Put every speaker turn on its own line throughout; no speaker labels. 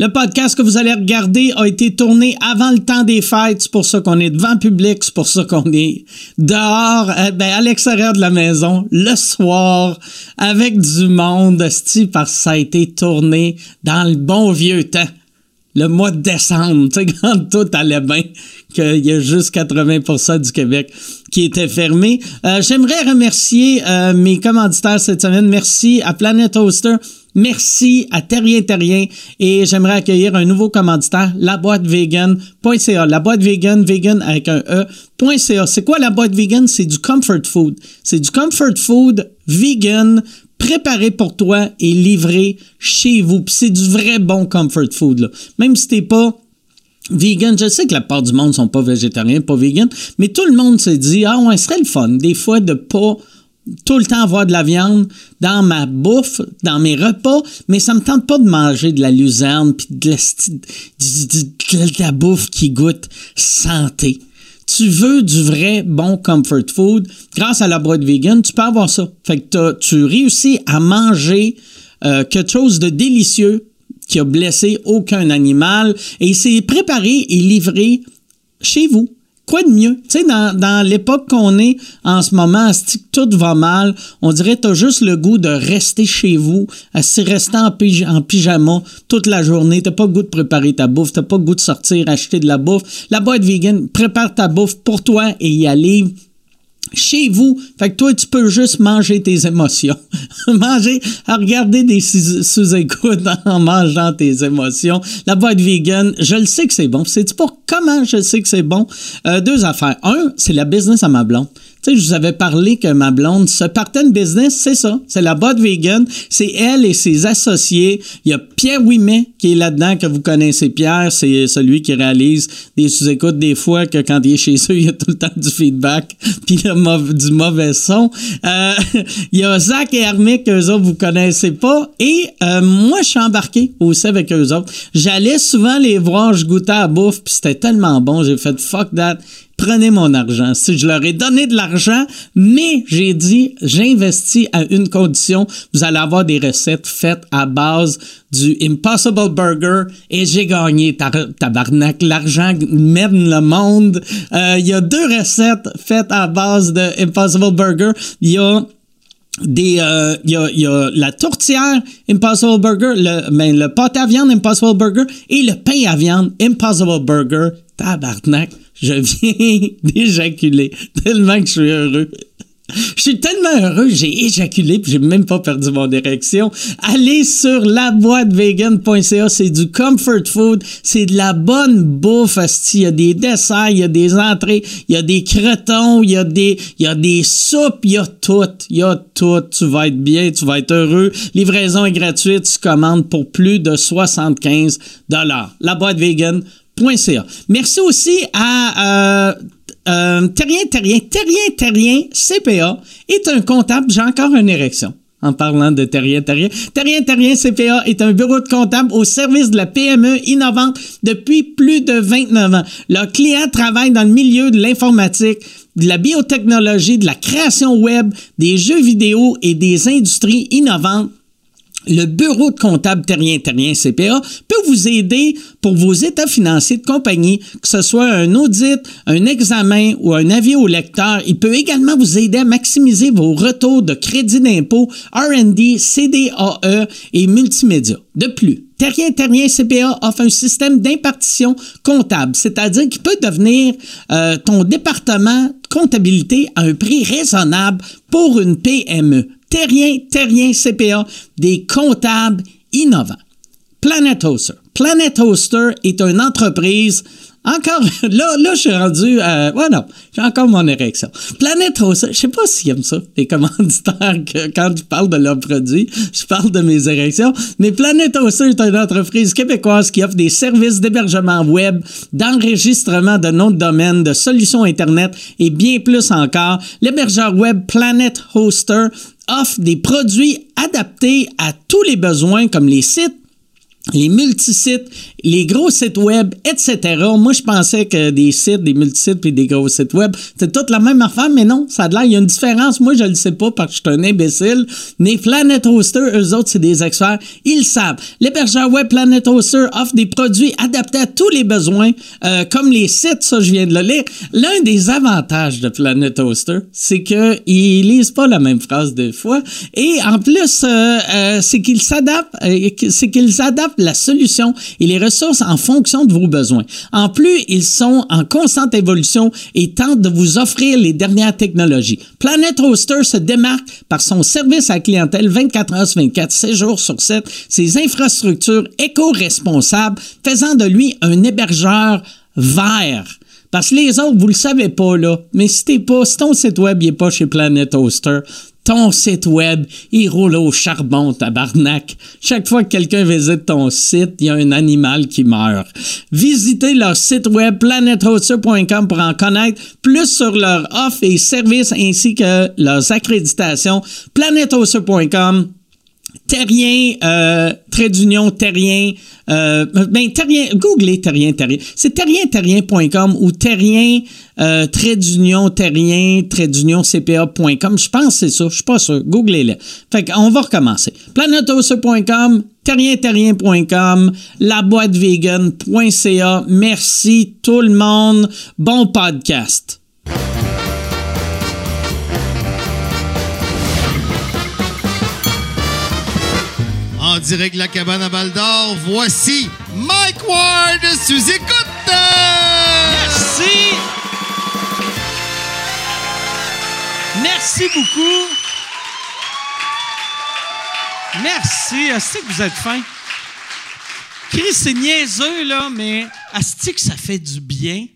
Le podcast que vous allez regarder a été tourné avant le temps des fêtes. C'est pour ça qu'on est devant public. C'est pour ça qu'on est dehors, euh, ben, à l'extérieur de la maison, le soir, avec du monde, sti, parce que ça a été tourné dans le bon vieux temps. Le mois de décembre, tu sais, quand tout allait bien, qu'il y a juste 80 du Québec qui était fermé. Euh, J'aimerais remercier euh, mes commanditaires cette semaine. Merci à Planet Hoster. Merci à Terrien Terrien et j'aimerais accueillir un nouveau commanditaire, la boîte vegan.ca. La boîte vegan, vegan avec un E, E.ca. C'est quoi la boîte vegan? C'est du comfort food. C'est du comfort food vegan préparé pour toi et livré chez vous. Puis c'est du vrai bon comfort food. Là. Même si t'es pas vegan. Je sais que la part du monde sont pas végétariens, pas vegan, mais tout le monde se dit ah ouais, ce serait le fun des fois de pas tout le temps avoir de la viande dans ma bouffe, dans mes repas, mais ça me tente pas de manger de la luzerne puis de, la sti- de- de- de la bouffe qui goûte santé. Tu veux du vrai bon comfort food grâce à la boîte vegan, tu peux avoir ça. Fait que t'as- tu réussis à manger euh, quelque chose de délicieux qui a blessé aucun animal et c'est préparé et livré chez vous. Quoi de mieux? Tu sais, dans, dans l'époque qu'on est en ce moment, asti, que tout va mal, on dirait que t'as juste le goût de rester chez vous, si rester en, pige- en pyjama toute la journée, t'as pas le goût de préparer ta bouffe, t'as pas le goût de sortir, acheter de la bouffe. La boîte vegan prépare ta bouffe pour toi et y aller chez vous. Fait que toi, tu peux juste manger tes émotions. manger, à regarder des sous- sous-écoutes en mangeant tes émotions. La boîte vegan, je le sais que c'est bon. C'est-tu pour comment je sais que c'est bon? Euh, deux affaires. Un, c'est la business à ma blonde. Tu sais, je vous avais parlé que ma blonde se partait une business, c'est ça. C'est la boîte vegan. C'est elle et ses associés. Il y a Pierre Ouimet qui est là-dedans, que vous connaissez Pierre. C'est celui qui réalise des sous-écoutes des fois que quand il est chez eux, il y a tout le temps du feedback puis le mauv- du mauvais son. Euh, il y a Zach et Armic, eux autres, vous connaissez pas. Et euh, moi, je suis embarqué aussi avec eux autres. J'allais souvent les voir, je goûtais à la bouffe, puis c'était tellement bon. J'ai fait « fuck that » prenez mon argent. Si je leur ai donné de l'argent, mais j'ai dit, j'investis à une condition, vous allez avoir des recettes faites à base du Impossible Burger et j'ai gagné tar- tabarnak. L'argent mène le monde. Euh, Il y a deux recettes faites à base de Impossible Burger. Il y a des euh, il y, a, il y a la tourtière Impossible Burger, le ben, le pâte à viande Impossible Burger et le pain à viande Impossible Burger. Tabarnak, je viens d'éjaculer tellement que je suis heureux. Je suis tellement heureux, j'ai éjaculé puis j'ai même pas perdu mon érection. Allez sur laboîtevegan.ca, c'est du comfort food, c'est de la bonne bouffe. asti. Il y a des desserts, il y a des entrées, il y a des cretons, il y a des, il y a des soupes, il y a tout, il y a tout. Tu vas être bien, tu vas être heureux. Livraison est gratuite, tu commandes pour plus de 75 dollars. Laboîtevegan.ca. Merci aussi à euh, euh, terrien, Terrien, Terrien, Terrien, CPA est un comptable. J'ai encore une érection en parlant de Terrien, Terrien. Terrien, Terrien, CPA est un bureau de comptable au service de la PME innovante depuis plus de 29 ans. Leur client travaille dans le milieu de l'informatique, de la biotechnologie, de la création web, des jeux vidéo et des industries innovantes le bureau de comptable terrien terrien CPA peut vous aider pour vos états financiers de compagnie, que ce soit un audit, un examen ou un avis au lecteur. Il peut également vous aider à maximiser vos retours de crédit d'impôt, R&D, CDAE E et multimédia. De plus, Terrien Terrien CPA offre un système d'impartition comptable, c'est-à-dire qu'il peut devenir euh, ton département de comptabilité à un prix raisonnable pour une E. PME. Terrien Terrien CPA, des comptables innovants. Planet Hoster. Planet Hoster est une entreprise. Encore, là, là, je suis rendu à. Ouais, non, j'ai encore mon érection. Planet Hoster, je sais pas s'ils aiment ça, les commanditaires, que, quand je parle de leurs produits, je parle de mes érections. Mais Planet Hoster est une entreprise québécoise qui offre des services d'hébergement web, d'enregistrement de noms de domaine, de solutions Internet et bien plus encore. L'hébergeur web Planet Hoster offre des produits adaptés à tous les besoins comme les sites, les multisites, les gros sites web, etc. Moi, je pensais que des sites, des multisites puis des gros sites web, c'était toute la même affaire, mais non, ça a l'air, il y a une différence. Moi, je le sais pas parce que je suis un imbécile. Mais Planet Hoster, eux autres, c'est des experts. Ils le savent. L'hébergeur web Planet Hoster offre des produits adaptés à tous les besoins, euh, comme les sites, ça, je viens de le lire. L'un des avantages de Planet Hoster, c'est qu'ils lisent pas la même phrase deux fois. Et en plus, euh, euh, c'est qu'ils s'adaptent, euh, c'est qu'ils adaptent la solution et les ressources en fonction de vos besoins. En plus, ils sont en constante évolution et tentent de vous offrir les dernières technologies. Planet Hoster se démarque par son service à la clientèle 24 heures sur 24, 7 jours sur 7, ses infrastructures éco-responsables, faisant de lui un hébergeur vert. Parce que les autres, vous le savez pas, là. Mais si t'es pas, si ton site web n'est pas chez Planet Hoster, ton site web, il roule au charbon, tabarnak. Chaque fois que quelqu'un visite ton site, il y a un animal qui meurt. Visitez leur site web planethoster.com pour en connaître plus sur leur offre et services ainsi que leurs accréditations. planethoster.com Terrien, euh, trait d'union, terrien, euh, ben, terrien, googlez terrien, terrien. C'est terrien-terrien.com ou terrien, euh, trait d'union, terrien, trait d'union, cpa.com. Je pense que c'est ça. Je suis pas sûr. Googlez-le. Fait qu'on va recommencer. Planetoce.com, terrien-terrien.com, laboitevegan.ca. Merci tout le monde. Bon podcast.
En direct de la cabane à Val d'Or, voici Mike Ward sous écoute!
Merci. Merci beaucoup. Merci. Asti que vous êtes fin. Chris, c'est niaiseux, là, mais Asti que ça fait du bien.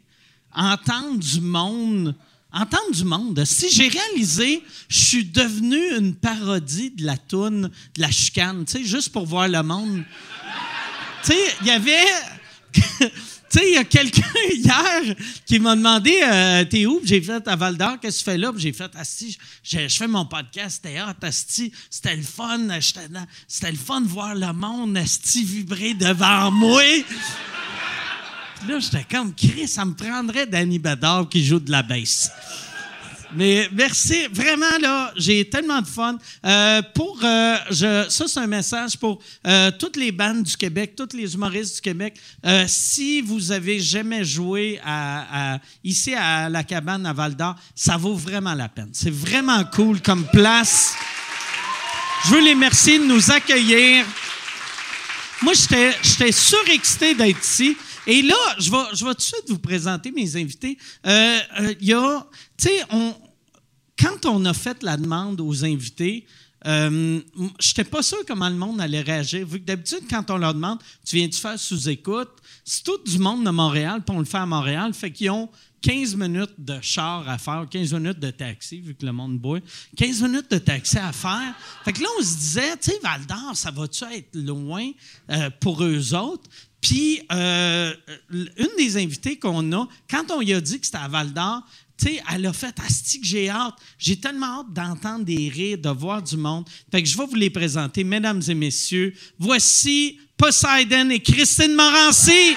Entendre du monde. Entendre du monde. Si j'ai réalisé, je suis devenu une parodie de la toune, de la chicane, tu sais, juste pour voir le monde. tu sais, il y avait. Tu sais, il y a quelqu'un hier qui m'a demandé euh, T'es où? Puis J'ai fait à Val d'Or, qu'est-ce que tu fais là? Puis J'ai fait Asti, je, je fais mon podcast, c'était hot, Asti, c'était le fun, j'étais dans- c'était le fun de voir le monde, Asti vibrer devant moi. Puis là, j'étais comme Chris, ça me prendrait Danny Bedard qui joue de la baisse. Mais merci, vraiment là, j'ai tellement de fun. Euh, pour euh, je- ça, c'est un message pour euh, toutes les bandes du Québec, tous les humoristes du Québec. Euh, si vous avez jamais joué à, à- ici à la cabane à Val d'Or, ça vaut vraiment la peine. C'est vraiment cool comme place. Je veux les remercier de nous accueillir. Moi, j'étais j'étais surexcité d'être ici. Et là, je vais, je vais tout de suite vous présenter mes invités. Euh, euh, Il y a, tu sais, on, quand on a fait la demande aux invités, euh, je n'étais pas sûr comment le monde allait réagir, vu que d'habitude, quand on leur demande, tu viens-tu faire sous-écoute, c'est tout du monde de Montréal, puis on le fait à Montréal, fait qu'ils ont 15 minutes de char à faire, 15 minutes de taxi, vu que le monde boit, 15 minutes de taxi à faire. Fait que là, on se disait, tu sais, Val d'Or, ça va-tu être loin euh, pour eux autres? Puis, euh, une des invitées qu'on a, quand on lui a dit que c'était à Val d'Or, tu sais, elle a fait Asti que j'ai hâte. J'ai tellement hâte d'entendre des rires, de voir du monde. Fait que je vais vous les présenter, mesdames et messieurs. Voici Poseidon et Christine Morancy.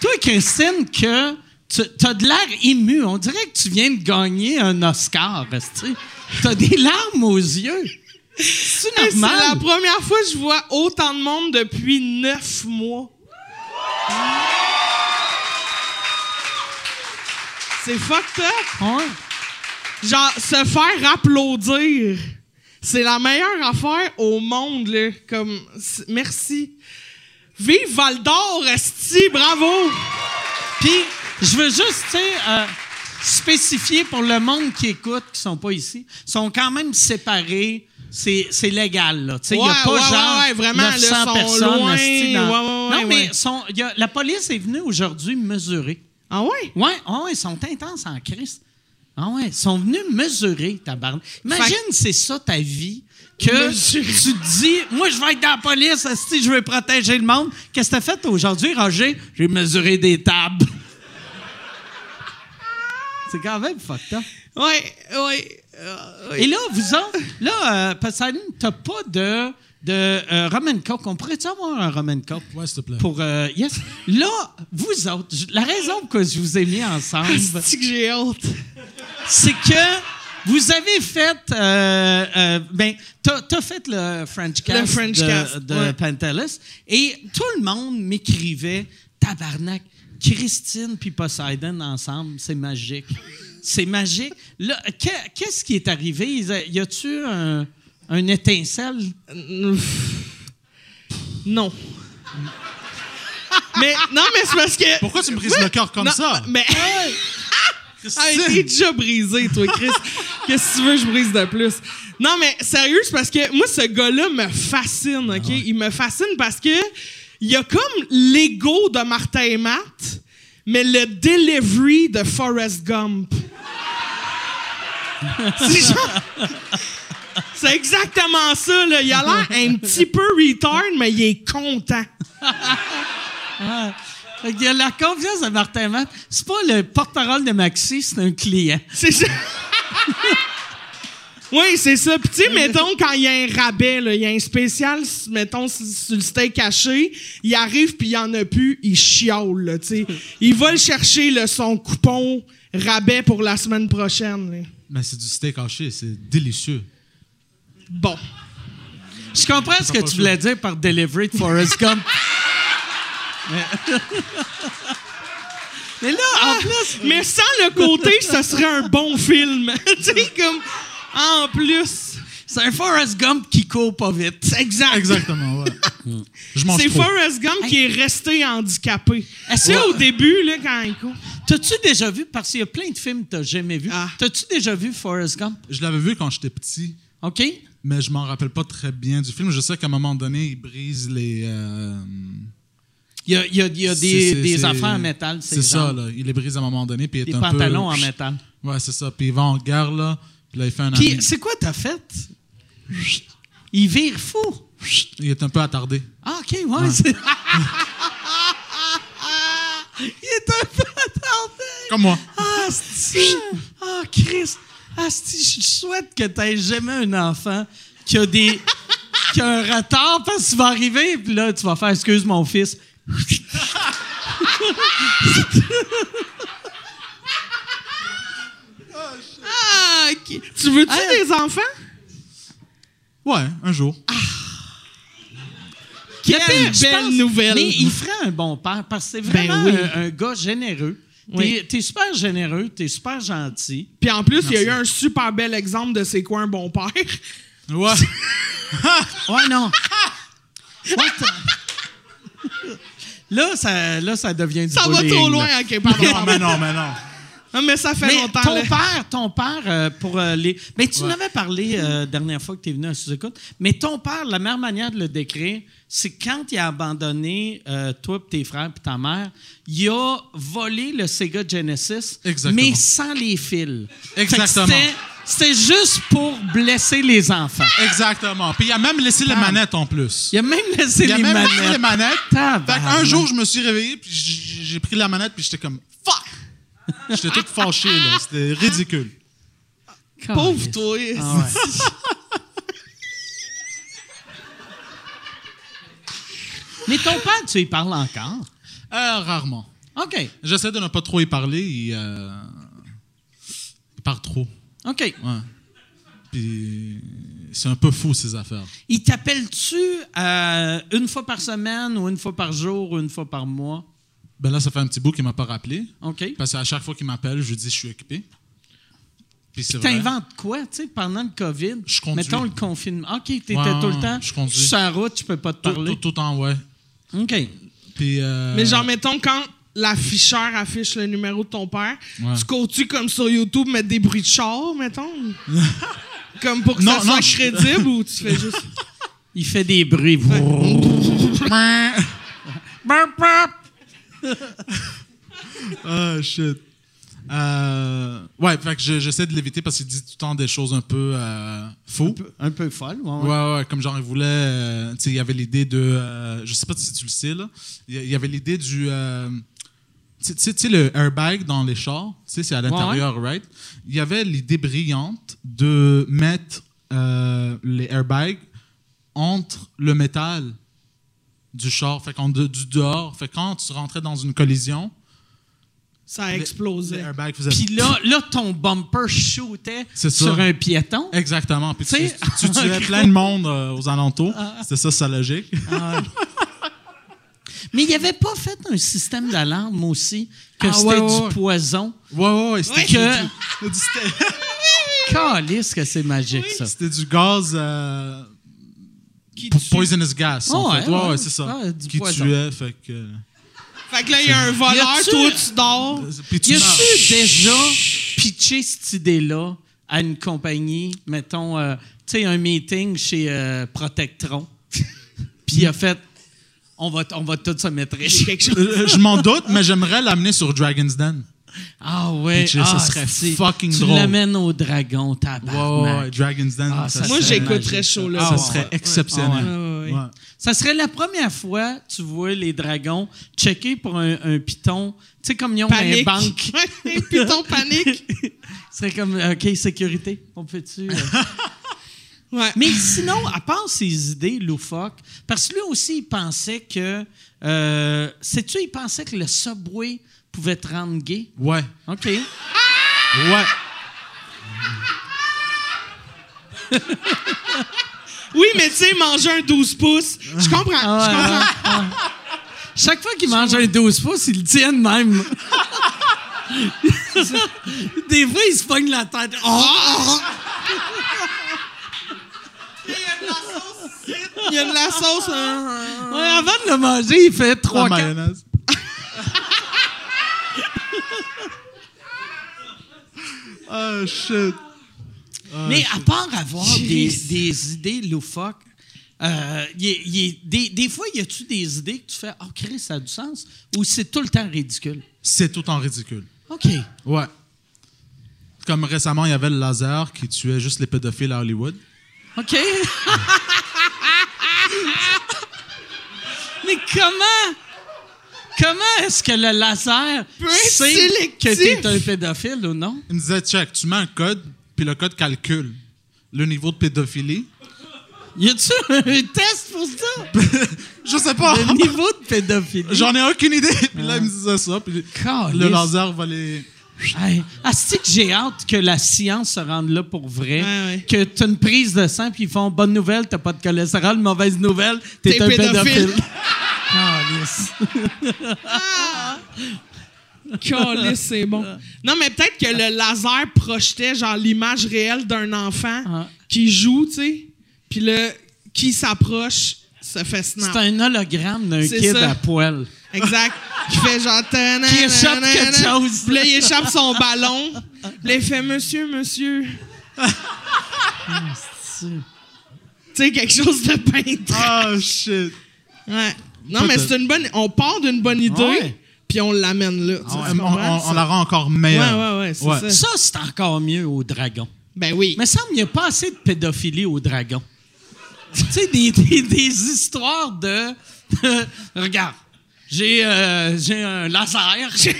Toi, Christine, que tu as de l'air ému. On dirait que tu viens de gagner un Oscar. Tu as des larmes aux yeux. C'est
Hey, C'est
normal.
la première fois que je vois autant de monde depuis neuf mois. C'est fucked up.
Ouais.
Genre, se faire applaudir, c'est la meilleure affaire au monde, là. Comme, c'est- merci. Vive Val d'Or, Esti, bravo!
Puis, je veux juste, tu sais, euh, spécifier pour le monde qui écoute, qui sont pas ici, sont quand même séparés. C'est, c'est légal, là. Tu sais, il n'y a
Ouais,
pas
ouais,
genre
ouais, ouais, vraiment, là,
900
sont
personnes.
loin,
asti, dans-
ouais, ouais, ouais,
non, mais
ouais.
sont- il y a- la police est venue aujourd'hui mesurer.
Ah ouais?
Ouais, oh, ils sont intenses en crise. Ah ouais, ils sont venus mesurer ta barbe. Imagine, c'est ça ta vie, que
Mesurer.
tu te dis, moi, je vais être dans la police, si je veux protéger le monde. Qu'est-ce que t'as fait aujourd'hui, Roger? J'ai mesuré des tables. c'est quand même fucked up.
Ouais, ouais. euh, ouais.
Et là, vous autres, là, euh, Passaline, t'as pas de, de euh, Roman Coke. On pourrait-tu avoir un Roman Coke?
Ouais, s'il te plaît.
Pour, euh, yes. Là, vous autres, j- la raison pourquoi je vous ai mis ensemble,
Asti que j'ai honte.
c'est que vous avez fait. Euh, euh, ben, t'as, t'as fait le French cast
Le French
de,
cast,
de
ouais.
Pantelis et tout le monde m'écrivait Tabarnak, Christine puis Poseidon ensemble, c'est magique. C'est magique. Là, que- qu'est-ce qui est arrivé? Ils- Y a-tu un, un étincelle?
Non. mais non, mais c'est parce que.
Pourquoi tu me brises le cœur comme
Non,
ça?
Mais. Hey, t'es Ah, déjà brisé, toi, Chris. Qu'est-ce que tu veux que je brise de plus? Non, mais sérieux, c'est parce que moi, ce gars-là me fascine, OK? Il me fascine parce que il a comme l'ego de Martin et Matt, mais le delivery de Forrest Gump. C'est genre- C'est exactement ça, là. Il a l'air un petit peu retard, mais il est content.
Ah. Fait qu'il y a la confiance de Martin Matt. C'est pas le porte-parole de Maxi, c'est un client.
C'est ça. oui, c'est ça. Puis, tu sais, mettons, quand il y a un rabais, là, il y a un spécial, s- mettons, s- sur le steak haché, il arrive, puis il n'y en a plus, il chiole, là, tu sais. Il va le chercher, là, son coupon rabais pour la semaine prochaine. là.
Mais c'est du steak haché, c'est délicieux.
Bon.
Je comprends ce que tu voulais dire par delivery de Forrest Gump. Mais- Mais là, en plus,
Mais sans le côté, ce serait un bon film. tu sais, comme, en plus.
c'est un Forrest Gump qui court pas vite.
Exact.
Exactement, ouais. Je mange
C'est
trop.
Forrest Gump qui est resté handicapé.
Est-ce
Tu sais,
que-
au début, là, quand il court.
T'as-tu déjà vu, parce qu'il y a plein de films que t'as jamais vu,
Ah.
t'as-tu déjà vu Forrest Gump?
Je l'avais vu quand j'étais petit,
OK?
mais je m'en rappelle pas très bien du film. Je sais qu'à un moment donné, il brise les... euh,
Il y a, il y a- il y a des,
c'est- c'est-
des
c'est-
affaires en métal, c'est
C'est ça, là. Il les brise à un moment donné, puis il est
Des
un peu...
pantalons en métal.
Ouais, c'est ça. Puis il va en guerre, là. Puis là, il fait un...
Puis,
ami.
c'est quoi t'as fait? Il vire fou.
Il est un peu attardé.
Ah, OK, ouais. c'est- Il est un peu attardé.
Comme moi.
Ah, asti. Ah, Christ. Asti, je souhaite que t'aies jamais un enfant qui a des... qui a un retard parce que tu vas arriver puis là, tu vas faire « Excuse mon fils ».
Ah, ok. Tu veux-tu
Ah.
des enfants?
Ouais, un jour.
Quelle
belle nouvelle.
Mais il ferait un bon père parce que c'est
Ben
vraiment
oui.
un, un gars généreux.
Oui.
T'es- T'es super généreux, t'es super gentil.
Puis en plus, il y a eu un super bel exemple de c'est quoi un bon père.
Ouais.
Ouais, non. Ouais, t'as- là, ça, là, ça devient du
Ça va
bullying, là.
trop loin, ok, pardon.
non, mais non, mais non.
Non, mais ça fait
Mais
longtemps.
ton
là.
père, ton père, euh, pour euh, les. Mais tu n'avais parlé euh, dernière fois que tu es venu à sous-écoute. Mais ton père, la meilleure manière de le décrire, c'est quand il a abandonné euh, toi, pis tes frères, puis ta mère, il a volé le Sega Genesis,
Exactement.
mais sans les fils. Fait que
Exactement.
c'était- C'était juste pour blesser les enfants.
Exactement. Puis il a même laissé les manettes en plus.
Il a même laissé
Il a
les
même
manettes.
laissé les manettes. Fait
Tabarnak.
qu'un jour, je me suis réveillé, puis j- j'ai pris la manette, puis j'étais comme fuck. J'étais tout fâché là. C'était ridicule.
Pauvre toi.
Ah ouais. Mais ton père, tu y parles encore.
Euh, rarement.
OK.
J'essaie de ne pas trop y parler. Il, euh, il parle trop.
OK.
Ouais. Puis c'est un peu fou ces affaires.
Il t'appelle-tu euh, une fois par semaine ou une fois par jour ou une fois par mois?
Ben là, ça fait un petit bout qu'il m'a pas rappelé.
OK.
Parce qu'à chaque fois qu'il m'appelle, je lui dis je suis occupé. Puis c'est vrai.
T'inventes quoi, tu sais, pendant le COVID?
Je conduis.
Mettons le confinement. OK, t'étais
Ouais,
tout le temps.
je conduis.
suis sur la route, tu peux pas te
Tout,
parler.
tout, tout le temps, ouais.
OK.
Puis, euh,
Mais genre, mettons, quand l'afficheur affiche le numéro de ton père,
Ouais.
tu cours-tu comme sur YouTube mettre des bruits de char, mettons? comme pour que
Non,
ça soit
non, je-
crédible ou tu fais juste.
Il fait des bruits.
Ah, shit. Euh, ouais, fait que je- j'essaie de l'éviter parce qu'il dit tout le temps des choses un peu euh, faux.
Un peu folle, ouais, ouais.
Ouais, ouais, comme genre, il voulait. euh, tu sais, il y avait l'idée de. euh, je sais pas si tu le sais, là. Il y- il y avait l'idée du. euh, tu sais, tu sais, le airbag dans les chars, tu sais, c'est à l'intérieur, right? Il y avait l'idée brillante de mettre euh, les airbags entre le métal du char, fait qu'en de- du dehors. Fait que quand tu rentrais dans une collision,
Ça a
les
explosé.
airbags faisaient.
Puis là, là, ton bumper shootait
C'est ça.
sur un piéton.
Exactement. Puis tu,
Tu sais- Ah,
tu tuais plein de monde euh, aux alentours. C'est ça, sa logique.
Mais il n'y avait pas fait un système d'alarme aussi, que
Ah,
c'était
ouais,
du
ouais.
poison.
Ouais, ouais, ouais. C'était
Ouais.
du- du- c'était-
Calisse que c'est magique, ça.
c'était du gaz. euh, po- poisonous gas. en
Ouais,
fait. Ouais,
ouais.
ouais, c'est ça.
Ouais, du
qui
poison.
tuait, fait que.
Fait que là, il y a un voleur,
Y a-tu-
toi, tu dors.
Puis tu
Y
meurs.
a-tu déjà pitché cette idée-là à une compagnie, mettons, euh, tu sais, un meeting chez euh, Protectron, puis il a fait, on va, on va tout se mettre riche.
Euh, Je m'en doute, mais j'aimerais l'amener sur Dragon's Den.
Ah ouais,
Pitcher,
ah,
ça serait
c'est-
fucking
tu
drôle.
l'amènes au dragon,
Ouais, ouais, ouais,
tabarnak.
Dragon's Den.
Bah, Ah, ça
Moi,
serait
j'écouterais
magique,
chaud là.
ça serait exceptionnel.
Ah, ouais, ouais.
Ouais.
Ça serait la première fois tu vois les dragons checker pour un, un piton, tu sais, comme ils ont
Panique.
dans les banques.
Ouais, Python panique.
C'est comme, OK, sécurité, on peut-tu... euh,
Ouais.
Mais sinon, à part ses idées loufoques, parce que lui aussi, il pensait que. Euh, Sais-tu, il pensait que le subway pouvait te rendre gay.
Ouais.
OK.
Ouais.
Oui, mais tu sais, manger un 12 pouces, je comprends. je
Ah ouais,
comprends.
Chaque fois qu'il mange un 12 pouces, il le tient de même. Des fois, il se pogne la tête. Oh!
Il y a de la sauce. hein.
Ouais, avant de le manger, il fait
La
trois quarts.
mayonnaise. oh shit.
Mais à part avoir des, des idées loufoques, euh, il est- il est- des, des fois, y a-tu des idées que tu fais Oh, Chris, ça a du sens Ou c'est tout le temps ridicule
C'est tout en ridicule.
OK.
Ouais. Comme récemment, il y avait le laser qui tuait juste les pédophiles à Hollywood.
OK. Mais comment Comment est-ce que le laser
Peu
sait que
sélectif.
tu es un pédophile ou non
Il me disait, check, tu mets un code, puis le code calcule le niveau de pédophilie.
Y a-tu un test pour ça
Je sais pas.
Le niveau de pédophilie.
J'en ai aucune idée. Puis là, il me disait ça. Puis
Caliste.
le laser va les.
Hey, asti que j'ai hâte que la science se rende là pour vrai.
Ouais, ouais.
Que tu une prise de sang, puis ils font bonne nouvelle, t'as pas de cholestérol, mauvaise nouvelle, t'es
T'es
un pédophile.
pédophile.
Calisse.
Calisse, c'est bon. Non, mais peut-être que le laser projetait genre l'image réelle d'un enfant
Ah.
qui joue, tu sais. Puis là, qui s'approche se fait
C'est
snap.
un hologramme d'un
C'est
kid
ça.
à poil.
Exact. Qui fait genre.
Qui échappe quelque chose.
Puis là, il échappe son ballon. Puis là, il fait Monsieur, monsieur. Tu sais, quelque chose de peintre.
Ah.
Oh shit.
Ouais. Non, mais c'est une bonne. On part d'une bonne idée,
Ouais. Ah
puis on l'amène là. tu
On,
sais, tu comprends?
on- on la rend encore meilleure.
Ouais, ouais, ouais, c'est
Ça,
ça.
c'est encore mieux au dragon.
Ben oui.
Mais semble qu'il n'y a pas assez de pédophilie au dragon. tu sais, des, des- des histoires de. regarde, j'ai euh, j'ai un laser. Puis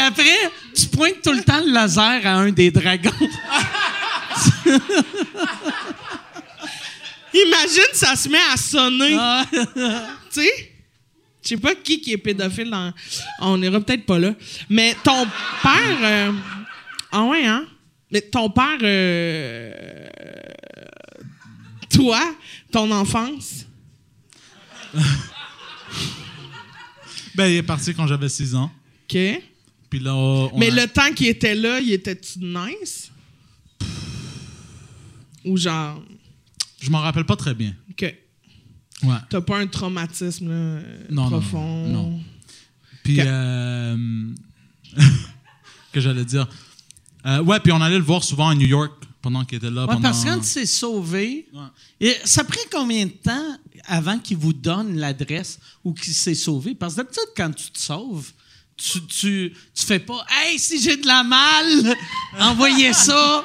après, tu pointes tout le temps le laser à un des dragons.
Imagine, ça se met à sonner.
Ah.
Tu sais? Je sais pas qui qui est pédophile. dans- On ira peut-être pas là. Mais ton père. euh, Ah ouais, hein? Mais ton père. euh, Toi, ton enfance.
Ben, il est parti quand j'avais 6 ans.
OK.
Puis là, on
Mais
a-
le temps qu'il était là, il était-tu nice? Ou genre.
je m'en rappelle pas très bien.
OK.
Ouais.
T'as pas un traumatisme là, euh,
Non, non,
profond.
non, non. Puis,
Que-
euh, que j'allais dire. Euh, ouais, puis on allait le voir souvent à New York pendant qu'il était là.
Ouais,
pendant-
parce que quand il s'est sauvé, et ça prend combien de temps avant qu'il vous donne l'adresse ou qu'il s'est sauvé? Parce que d'habitude, quand tu te sauves, tu, tu, tu fais pas Hey, si j'ai de la malle, envoyez ça.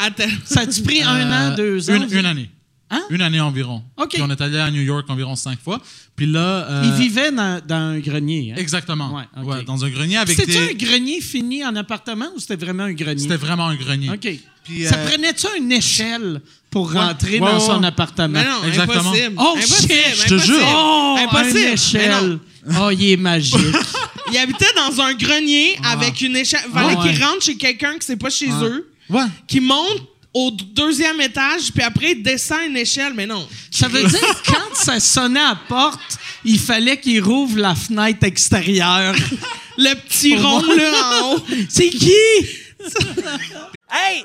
Attends.
Ça a-tu pris un
Euh,
an, deux ans?
Une, une année.
Hein?
Une année environ.
OK.
Puis on est allé à New York environ cinq fois. Puis là. euh,
Il vivait dans, dans un grenier. Hein?
Exactement.
Ouais, OK.
Ouais, dans un grenier avec
C'était-tu
des.
un grenier fini en appartement ou c'était vraiment un grenier?
C'était vraiment un grenier.
OK.
Puis,
ça
euh,
prenait-tu une échelle pour
Ouais.
rentrer
Ouais,
dans
ouais,
son
ouais.
appartement?
Mais non,
Exactement.
impossible.
Oh,
impossible,
shit,
je te
impossible.
jure.
Oh,
impossible.
une
Mais non.
échelle. Oh, il est magique.
Il habitait dans un grenier avec une échelle. Il fallait
Ah
qu'il
ouais. Ah.
rentre chez quelqu'un qui c'est pas chez eux,
Ouais.
qui monte au deuxième étage, puis après il descend une échelle. Mais non.
ça veut dire que quand ça sonnait à la porte, il fallait qu'il rouvre la fenêtre extérieure.
Le petit
Pour
rond
moi.
là en haut.
C'est qui?
Hey,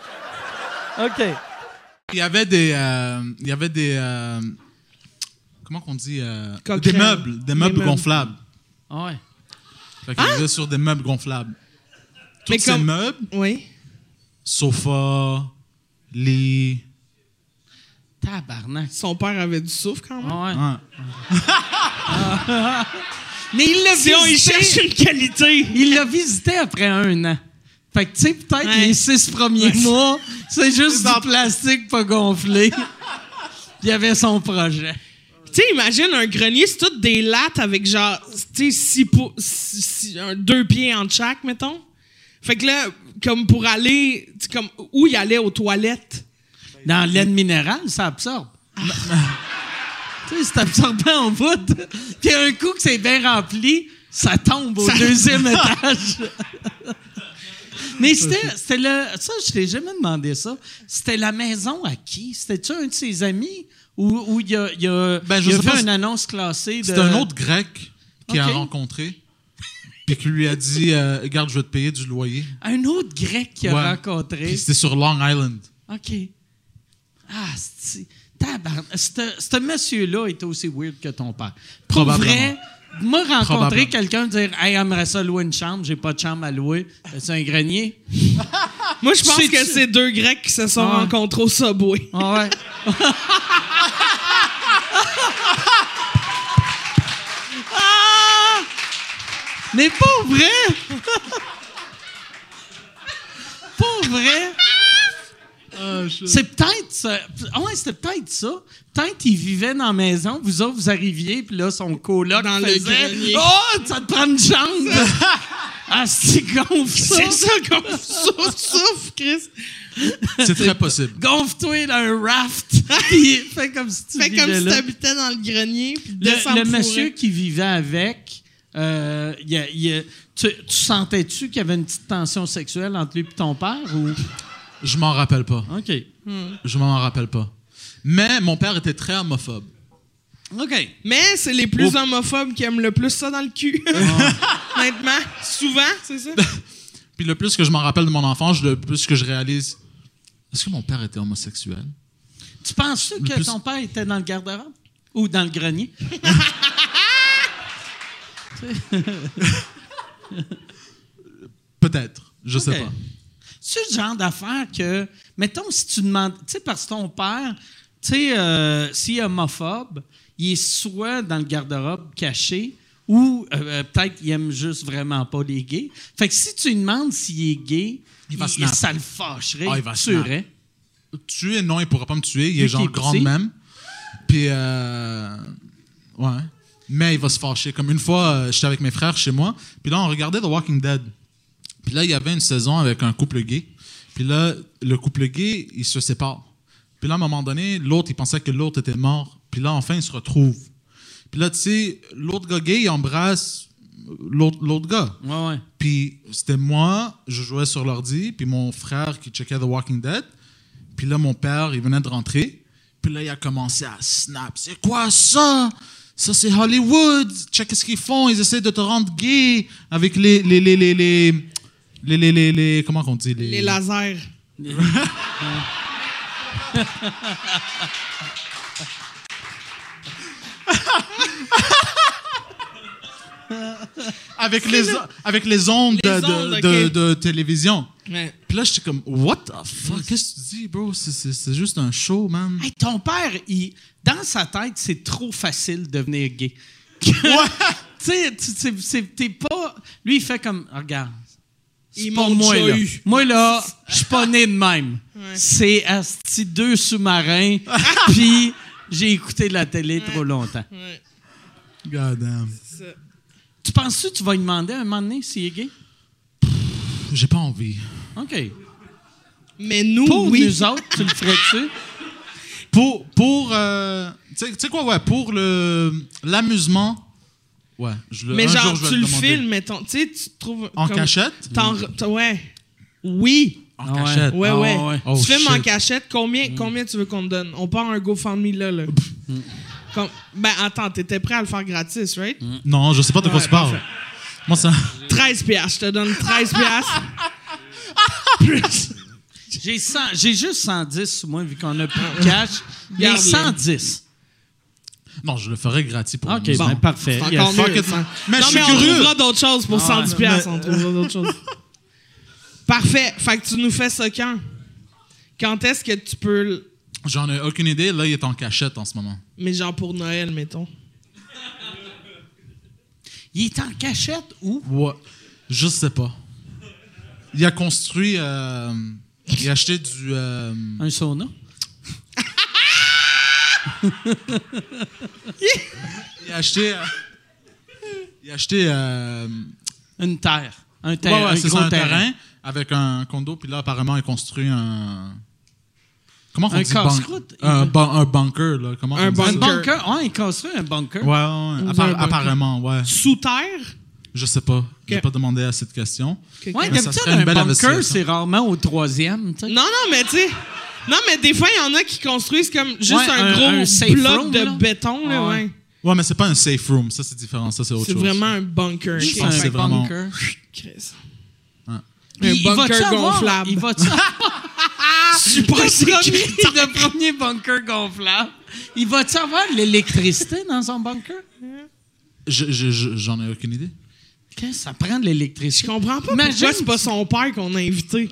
ha! OK.
Il y avait des. euh, il y avait des. euh, comment qu'on dit euh,
Coquerelles.
Des meubles. Des meubles
meubles.
gonflables.
Ah ouais.
Fait
Ah!
qu'il vivait sur des meubles gonflables. Tous
Mais
ces
comme-
meubles,
Oui.
sofa, lit.
Tabarnak.
Son père avait du souffle quand même.
Ah ouais.
ouais.
Mais il l'a
Sinon, il
visité.
cherche une qualité.
Il l'a visité après un an. Fait que, tu sais, peut-être
Ouais.
les six premiers mois, c'est juste du plastique pas gonflé. Il y avait son projet.
Tu sais, imagine un grenier, c'est toutes des lattes avec genre, tu sais, six pou- six- six- un- deux pieds en chaque, mettons. Fait que là, comme pour aller, tu sais, comme où il allait aux toilettes.
Dans l'aide minérale, ça absorbe.
Ah.
tu sais, c'est absorbant en bout. Puis un coup que c'est bien rempli, ça tombe au
Ça-
deuxième étage. Mais c'était c'était le. Ça, je t'ai jamais demandé ça. C'était la maison à qui? C'était-tu un de ses amis? Ou ou il y a, il y a,
Ben, je
il a
sais
vu
pas,
une
c'est-
annonce classée de.
C'est un autre grec qui a
Ok.
rencontré, puis qui lui a dit euh, Garde, je vais te payer du loyer.
Un autre grec qu'il a
Ouais.
rencontré.
Puis c'était sur Long Island.
OK. Ah, c'est. Tabarn... Ce monsieur-là était aussi weird que ton père. Pour
Probablement.
vrai, moi, rencontrer
Probablement.
quelqu'un dire Hey, j'aimerais ça louer une chambre, j'ai pas de chambre à louer. C'est un grenier.
Moi, je pense
C'est-
que c'est deux Grecs qui se sont
Ah.
rencontrés au Subway.
Ah ouais. Ah! Mais pour vrai! pour vrai!
Ah,
C'est peut-être ça. Ah ouais, c'était peut-être ça. Peut-être qu'ils vivaient dans la maison, vous autres, vous arriviez, puis là, son coloc
Dans le
faisait
grenier.
Oh, ça te prend une jambe! ah, c'est gonfle ça!
C'est ça qu'on souffle, souffle, Chris.
C'est très possible.
Gonfle-toi dans un raft! puis fais comme si tu
Fait comme
vivais
si
là.
t'habitais dans le grenier, puis descends
Le, le
fourré.
monsieur qui vivait avec, euh, il y a- il y a- tu, tu sentais-tu qu'il y avait une petite tension sexuelle entre lui et ton père? Ou...
Je m'en rappelle pas.
OK.
Je m'en rappelle pas. Mais mon père était très homophobe.
OK.
Mais c'est les plus
Oh.
homophobes qui aiment le plus ça dans le cul. Honnêtement, souvent, c'est ça.
Puis le plus que je m'en rappelle de mon enfance, le plus que je réalise Est-ce que mon père était homosexuel
Tu penses que
plus-
ton père était dans le garde-robe? Ou dans le grenier?
Peut-être. Je sais
Ok.
pas.
C'est le genre d'affaire que, mettons, si tu demandes, tu sais, parce que ton père, tu sais, euh, s'il est homophobe, il est soit dans le garde-robe caché, ou euh, euh, peut-être qu'il aime juste vraiment pas les gays. Fait que si tu lui demandes s'il est gay,
Il va snap.
ça le fâcherait,
Ah, il
il
va
le
snap.
tuerait.
Tuer, non, il pourra pas me tuer. Il
Vu
est
qu'il
genre
est
grand de
petit.
même. Puis, euh, ouais. Mais il va se fâcher. Comme une fois, euh, j'étais avec mes frères chez moi. Puis là, on regardait The Walking Dead. Puis là, il y avait une saison avec un couple gay. Puis là, le couple gay, il se sépare. Puis là, à un moment donné, l'autre, il pensait que l'autre était mort. Puis là, enfin, ils se retrouvent. Puis là, tu sais, l'autre gars gay, il embrasse l'autre l'autre gars.
Ouais, ouais.
Puis c'était moi, je jouais sur l'ordi, puis mon frère qui checkait The Walking Dead. Puis là, mon père, il venait de rentrer. Puis là, il a commencé à snap. C'est quoi ça? ça c'est Hollywood, check ce qu'ils font, ils essaient de te rendre gay avec les les les les les les, les, les, les- comment on dit
Les lasers.
avec les o- avec les ondes,
Les
de- de,
ondes,
de-
ok.
de télévision.
Ouais.
Puis là, j'étais comme, what the fuck? Qu'est-ce que tu dis, bro? C'est- C'est c'est juste un show, man.
Hey, ton père, il, dans sa tête, c'est trop facile de devenir gay. tu sais, tu- c'est- c'est- t'es pas. Lui, il fait comme. Ah, Regarde. c'est
Ils
pas
m'ont
moi,
déjà
là.
eu.
Moi, là, je suis pas né de même. C'est asti deux sous-marins, puis j'ai écouté la télé trop longtemps.
God damn.
Tu penses-tu que tu vas lui demander un moment donné s'il est gay?
J'ai pas envie.
OK.
Mais nous,
Pour
oui.
nous autres, tu le ferais-tu?
Pour, pour, euh, tu sais- tu sais quoi, ouais, pour le, l'amusement, ouais, je le,
mais
un
genre,
jour, je vais
tu le
demander.
filmes, mettons. Tu sais, tu te trouves.
En
comme-
cachette?
T'en re- t- ouais. Oui.
En cachette.
Ouais,
Ah,
ouais.
ouais.
Oh,
tu filmes en
shit.
cachette. Combien, combien tu veux qu'on te donne? On part un GoFundMe là, là. Comme- ben, attends, t'étais prêt à le faire gratis, right?
Non, je sais pas de quoi
Ouais,
tu parles.
parfait.
Moi, ça.
13 piastres. Je te donne 13 piastres. Plus.
J'ai cent- j'ai juste 110 sous moi, vu qu'on a plus de cash. Mais
Garde-les.
110
Non, je le ferais gratis pour
OK,
l'amusement.
ben parfait.
C'est
Il y a-
encore
fuck
mieux,
it, Ah,
ça.
man. Mais
non,
je suis
mais
curieux.
on trouvera d'autres choses pour 110 piastres. On trouvera d'autres choses. Parfait. Fait que tu nous fais ça quand? Quand est-ce que tu peux... l-
J'en ai aucune idée. Là, il est en cachette en ce moment.
Mais genre pour Noël, mettons.
Il est en cachette ou?
Ouais. Je sais pas. Il a construit, euh, il a acheté du, euh,
Un sauna?
il a acheté, euh, il a acheté, euh,
Une terre. Un, ter-
Ouais, ouais,
un
c'est
gros
ça, un terrain.
terrain.
avec un condo, puis là, apparemment, il construit un. Comment on
Un
dit ban-
casse-croûte?
un, ban- un bunker, là. Comment
Un
on dit ça?
Un
bunker.
bunker. Ouais, il construit un bunker.
Ouais, ouais, ouais. Appar-
bunker.
apparemment, ouais.
Sous terre?
Je sais pas. J'ai
Ok.
pas demandé à cette question.
Ok.
Ouais,
Mais ça
d'habitude,
serait une
un
belle
bunker,
investigation.
c'est rarement au troisième. tu sais.
Non, non, mais tu sais. Non, mais des fois, il y en a qui construisent comme juste
Ouais,
un,
un-
gros
un safe
bloc
room,
de
là.
béton, là,
Ouais.
ouais.
Ouais, mais c'est pas un safe room. Ça, c'est différent. Ça, c'est autre
C'est
chose.
vraiment un bunker.
Je
ok.
pense que
c'est
c'est
vraiment-
bunker.
Chris.
Ouais.
Un
Il- il va-tu
bunker
avoir-
gonflable. Ah,
Il va-tu avoir
Super sécuritaire.
le premier bunker gonflable? Il va-tu avoir de l'électricité dans son bunker?
Je- je- je- J'en ai aucune idée.
Qu'est-ce que ça prend de
Je
l'électricité?
comprends pas
Imagine-
pourquoi c'est pas son père qu'on a invité.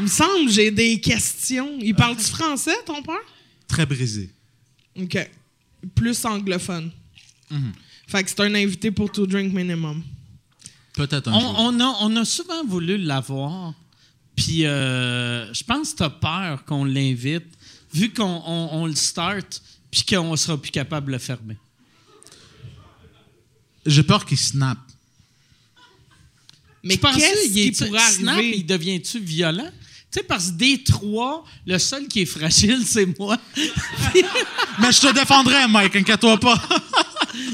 Il me semble j'ai des questions. Il parle du français, ton père?
Très brisé.
OK. Plus anglophone.
Mhm.
Fait que c'est un invité pour tout drink minimum.
Peut-être un
On,
jour.
on a, on a souvent voulu l'avoir, puis euh, je pense que t'as peur qu'on l'invite, vu qu'on on- on le start, puis qu'on sera plus capable de le fermer.
J'ai peur qu'il snap.
Mais
Je pensais,
qu'est-ce
il
qui
est-tu-
pourrait
Snap,
arriver?
il devient-tu violent? Tu sais, parce que des trois, le seul qui est fragile, c'est moi.
Mais je te défendrai, Mike. Inquiète-toi pas.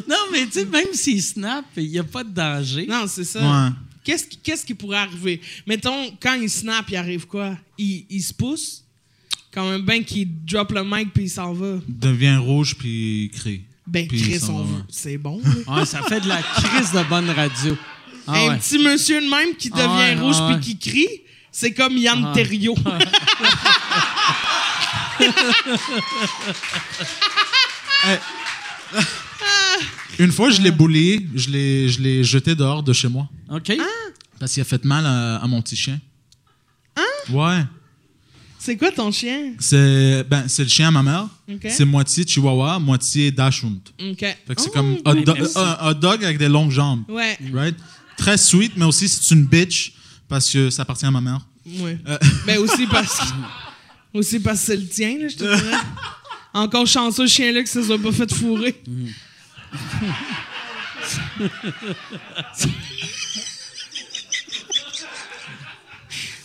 non, mais tu sais, même s'il snap, il n'y a pas de danger.
Non, c'est ça.
Ouais.
Qu'est-ce qui, qu'est-ce qui pourrait arriver? Mettons, quand il snap, il arrive quoi? Il, il se pousse? Quand même, ben qu'il drop le mic puis il s'en va.
Devient rouge, puis il crie.
Ben,
Puis il
Chris,
s'en
on
va,
veut.
ouais.
C'est bon. là.
Ouais, ça fait de la crise de bonne radio. Ah
un
ouais.
petit monsieur de même qui devient
Ah ouais,
rouge
ah ouais.
puis qui crie, c'est comme Yann
Ah.
Terriot.
Une fois, je l'ai boulé. Je l'ai je l'ai jeté dehors de chez moi.
OK?
Ah,
Parce qu'il a fait mal à, à mon petit chien.
Hein?
Ouais.
C'est quoi ton chien?
C'est ben, c'est le chien à ma mère.
Ok.
C'est moitié chihuahwa, moitié dachshund.
OK.
Fait que c'est
Oh,
comme hot do-
merci.
un hot dog avec des longues jambes.
Ouais.
Right? Très sweet, mais aussi c'est une bitch parce que ça appartient à ma mère.
Ouais.
Euh.
Ben aussi parce que. Aussi parce que c'est le tien, là, je te dirais. Encore chanceux, ce chien-là, que ça soit pas fait fourrer.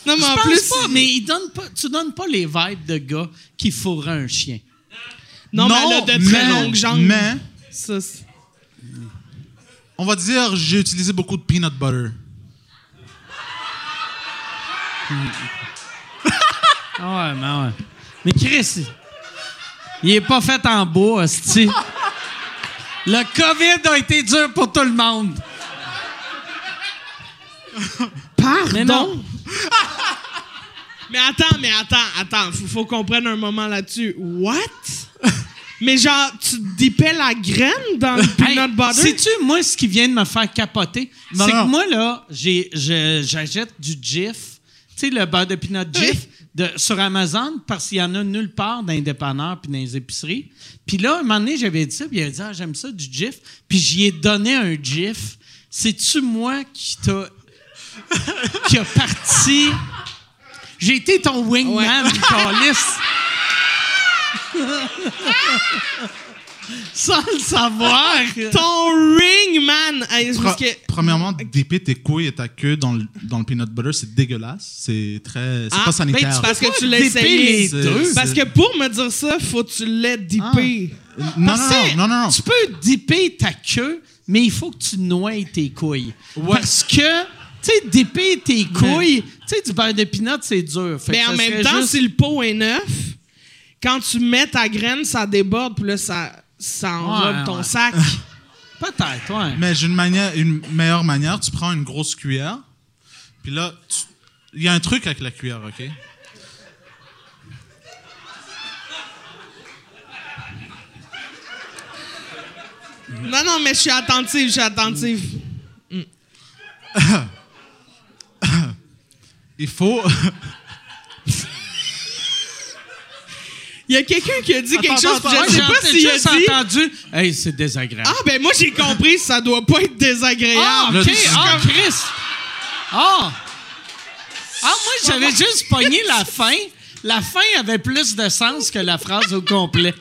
non, mais en
Je pense
plus.
pas, mais il donne pas, tu donnes pas les vibes de gars qui fourraient un chien.
Non, Oh, mais elle a de très
mais-
longues jambes.
Mais
Ça, c'est-
on va dire j'ai utilisé beaucoup de peanut butter.
Ah ouais, mais ouais. Mais Chris, il est pas fait en bois, hostie. Le COVID a été dur pour tout le monde.
Pardon?
Mais non.
Mais attends, mais attends, attends. Faut, faut qu'on prenne un moment là-dessus. What? mais genre, tu dipais la graine dans le
Hey,
peanut butter?
Sais-tu, moi, ce qui vient de me faire capoter?
Non,
C'est que
non.
moi, là, j'ai- je- j'achète du GIF, tu sais, le beurre de peanut GIF, de- sur Amazon, parce qu'il y en a nulle part dans les dépanneurs puis dans les épiceries. Puis là, un moment donné, j'avais dit ça, puis il a dit, ah, j'aime ça, du GIF. Puis j'y ai donné un GIF. C'est-tu moi qui t'a. qui a parti. J'ai été ton wingman, Carlis. Sans le savoir.
Ton ring, man! Hey, c'est
Pro-
parce que-
Premièrement, dépier tes couilles et ta queue dans le, dans le peanut butter, c'est dégueulasse. C'est très. C'est
Ah,
pas
ben,
sanitaire.
tu- parce que tu l'as
Déper
essayé.
les
C'est-
deux.
c'est-
Parce que pour me dire ça, faut que tu l'aies dippé.
Ah.
non,
Parce que
non, Ah, non, non, non.
Tu peux dipper ta queue, mais il faut que tu noies tes couilles. Parce que, tu sais, dipper tes couilles, tu sais, du beurre de pinot, c'est dur. Fait
Mais
que
en
ça
même
serait
temps,
juste-
si le pot est neuf, quand tu mets ta graine, ça déborde, puis là, ça, ça enrobe
Ouais,
ton
ouais.
sac.
Peut-être, ouais.
Mais j'ai une, manière, une meilleure manière. Tu prends une grosse cuillère, puis là, tu- il y a un truc avec la cuillère, OK?
non, non, mais je suis attentive, je suis attentive.
Il faut.
Il y a quelqu'un qui a dit quelque chose, puis
Moi,
je sais pas
j'ai
s'il a
juste
dit...
entendu. Hey, c'est désagréable.
Ah, ben moi, j'ai compris, ça doit pas être
Ah,
désagréable.
là,
OK.
tu-
Ah, Chris. Ah. Ah, moi, j'avais juste pogné la fin. La fin avait plus de sens que la phrase au complet.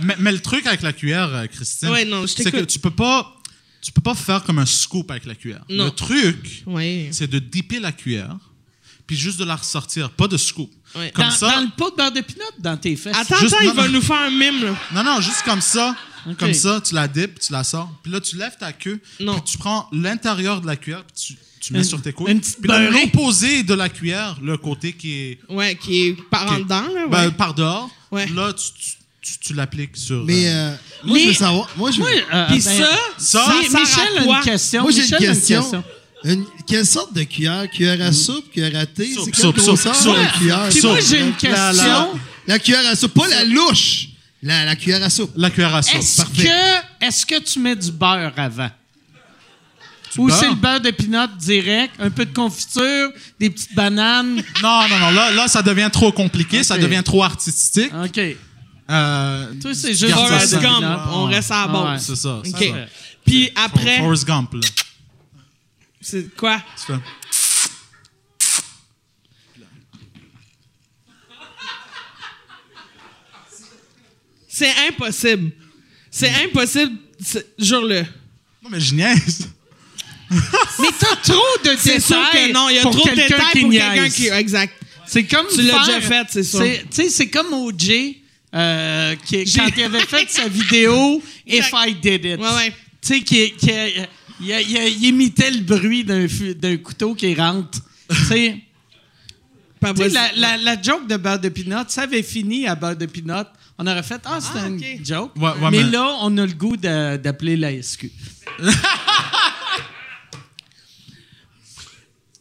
Mais, mais le truc avec la cuillère, euh, Christine,
Ouais, non, je
c'est
t'écoute.
que tu peux pas. Tu peux pas faire comme un scoop avec la cuillère.
Non.
Le truc,
Ouais.
c'est de dipper la cuillère, puis juste de la ressortir, pas de scoop.
Ouais.
Comme
dans,
ça.
dans le pot de beurre de pinot, dans tes fesses.
Attends,
Juste-
attends, il
non,
va
non.
nous faire un mime, là.
Non, non, juste comme ça.
Ok.
Comme ça, tu la dippes, tu la sors. Puis là, tu lèves ta queue.
Non.
Puis tu prends l'intérieur de la cuillère, puis tu, tu mets
Une-
sur tes couilles.
une petite
puis là,
beurrée.
l'opposé de la cuillère, le côté qui est
Ouais, qui est par en
qui est-
dedans, là, ouais.
ben, par dehors,
Ouais.
là, tu, tu, tu- tu l'appliques sur.
Mais
euh,
euh, moi, je
Mais-
veux savoir. Moi, je
Moi, euh,
Puis
ben,
ça,
ça,
Mi-
sert à
Michel a
quoi?
une question.
moi, j'ai
Michel
une
a
question. Une- quelle sorte de cuillère? Cuillère à soupe, cuillère à thé?
Soupe,
C'est
soupe,
quelle
soupe,
grosseur
soupe.
la cuillère?
Puis moi, j'ai une
La- la-
question.
La cuillère à soupe, pas la louche. La, la cuillère à soupe.
La cuillère à soupe.
Est-ce
Parfait.
que, est-ce que tu mets du beurre avant?
Du
Ou
beurre?
c'est le beurre de pinot direct, un peu de confiture, des petites bananes?
Non, non, non. Là, là, ça devient trop compliqué, ça
Ok. Ah.
devient trop artistique.
OK.
Euh,
Toi, c'est juste
garde ça
Forrest
simple.
Gump, on reste à la
Ah,
base.
C'est ça. c'est
OK.
ça.
Puis après,
Forrest Gump, là.
c'est quoi?
Tu fais-
C'est impossible. C'est
Mm.
impossible, c'est- jure-le.
Non, mais je niaise.
Mais t'as trop de
C'est
détails
sûr que non, il y a
pour
trop de
quelqu'un
détails
qui
pour quelqu'un
niaise.
qui... Exact.
C'est comme
Tu l'as
faire-
déjà fait, c'est sûr.
Tu sais, c'est comme OJ, euh, qui,
J'ai-
quand il avait fait sa vidéo « If
Exact.
I Did It
Ouais, ouais.
Tu sais, qui, qui- il- il- il imitait le bruit d'un fu- d'un couteau qui rentre. Tu sais...
Pas
Tu sais,
possible.
la, la, la joke de beurre de pinot, ça avait fini à beurre de pinot. On aurait fait Ah, c'était
Ah,
une
ok.
joke.
Ouais, ouais,
mais,
mais-
là, on a le goût de- d'appeler la SQ.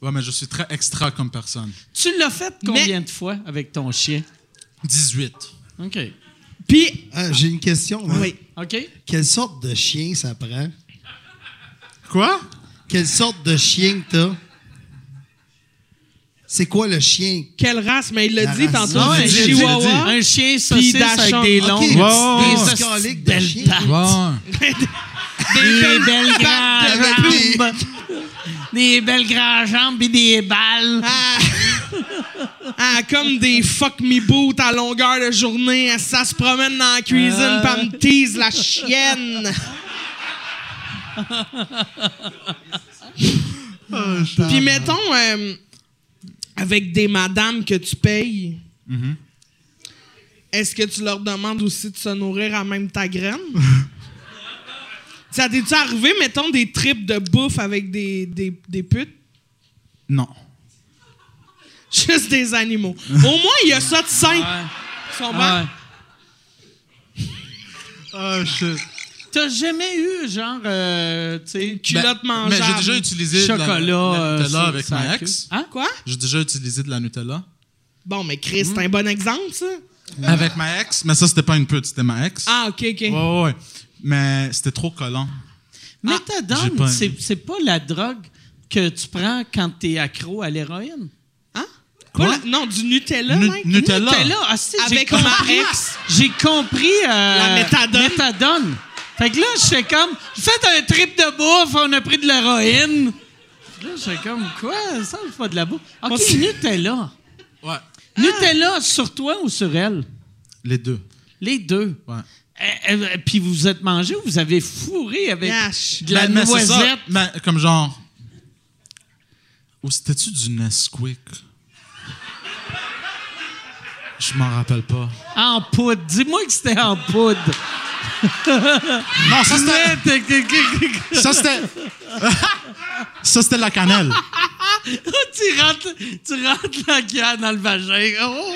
Ouais, mais je suis très extra comme personne.
Tu l'as fait combien de fois avec ton chien?
18.
OK.
Puis,
Ah, J'ai une question. moi.
oui.
OK?
Quelle sorte de chien ça prend?
Quoi?
Quelle sorte de chien que t'as? C'est quoi le chien?
Quelle race? Mais il l'a
La
dit
race.
tantôt,
Ah
ouais,
un
j'ai dit,
chihuahua.
Un chien saucisse
Dachshund.
avec des
Ok,
longs...
petit
wow.
des
calique
saucisses
de
belles
chien.
pattes.
Ouais.
Des belles
de
grandes jambes. Des belles grandes jambes et des balles.
Ah, comme des fuck me boots à longueur de journée. hein, Ça se promène dans la cuisine,
Euh.
pas me tease la chienne. Puis mettons, euh, avec des madames que tu payes, est-ce que tu leur demandes aussi de se nourrir à même ta graine? Ça t'est-tu arrivé, mettons, des trips de bouffe avec des, des, des putes?
Non.
Juste des animaux. Au moins, il y a ça de sain.
Ouais.
Ils sont bons.
Ouais.
Ah, shit.
T'as jamais eu, genre, euh, tu sais,
Culotte
mais
mangeable.
j'ai déjà utilisé de la-
chocolat.
de la,
euh,
Nutella
sur-
avec
sur la
ma
queue.
ex.
Hein?
Quoi?
J'ai déjà utilisé de la Nutella
Bon, mais Chris, c'est un bon exemple, ça?
avec ma ex, mais ça c'était pas une pute, c'était ma ex.
Ah, OK, OK.
Ouais, ouais, ouais. Mais c'était trop collant. Ah, j'ai
Méthadone,
pas aimé.
c'est, c'est pas la drogue que tu prends quand t'es accro à l'héroïne.
Hein?
Quoi?
Pas la- Non, du Nutella,
Nu-
Mike?
Nutella.
T'es là, ah, si, j'ai
Avec ma
compris-
ex.
J'ai compris. euh,
La méthadone.
méthadone. Fait que là, j'étais comme, faites un trip de bouffe, on a pris de l'héroïne. Là, j'étais comme, quoi? Ça, c'est pas de la bouffe.
On
OK,
s'est-
Nutella.
Ouais.
Ah.
Nutella sur toi ou sur elle?
Les deux.
Les deux.
Ouais.
Euh, euh, Puis vous vous êtes mangé ou vous avez fourré avec
Yash.
de la
mais c'est ça,
noisette?
mais comme genre. Ou c'était-tu du Nesquik? Je m'en rappelle pas.
En poudre. Dis-moi que c'était en poudre.
Non, ça c'était.
tu
Ça c'était. ça c'était de la cannelle.
rentres, tu rentres la canne dans le vagin. Oh!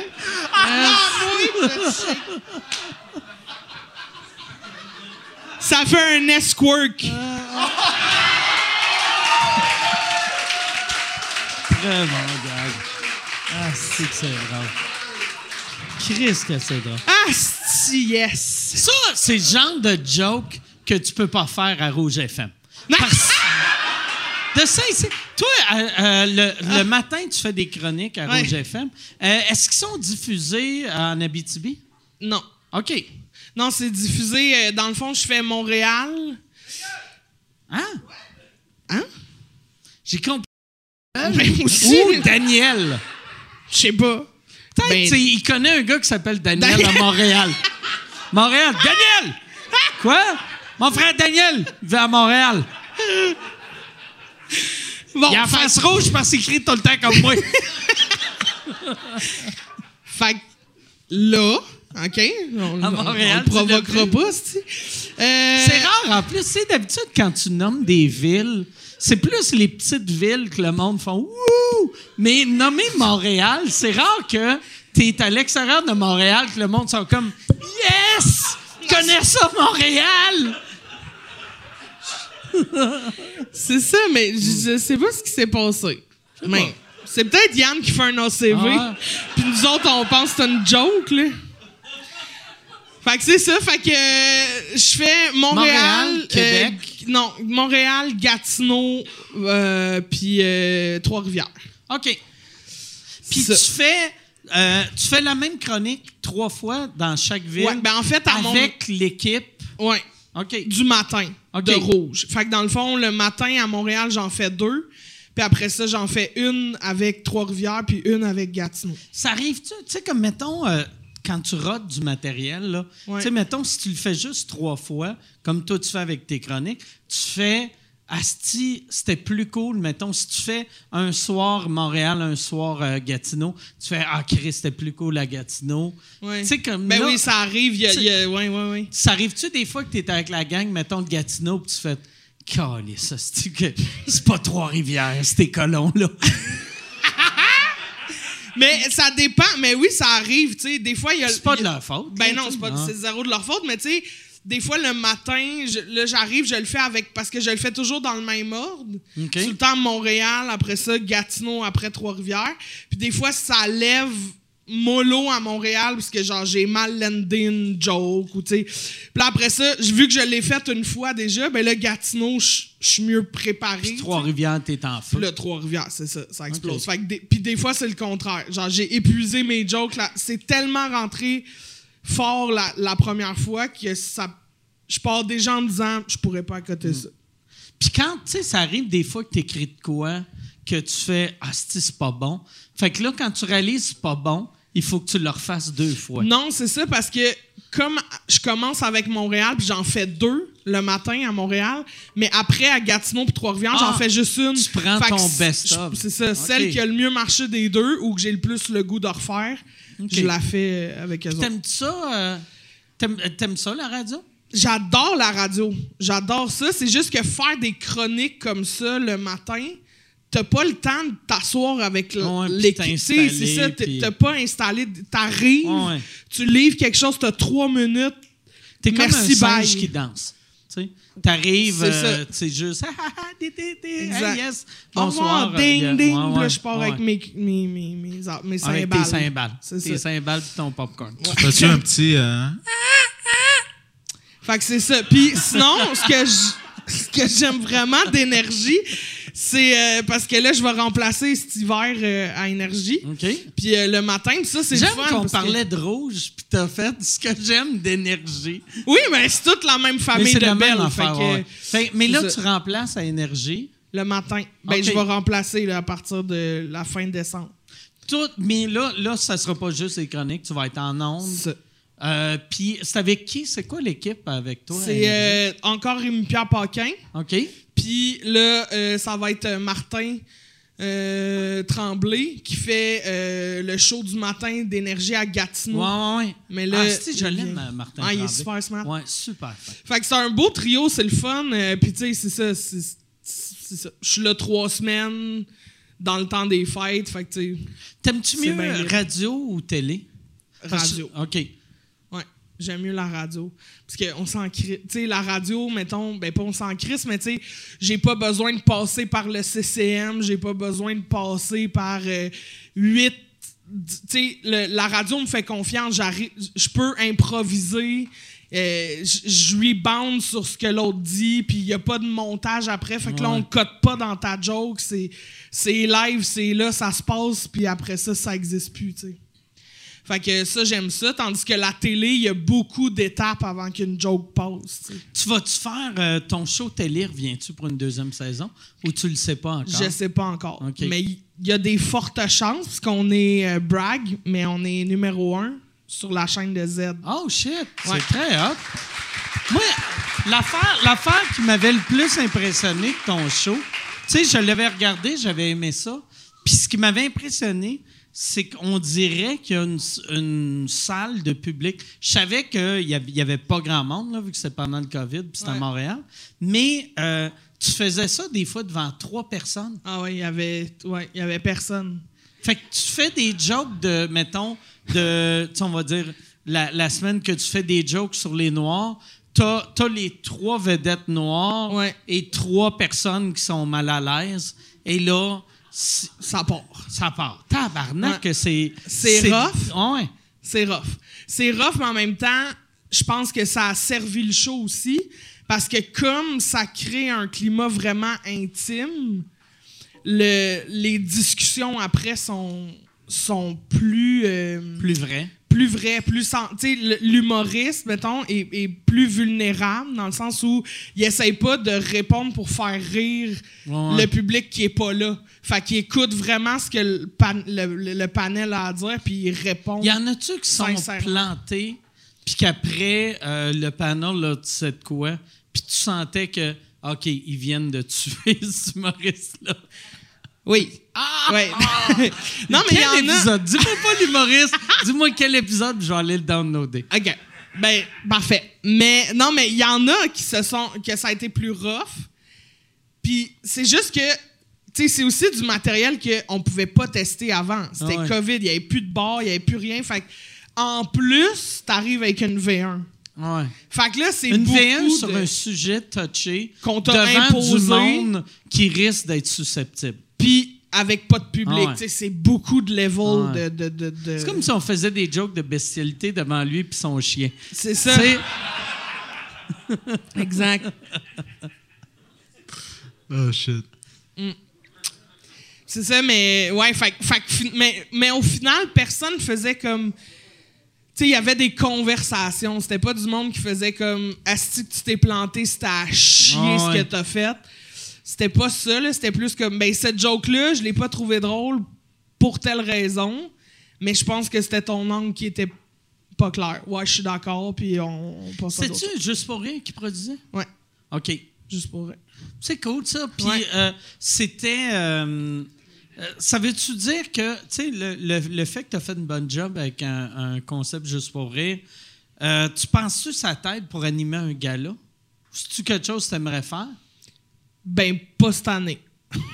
Ça fait un S-Quirk.
Très bon, gars. Ah, c'est que c'est drôle. Christ que c'est drôle.
Ah, si, yes.
Ça, c'est le genre de joke que tu peux pas faire à Rouge FM. Parce- De ça, ici. Toi, euh, euh, le, le matin, tu fais des chroniques à
Ouais.
Rouge FM. Euh, Est-ce qu'ils sont diffusés en Abitibi?
Non.
OK.
Non, c'est diffusé. euh, Dans le fond, je fais Montréal.
Hein?
Hein?
J'ai compris.
Ben, moi aussi.
Ou Daniel.
Je sais pas.
Peut-être,
Ben-
tu sais, il connaît un gars qui s'appelle Daniel,
Daniel.
à Montréal. Montréal. Daniel! Quoi? Mon frère Daniel vit à Montréal.
Bon,
Il a la
fait-
face rouge parce qu'il crie tout le temps comme moi.
Fait que là, OK, on,
À
on- on
Montréal,
le
tu l'as
provoquera
pris.
pas, c'est euh,
C'est rare, en plus. Tu sais, d'habitude, quand tu nommes des villes, c'est plus les petites villes que le monde font « Wouh! » Mais nommer Montréal, c'est rare que t'es à l'extérieur de Montréal que le monde sont comme « Yes! Je Connais ça, Montréal!
C'est ça, mais je, je sais pas ce qui s'est passé. Mais c'est peut-être Yann qui fait un ACV,
Ah.
puis nous autres, on pense que c'est une joke, là. Fait que c'est ça, fait que euh, je fais Montréal,
Montréal,
euh,
Québec.
G- non, Montréal, Gatineau, euh, puis euh, Trois-Rivières. ».
OK. Puis
Ça-
tu fais... euh, tu fais la même chronique trois fois dans chaque ville
Ouais, ben en fait, à Mont-
avec l'équipe.
Ouais.
OK.
du matin
OK.
de rouge. Fait que dans le fond, le matin à Montréal, j'en fais deux. Puis après ça, j'en fais une avec Trois-Rivières, puis une avec Gatineau.
Ça arrive-tu? Tu sais, comme mettons, euh, quand tu rotes du matériel, là,
Ouais.
tu sais, mettons, si tu le fais juste trois fois, comme toi tu fais avec tes chroniques, tu fais. Asti, c'était plus cool, mettons, si tu fais un soir Montréal, un soir euh, Gatineau, tu fais Ah, Chris, c'était plus cool à Gatineau.
Ouais.
Tu sais, comme.
Ben
là,
oui, ça arrive. Y a,
tu-
y a- ouais, ouais, ouais.
ça arrive-tu des fois que tu es avec la gang, mettons, de Gatineau, puis tu fais Calé, ça, c'est que- c'est pas Trois-Rivières, c'est tes colons-là.
Mais ça dépend. Mais oui, ça arrive. Tu sais, des fois, il y a.
C'est pas
y
de
a-
leur faute.
Ben
là,
non,
tu
c'est
sais.
pas
Ah.
c'est zéro de leur faute, mais tu sais, des fois le matin, je- là j'arrive, je le fais avec parce que je le fais toujours dans le même ordre.
OK.
Tout le temps Montréal, après ça Gatineau, après Trois-Rivières. Puis des fois ça lève mollo à Montréal parce que genre j'ai mal landé une joke ou tu sais. Puis là, après ça, j- vu que je l'ai faite une fois déjà, ben là Gatineau, je je suis mieux préparé.
Puis
tu sais.
Trois-Rivières, t'es en feu.
Puis là, Trois-Rivières, c'est ça, ça explose. Fait que des- puis des fois, c'est le contraire. Genre, j'ai épuisé mes jokes. là. C'est tellement rentré fort la, la première fois que ça. Je pars déjà en disant, je pourrais pas à côté
Mm.
ça.
Puis quand, tu sais, ça arrive des fois que tu écris de quoi, que tu fais Ah, c'ti, c'est pas bon. Fait que là, quand tu réalises c'est pas bon, il faut que tu le refasses deux fois.
Non, c'est ça, parce que comme je commence avec Montréal, puis j'en fais deux le matin à Montréal, mais après à Gatineau puis Trois-Rivières,
Ah,
j'en fais juste une.
tu prends
que
ton
c'est-
best-of.
je- C'est ça, celle qui a le mieux marché des deux ou que j'ai le plus le goût de refaire, je la fais euh, avec eux autres.
T'aimes-tu ça? euh, t'aimes- euh, T'aimes ça, la radio?
J'adore la radio. J'adore ça. C'est juste que faire des chroniques comme ça le matin, t'as pas le temps de t'asseoir avec l-
Ouais, puis
l'équipe. Tu sais,
t'installer,
C'est ça, t'es-
puis-
t'as pas installé. T'arrives,
Ouais.
tu livres quelque chose, t'as trois minutes.
T'es comme
Merci,
un singe
bye.
qui danse. Tu arrives,
C'est ça.
c'est juste, ah, ah, ah, des, des, des, hey,
Exact.
yes,
Au
bonsoir.
revoir, ding,
euh, yeah, ouais,
ding. Puis là,
ouais,
je pars
ouais.
avec mes, mes, mes, mes, mes
Avec
cymbales.
tes cymbales.
C'est
Tes
ça.
cymbales puis ton popcorn.
Fais-tu un petit. euh,
Fait que c'est ça. Puis sinon, ce que je- ce que j'aime vraiment d'énergie, c'est euh, parce que là, je vais remplacer cet hiver euh, à énergie.
OK.
Puis euh, le matin, puis ça, c'est le
J'aime
fun.
qu'on
parce que-
parlait de rouge, puis t'as fait ce que j'aime d'énergie.
Oui, Ah, mais c'est toute la même
Mais
famille
c'est
de
la
belles.
même affaire.
fait que,
ouais. Fait- mais là,
c'est
tu
ça.
remplaces à énergie.
Le matin. Ben,
Ok.
je vais remplacer là, à partir de la fin décembre.
Tout, mais là, là, ça sera pas juste les chroniques, tu vas être en
Ça.
ondes. Euh, Puis c'est avec qui? C'est quoi l'équipe avec toi?
C'est
Énergie?
euh, encore une pierre Paquin.
OK.
Puis là, euh, ça va être euh, Martin euh, Tremblay qui fait euh, le show du matin d'énergie à
Ouais,
Gatineau.
ouais, ouais.
Mais là,
ah, si, je
il-
l'aime, euh, Martin.
Ah, il est
Tremblay.
super smart.
Ouais, super. Fait.
Fait que c'est un beau trio, c'est le fun. Euh, Puis tu sais, c'est ça. c'est- c'est ça. Je suis là trois semaines dans le temps des fêtes. Fait que tu
T'aimes-tu
C'est
mieux
bien libre.
radio ou télé?
sais,
Parce
euh, radio.
que- OK.
Ouais, j'aime mieux la radio. Parce qu'on s'en crisse. Tu sais, la radio, mettons, ben pas on s'en crisse, mais tu sais, j'ai pas besoin de passer par le CCM, j'ai pas besoin de passer par euh, huit. Tu sais, le- la radio me fait confiance, j'arrive- je peux improviser. euh, j- je lui bande sur ce que l'autre dit, puis il n'y a pas de montage après. Fait que là, on ne cote pas dans ta joke. C'est c'est live, c'est là, ça se passe, puis après ça, ça n'existe plus. tu sais. Fait que ça, j'aime ça. Tandis que la télé, il y a beaucoup d'étapes avant qu'une joke passe. tu sais.
Tu vas-tu faire euh, ton show télé, reviens-tu pour une deuxième saison ou tu le sais pas encore?
Je sais pas encore.
Ok.
Mais il y a des fortes chances, parce qu'on est euh, brag, mais on est numéro un sur la chaîne de Z.
Oh shit,
Ouais.
c'est très hot. Moi, l'affaire, l'affaire qui m'avait le plus impressionné de ton show, tu sais, je l'avais regardé, j'avais aimé ça. Puis ce qui m'avait impressionné, c'est qu'on dirait qu'il y a une, une salle de public. Je savais qu'il n'y avait, pas grand monde, là, vu que c'était pendant le COVID, puis c'était à
Ouais.
Montréal. Mais euh, tu faisais ça des fois devant trois personnes.
Ah ouais, il y avait, ouais, il y avait personne.
Fait que tu fais des jokes de, mettons, de, tu sais, on va dire, la, la semaine que tu fais des jokes sur les Noirs, t'as as les trois vedettes noires
Ouais.
et trois personnes qui sont mal à l'aise. Et là, si-
Ça part.
ça part. Tabarnak,
Ouais.
que c'est...
C'est rough.
Ouais.
C'est rough. C'est rough, mais en même temps, je pense que ça a servi le show aussi. Parce que comme ça crée un climat vraiment intime, le- les discussions après sont, sont plus, euh,
Plus vrai.
plus vrai, plus sen- tu sais, l- l'humoriste, mettons, est, est plus vulnérable dans le sens où il essaye pas de répondre pour faire rire
Ouais.
le public qui est pas là. Fait qu'il écoute vraiment ce que le, pan- le- le- le panel a à dire puis il répond.
Il y en a-tu qui sont
Sincèrement.
plantés, puis qu'après, euh, le panel, là, tu sais de quoi, puis tu sentais que, OK, ils viennent de tuer ce humoriste-là.
Oui. Ouais. non mais il
Ah! quel
y en a.
épisode? Dis-moi pas l'humoriste. Dis-moi quel épisode, je vais aller le downloader.
OK. Ben, parfait. Mais non, mais il y en a qui se sont. que ça a été plus rough. Puis c'est juste que. Tu sais, c'est aussi du matériel qu'on pouvait pas tester avant. C'était
Ah ouais.
COVID, il n'y avait plus de bar, il n'y avait plus rien. Fait que, en plus, t'arrives avec une V1.
Ouais.
Fait que là, c'est
Une
beaucoup
V1 sur
de-
un sujet touché
Qu'on t'a
devant du
imposé.
monde qui risque d'être susceptible.
Puis avec pas de public.
Ah ouais.
Tu sais, c'est beaucoup de level
Ah ouais.
de, de, de, de-
C'est comme si on faisait des jokes de bestialité devant lui puis son chien.
C'est
Tu
ça.
sais,
Exact.
Oh shit.
C'est ça, mais ouais, fait, que- fait que fin- mais, mais au final, personne faisait comme. Tu sais, il y avait des conversations. C'était pas du monde qui faisait comme Asti que tu t'es planté, c'était à chier
Ah
ce
ouais.
que t'as fait. C'était pas ça, là. C'était plus comme ben cette joke-là, je l'ai pas trouvé drôle pour telle raison, mais je pense que c'était ton angle qui était pas clair. Ouais, je suis d'accord, puis on, on passe à d'autres.
C'est-tu juste pour rien qu'il produisait?
Ouais,
OK.
juste pour.
C'est cool, ça. Puis
Ouais.
euh, c'était. euh, euh, ça veut-tu dire que, tu sais, le, le- le fait que tu as fait une bonne job avec un, un concept juste pour rire, euh, tu penses-tu que ça t'aide pour animer un gala? C'est-tu quelque chose que tu aimerais faire?
Ben, pas cette année.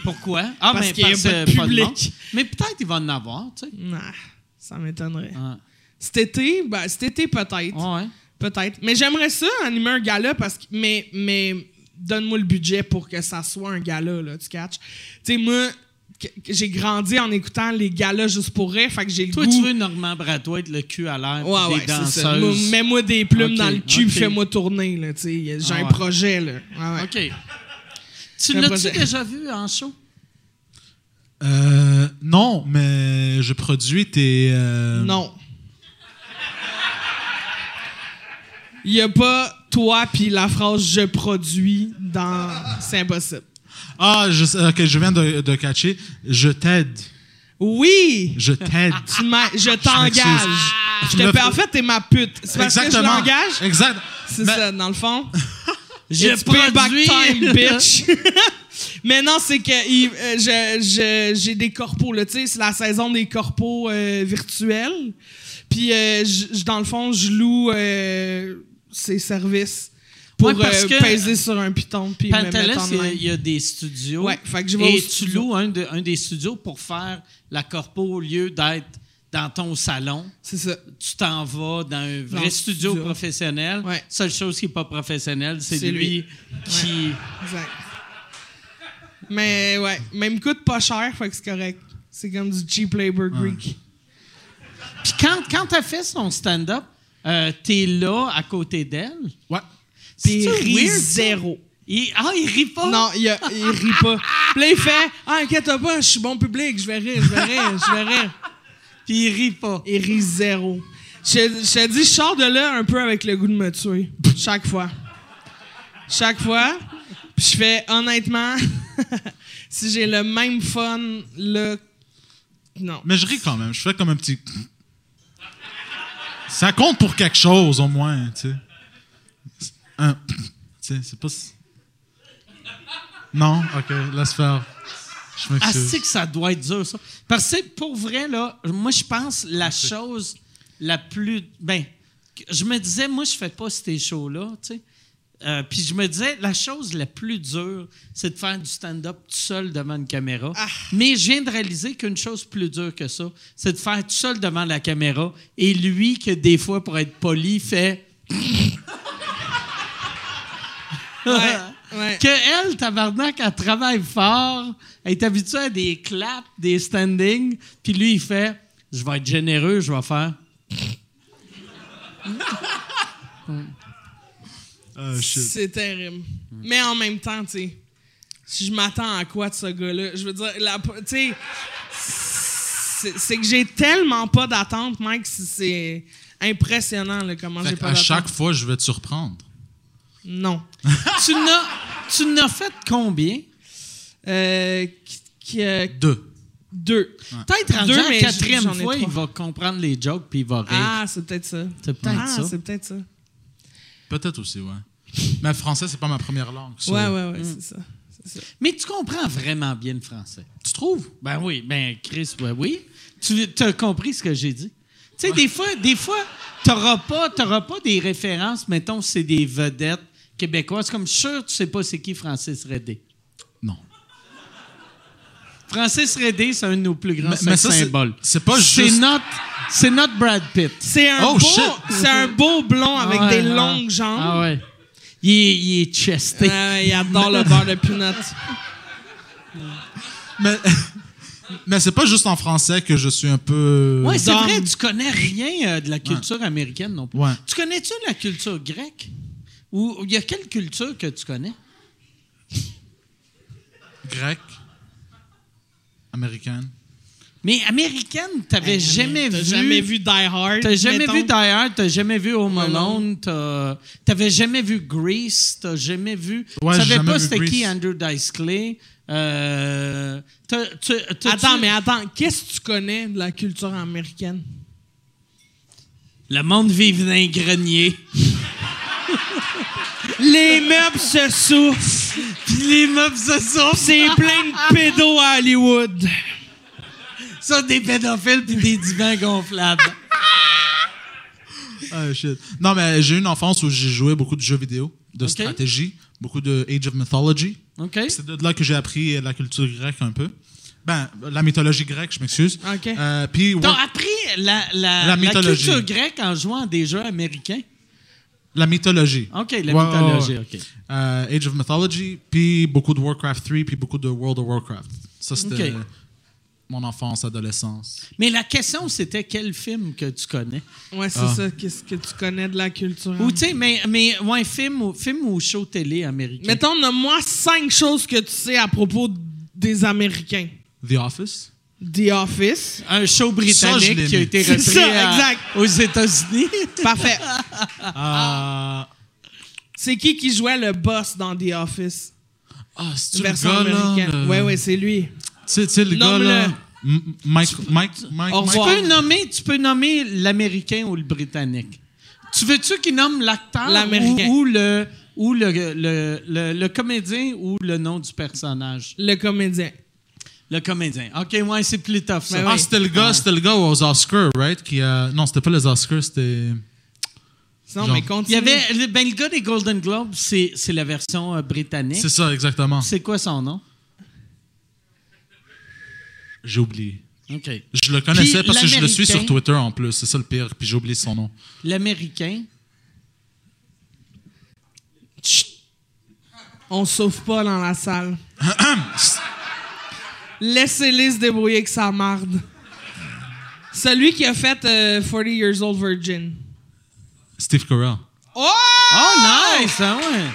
Pourquoi? Ah,
Parce
mais
qu'il y a pas de
euh, monde.
public.
Mais peut-être qu'il va en avoir, tu sais.
Nah, ça m'étonnerait.
Ah,
Cet été, ben, cet été peut-être.
ouais.
Peut-être. Mais j'aimerais ça animer un gala parce que. Mais, mais donne-moi le budget pour que ça soit un gala, là, tu catch. Tu sais, moi, que- que j'ai grandi en écoutant les galas juste pour rire, fait que j'ai le
Toi,
goût.
tu veux Normand Bratois être le cul à l'air,
Ouais,
puis
ouais,
des
c'est ça. Moi,
danseuses.
Mets-moi des plumes
Ok,
dans le cul,
ok.
fais-moi tourner, là, tu sais. J'ai
Ah
un
ouais.
projet, là. Ah ouais.
OK. Tu
Un
l'as-tu
projet.
déjà vu en show?
Euh, non, mais je produis tes. euh,
Non. Il n'y a pas toi puis la phrase je produis dans c'est impossible.
Ah, je, sais- ok, je viens de, de catcher. Je t'aide.
Oui,
Je t'aide.
tu m'as- je
m'excuse.
t'engage. Je
Tu me
te fais-
fais-
en fait t'es ma pute. C'est parce que je l'engage.
Exact.
C'est
Mais-
ça dans le fond.
J'ai
It's payback time, bitch. Mais non, c'est que il- euh, je- je- j'ai des corpos, là. Tu sais, c'est la saison des corpos euh, virtuels. Puis, euh, je- je- dans le fond, je loue euh, ses services pour
Ouais, parce
euh,
que-
peser sur un piton puis me
Pantelis,
mettre en
il y a- il
ligne.
y a des studios.
Ouais, fait que je vais au
Et tu
studio.
loues un, de- un des studios pour faire la corpo au lieu d'être dans ton salon.
C'est ça.
Tu t'en vas dans un vrai
le
studio,
studio.
professionnel.
Ouais.
Seule chose qui n'est pas professionnelle, c'est
C'est
lui,
lui.
qui.
Exact. Mais ouais, mais il me coûte pas cher, fait que c'est correct. C'est comme du cheap labor Greek.
Puis quand, quand t'as fait son stand-up, euh, t'es là à côté d'elle.
Ouais.
Puis il
C'est-tu
rit
weird, ça?
zéro.
Il- ah, il rit pas.
Non, il, a- il rit pas. Puis là, il fait Ah, inquiète pas, je suis bon public, je vais rire, je vais rire, je vais rire.
Puis il rit pas.
Il rit zéro. Je, je te dis, je sors de là un peu avec le goût de me tuer. Chaque fois. Chaque fois. Puis je fais honnêtement, si j'ai le même fun, là. Non.
Mais je ris quand même. Je fais comme un petit. Ça compte pour quelque chose, au moins, tu sais. Un. Tu sais, c'est pas. si- Non? Ok, laisse faire. Je
Ah,
m'excuse.
c'est que ça doit être dur, ça. Parce que pour vrai, là, moi, je pense la chose la plus. Ben, que- je me disais, moi, je fais pas ces shows-là, tu sais. Euh, Puis je me disais, la chose la plus dure, c'est de faire du stand-up tout seul devant une caméra. Mais je viens de réaliser qu'une chose plus dure que ça, c'est de faire tout seul devant la caméra. Et lui, que des fois, pour être poli, fait.
Ouais. ouais.
Que elle, tabarnak, elle travaille fort, elle est habituée à des claps, des standings, puis lui, il fait « Je vais être généreux, je vais faire...
Ah, shit.
C'est terrible. Mais en même temps, tu sais, si je m'attends à quoi de ce gars-là, je veux dire, la- tu sais, c'est c'est que j'ai tellement pas d'attente, Mike, c'est- c'est impressionnant là, comment
Fait
j'ai
que
pas
à
d'attente.
chaque fois, je vais te surprendre.
Non. »
Tu n'as... Tu n'as fait combien?
Euh, qui- qui, euh,
Deux.
deux.
Peut-être rendu
Deux,
à la
mais
quatrième
j'en ai
fois, il
trois.
va comprendre les jokes puis il va rire.
Ah, c'est peut-être ça.
C'est peut-être
ah,
ça.
c'est peut-être ça.
Peut-être aussi, ouais. Mais le français, c'est Mm. pas ma première langue. so-
Ouais, ouais, ouais, c'est ça. C'est ça.
Mais tu comprends vraiment bien le français.
Tu trouves?
Ben oui, ben Chris, ben oui. Tu as compris ce que j'ai dit. Tu sais, des fois, des fois, t'auras pas, t'auras pas des références, mettons, c'est des vedettes québécoises. Comme je suis sûr, tu sais pas c'est qui Francis Redé.
Non.
Francis Redé, c'est un de nos plus grands
Mais- mais ça, c'est-
symboles.
c'est pas
C'est
juste-
notre, c'est notre Brad Pitt.
C'est un,
Oh,
beau-
shit.
c'est un beau blond avec
Ah ouais,
des
ah.
longues jambes.
Ah ouais. Il est, il est chesté.
Ah ouais, il adore le beurre de peanuts.
Mais, mais c'est pas juste en français que je suis un peu.
Ouais, c'est
Dom.
vrai, tu connais rien euh, de la culture américaine non plus.
Ouais.
Tu connais-tu la culture grecque? Ou il y a quelle culture que tu connais?
Grec. Américaine.
Mais américaine, t'avais jamais,
T'as
vu,
jamais vu Die Hard.
T'as jamais
mettons?
vu Die Hard, t'as jamais vu Home
Home
Alone, t'as- t'avais jamais vu Grease, t'as jamais vu.
Ouais,
tu
j'ai
savais
jamais
pas
vu
c'était qui
Grease.
Andrew Dice Clay. Euh, t'as- tu- t'as-
Attends,
tu-
mais attends, qu'est-ce que tu connais de la culture américaine?
Le monde vit dans un grenier.
Les meubles se souffrent,
Puis les meubles se sont.
c'est plein de pédos à Hollywood.
Ça, des pédophiles puis des divans gonflables.
Ah, shit. Non, mais j'ai eu une enfance où j'ai joué beaucoup de jeux vidéo, de
Ok.
stratégie, beaucoup de Age of Mythology.
OK?
C'est de là que j'ai appris euh, la culture grecque un peu. Ben, la mythologie grecque, je m'excuse.
Ok.
Euh, Puis,
T'as
ouais,
appris la, la,
La
la
mythologie.
culture grecque en jouant à des jeux américains?
La mythologie.
OK, la
Ouais,
mythologie,
ouais, ouais.
OK.
Euh, Age of Mythology, puis beaucoup de Warcraft 3, puis beaucoup de World of Warcraft. Ça, c'était
Ok.
euh, mon enfance, adolescence.
Mais la question, c'était quel film que tu connais?
Ouais, c'est
Ah.
ça. Qu'est-ce que tu connais de la culture?
Ou, tu sais, mais, mais ouais, film, ou, film ou show télé américain.
Mettons, nomme-moi cinq choses que tu sais à propos des Américains.
The Office.
The Office.
un show
Ça, je
britannique
l'ai
qui a
mis.
été
C'est
repris
ça,
à-
exact.
aux États-Unis.
Parfait.
Ah,
C'est qui qui jouait le boss dans The Office?
ah, c'est-tu le
Version
gars, là?
américaine.
le-
Ouais, ouais, c'est lui.
Tu sais- tu sais, le gars,
Nomme-le.
là? M- Mike, Mike, Mike,
Au
Mike-
Tu
revoir.
peux nommer, tu peux nommer l'américain ou le britannique. Tu veux-tu qu'il nomme l'acteur
L'Américain.
ou, ou le ou le, le- le- le comédien ou le nom du personnage?
Le comédien.
Le comédien. OK, ouais, c'est plus tough, ça.
Ben
Ah,
oui.
c'était le gars, c'était le gars aux Oscars, right? Qui, euh, non, c'était pas les Oscars,
Hein?
c'était.
Non,
Genre-
mais
Il y
continue.
avait, le- ben, le gars des Golden Globes, c'est c'est la version euh, britannique.
C'est ça, exactement.
C'est quoi son nom?
J'ai oublié.
OK.
Je le connaissais
Puis
parce que je le suis sur
l'Américain-
Twitter en plus, c'est ça le pire, puis j'ai oublié son nom.
L'américain.
On sauve pas dans la salle. Laissez-les se débrouiller avec sa marde. Celui qui a fait euh, 40 Years Old Virgin.
Steve Carell.
Oh!
Oh,
Ah,
nice! hein, ouais.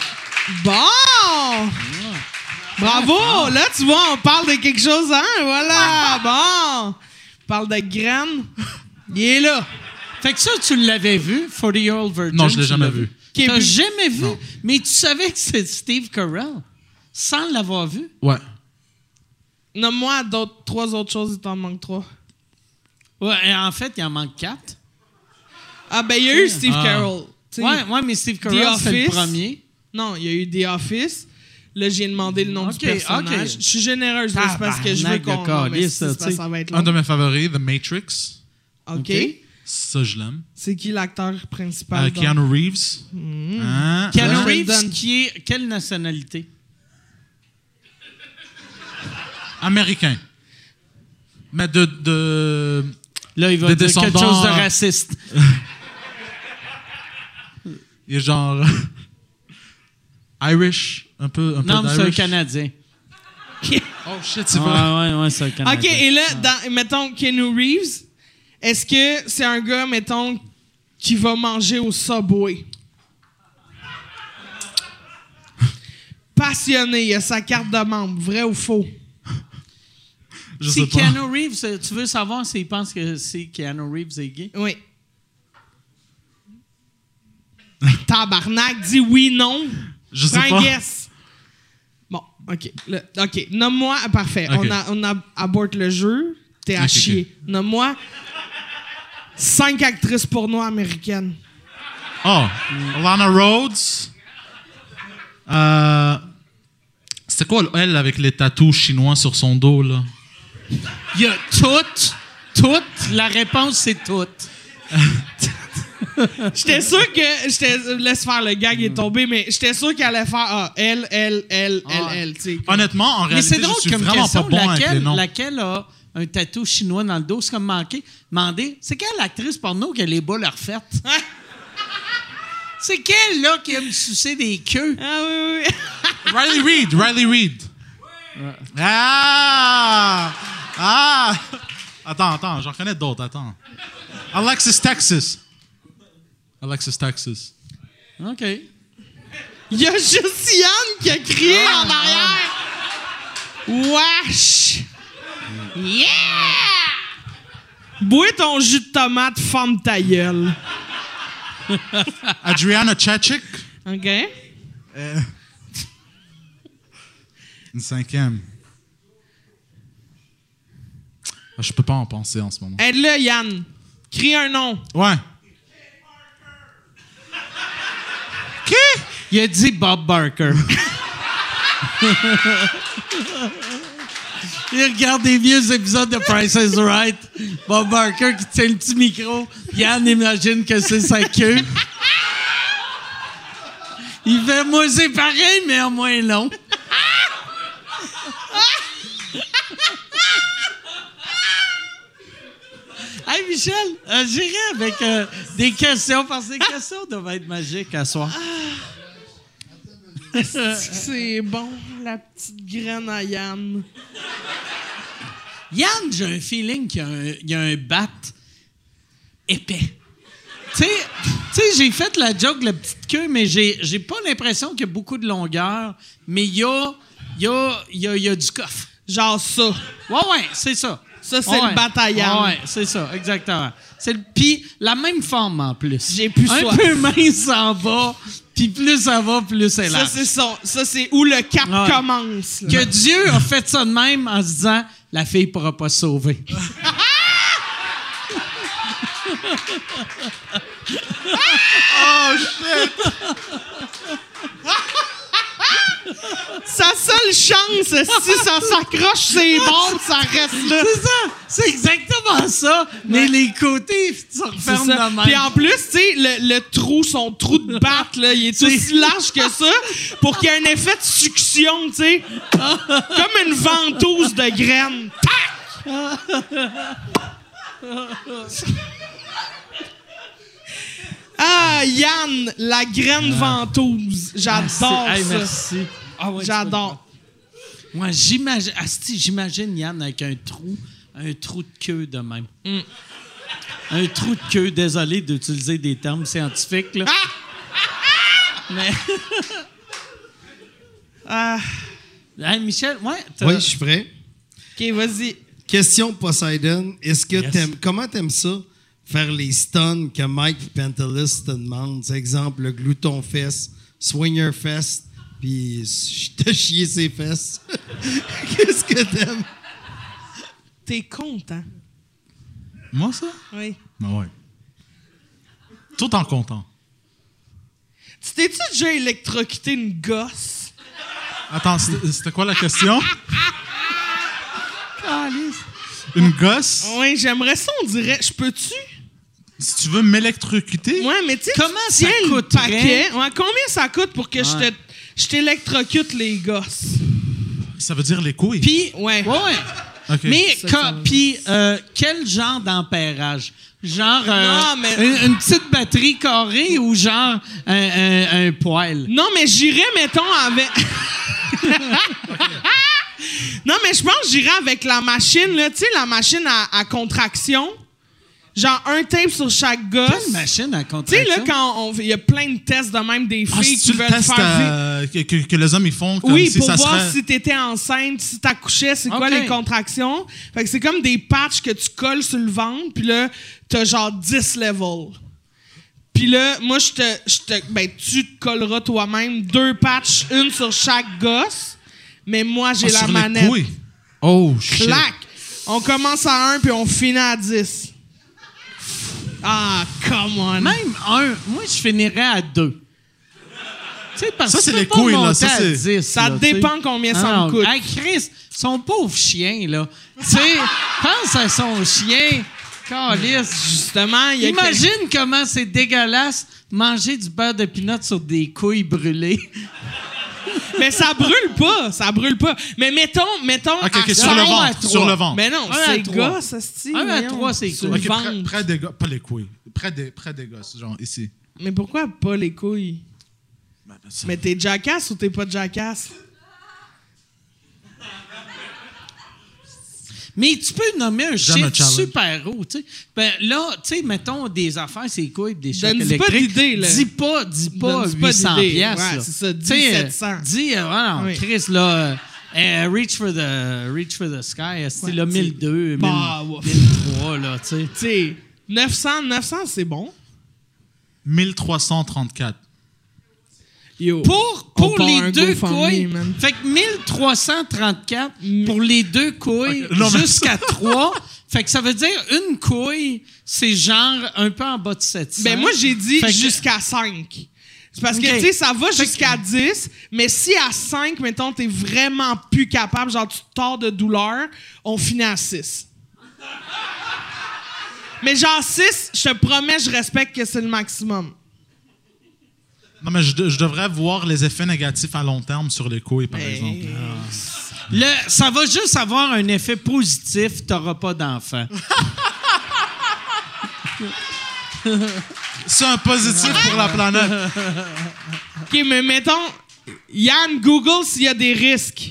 Bon!
Ah.
Bravo! Là, tu vois, on parle de quelque chose, hein? Voilà! Bon! On parle de graines. Il est là.
Fait que ça, tu l'avais vu, 40 Year Old Virgin.
Non, je l'ai
tu
jamais
l'as
vu.
Qui est
T'as
bu-
jamais vu, mais tu savais que c'était Steve Carell sans l'avoir vu.
Ouais.
Nomme-moi d'autres, trois autres choses, il t'en manque trois.
Ouais, et en fait, il en manque quatre.
Ah, ben, il y a eu Steve
Ah.
Carroll. tu sais.
Ouais, ouais, mais Steve Carell, c'est le
Office.
premier.
Non, il y a eu The Office. Là, j'ai demandé le nom
Ok,
du personnage.
ok.
Je suis généreuse, là, c'est parce que je veux
Tabarnak de
qu'on... Non, mais
calice,
c'est- c'est
ça,
parce que
tu sais. Ah,
ça va être
Un de
long.
mes favoris, The Matrix.
OK.
Ok.
Ça, je l'aime.
C'est qui l'acteur principal?
Euh,
donc?
Keanu Reeves. Hein?
Hmm. Keanu
Ouais.
Reeves,
Sheldon.
qui est quelle nationalité?
Américain. Mais de. de...
Là, il va
Des
dire quelque
descendants-
chose de raciste.
Il est genre. Irish. Un peu. Un peu
Non, mais c'est un
d'Irish.
Canadien. Ah.
Oh shit, c'est
ouais,
vrai.
ouais, ouais, c'est un Canadien.
OK, et là, dans, mettons, Keanu Reeves, est-ce que c'est un gars, mettons, qui va manger au Subway? Passionné, il a sa carte de membre, vrai ou faux?
Je sais
si
pas.
Keanu Reeves, euh, tu veux savoir s'il pense que c'est Keanu Reeves est gay?
Oui. Tabarnak, dis oui, non.
Je sais
Prends un
pas.
guess. Bon, OK. le- OK, nomme-moi. ah, Parfait.
OK.
On, a, on a- aborte le jeu. T'es à
OK, OK.
chier. Nomme-moi cinq actrices porno américaines.
Oh. Lana Rhodes. Euh. C'était quoi, elle, avec les tatous chinois sur son dos, là?
Il y a toutes, toutes, la réponse c'est toutes.
J'étais sûr que. j'étais- Laisse faire, le gag est tombé, mais j'étais sûr qu'elle allait faire ah, elle, elle, elle,
Ah,
elle, elle. tu sais.
Honnêtement, en
Mais
réalité,
c'est drôle
je suis
comme
vraiment
question.
pas bon avec les
laquelle,
noms.
laquelle a un tatou chinois dans le dos? C'est comme manqué. Mandé, c'est quelle actrice porno qui a les boules refaites? c'est quelle, là, qui aime sucer des queues?
Ah oui, oui, oui.
Riley Reid, Riley Reid. Ah! Ah! Attends, attends, j'en connais d'autres, attends. Alexis Texas. Alexis Texas.
OK.
Il y a juste Yann qui a crié
Ah,
en arrière. Wesh! Yeah! Bois ton jus de tomate, forme ta gueule.
Adriana Chachik.
OK?
Une cinquième. Ah, Je peux pas en penser en ce moment.
Aide-le, Yann. Crie un nom.
Ouais.
Il a dit Bob Barker. Il regarde des vieux épisodes de Price is Right. Bob Barker qui tient le petit micro. Yann imagine que c'est sa queue. Il fait moi c'est pareil, mais en moins long. Hey, Michel, euh, j'irai avec euh, des questions, parce que les questions devaient être magiques à soir.
C'est bon, la petite graine à Yann.
Yann, j'ai un feeling qu'il y a un, il y a un bat épais. Tu sais, tu sais, j'ai fait la joke, la petite queue, mais j'ai j'ai pas l'impression qu'il y a beaucoup de longueur, mais il y a, il y, a, il y, a, il y a du coffre.
Genre ça.
Ouais, ouais, c'est ça.
Ça, c'est
Ouais.
le bat à Yann.
Ouais, c'est ça, exactement. C'est le- Puis la même forme en plus.
J'ai plus
Un
soif.
peu mince en bas, puis plus ça va, plus c'est
Ça,
large.
c'est son- ça, c'est où le cap
Ouais.
commence. là.
Que Dieu a fait ça de même en se disant la fille pourra pas se sauver.
Sa seule chance, si ça s'accroche ses bords, ça reste là.
C'est ça, c'est exactement ça. Mais les côtés se
C'est
referment de
ça.
même.
Puis en plus, tu sais, le, le trou, son trou de batte, là, il est aussi large que ça pour qu'il y ait un effet de succion, tu sais. Comme une ventouse de graines. Tac! Ah, Yann, la graine ventouse. J'adore ça.
Ah. Hey, merci. Ah ouais, tu peux
J'adore.
le faire. Moi, j'imagine, asti, j'imagine Yann avec un trou, un trou de queue de même. Un trou de queue, désolé d'utiliser des termes scientifiques, là. Mais,
Ah,
Hey, Michel, ouais, t'as-
Oui, je suis prêt.
ok, vas-y.
Question Poseidon. Est-ce que
Yes.
t'aimes- comment t'aimes ça faire les stuns que Mike Pantelis te demande? C'est exemple le glouton fest, swinger fest, puis ch- te chier ses fesses. Qu'est-ce que t'aimes?
T'es content.
Moi, ça?
Oui.
Ben ouais. Tout en comptant.
Tu t'es-tu déjà électrocuté une gosse?
Attends, c'était c'était quoi la question? Une gosse?
Oui, j'aimerais ça, on dirait. Je peux-tu?
Si tu veux m'électrocuter?
Ouais, mais tu sais,
Comment
tu
ça
tiens le
coûterait?
paquet. Ouais, combien ça coûte pour que je
Ouais.
te- je t'électrocute les gosses?
Ça veut dire les couilles.
Puis, ouais,
Ouais.
ouais.
Ok.
Mais, ca- puis, euh, quel genre d'empérage? Genre euh,
Non, mais-
une, une petite batterie carrée ou genre un, un- un poêle?
Non, mais j'irais, mettons, avec. non, mais je pense que j'irais avec la machine, là. Tu sais, la machine à, à contraction. Genre un tape sur chaque gosse.
Quelle machine à
Tu sais,
contraction?
là, quand on- il y a plein de tests de même des
Ah,
filles
si
qui
tu le
veulent
testes
faire vivre-
euh, que, que- que les hommes ils font comme
oui,
si
pour
ça
voir
serait...
si t'étais enceinte, si t'accouchais, c'est quoi
Ok.
les contractions. Fait que c'est comme des patchs que tu colles sur le ventre, puis là, t'as genre 10 levels. Puis là, moi, je te, je te- Ben, tu te colleras toi-même deux patchs, une sur chaque gosse, mais moi, j'ai
Ah,
la
sur
manette.
les couilles. Oh, shit.
Clac! On commence à 1 puis on finit à 10. Ah, come on!
Même un, moi, je finirais à deux. Tu sais, parce
Ça,
que
c'est
tu peux
les
pas
couilles, là.
monter
Ça,
à
c'est-
10,
Ça
là,
dépend
tu sais.
combien
Ah,
ça me
non.
coûte.
Hey, Chris, son pauvre chien, là. Tu sais, pense à son chien. Calisse.
Justement, il y a
Imagine comment c'est dégueulasse manger du beurre de pinot sur des couilles brûlées.
Mais ça brûle pas, ça brûle pas. Mais mettons, mettons.
Ok, ok,
à
sur le
cinq-
un à
ventre.
trois.
Sur le ventre.
Mais non,
Un à
c'est
trois.
gars, ça se
Un à trois, c'est
Sur
cool.
le
Ok, près,
ventre.
près des gosses. Pas les couilles. Près des, près des gosses, genre ici.
Mais pourquoi pas les couilles? Mais t'es jackass ou t'es pas jackass?
Mais tu peux nommer un
J'aime
chiffre
le challenge.
super haut, tu sais. Ben là, tu sais, mettons des affaires, c'est quoi, des chocs
Donne-nous pas
électriques.
d'idée, là.
Dis pas, dis pas
Donne-nous pas
800
d'idée.
piastres,
Ouais,
là.
c'est ça, dis
Tu sais, euh,
700.
Dis, euh, ah non,
Oui.
Chris, là, euh, euh, reach, for the, reach for the sky, c'est là,
tu-
1002,
Bah,
1000,
ouais.
1003, là, tu sais.
Tu sais, 900, 900, c'est bon.
1334.
Yo.
Pour,
On
pour
part
les
un
deux
GoFundMe,
couilles.
man.
Fait que 1334 pour les deux couilles
Ok, non, mais-
jusqu'à 3. Fait que ça veut dire une couille, c'est genre un peu en bas de 700.
Ben moi, j'ai dit
Hein? Fait que-
jusqu'à 5. C'est parce
Ok.
que, tu sais, ça va jusqu'à 10, mais si à 5, mettons, t'es vraiment plus capable, genre tu te tords de douleur, on finit à 6. Mais genre 6, je te promets, je respecte que c'est le maximum.
Non, mais je, de- je devrais voir les effets négatifs à long terme sur les couilles,
Ben.
par exemple.
Le, ça va juste avoir un effet positif, t'auras pas d'enfant.
C'est un positif pour la planète.
OK, mais mettons, Yann Google s'il y a des risques.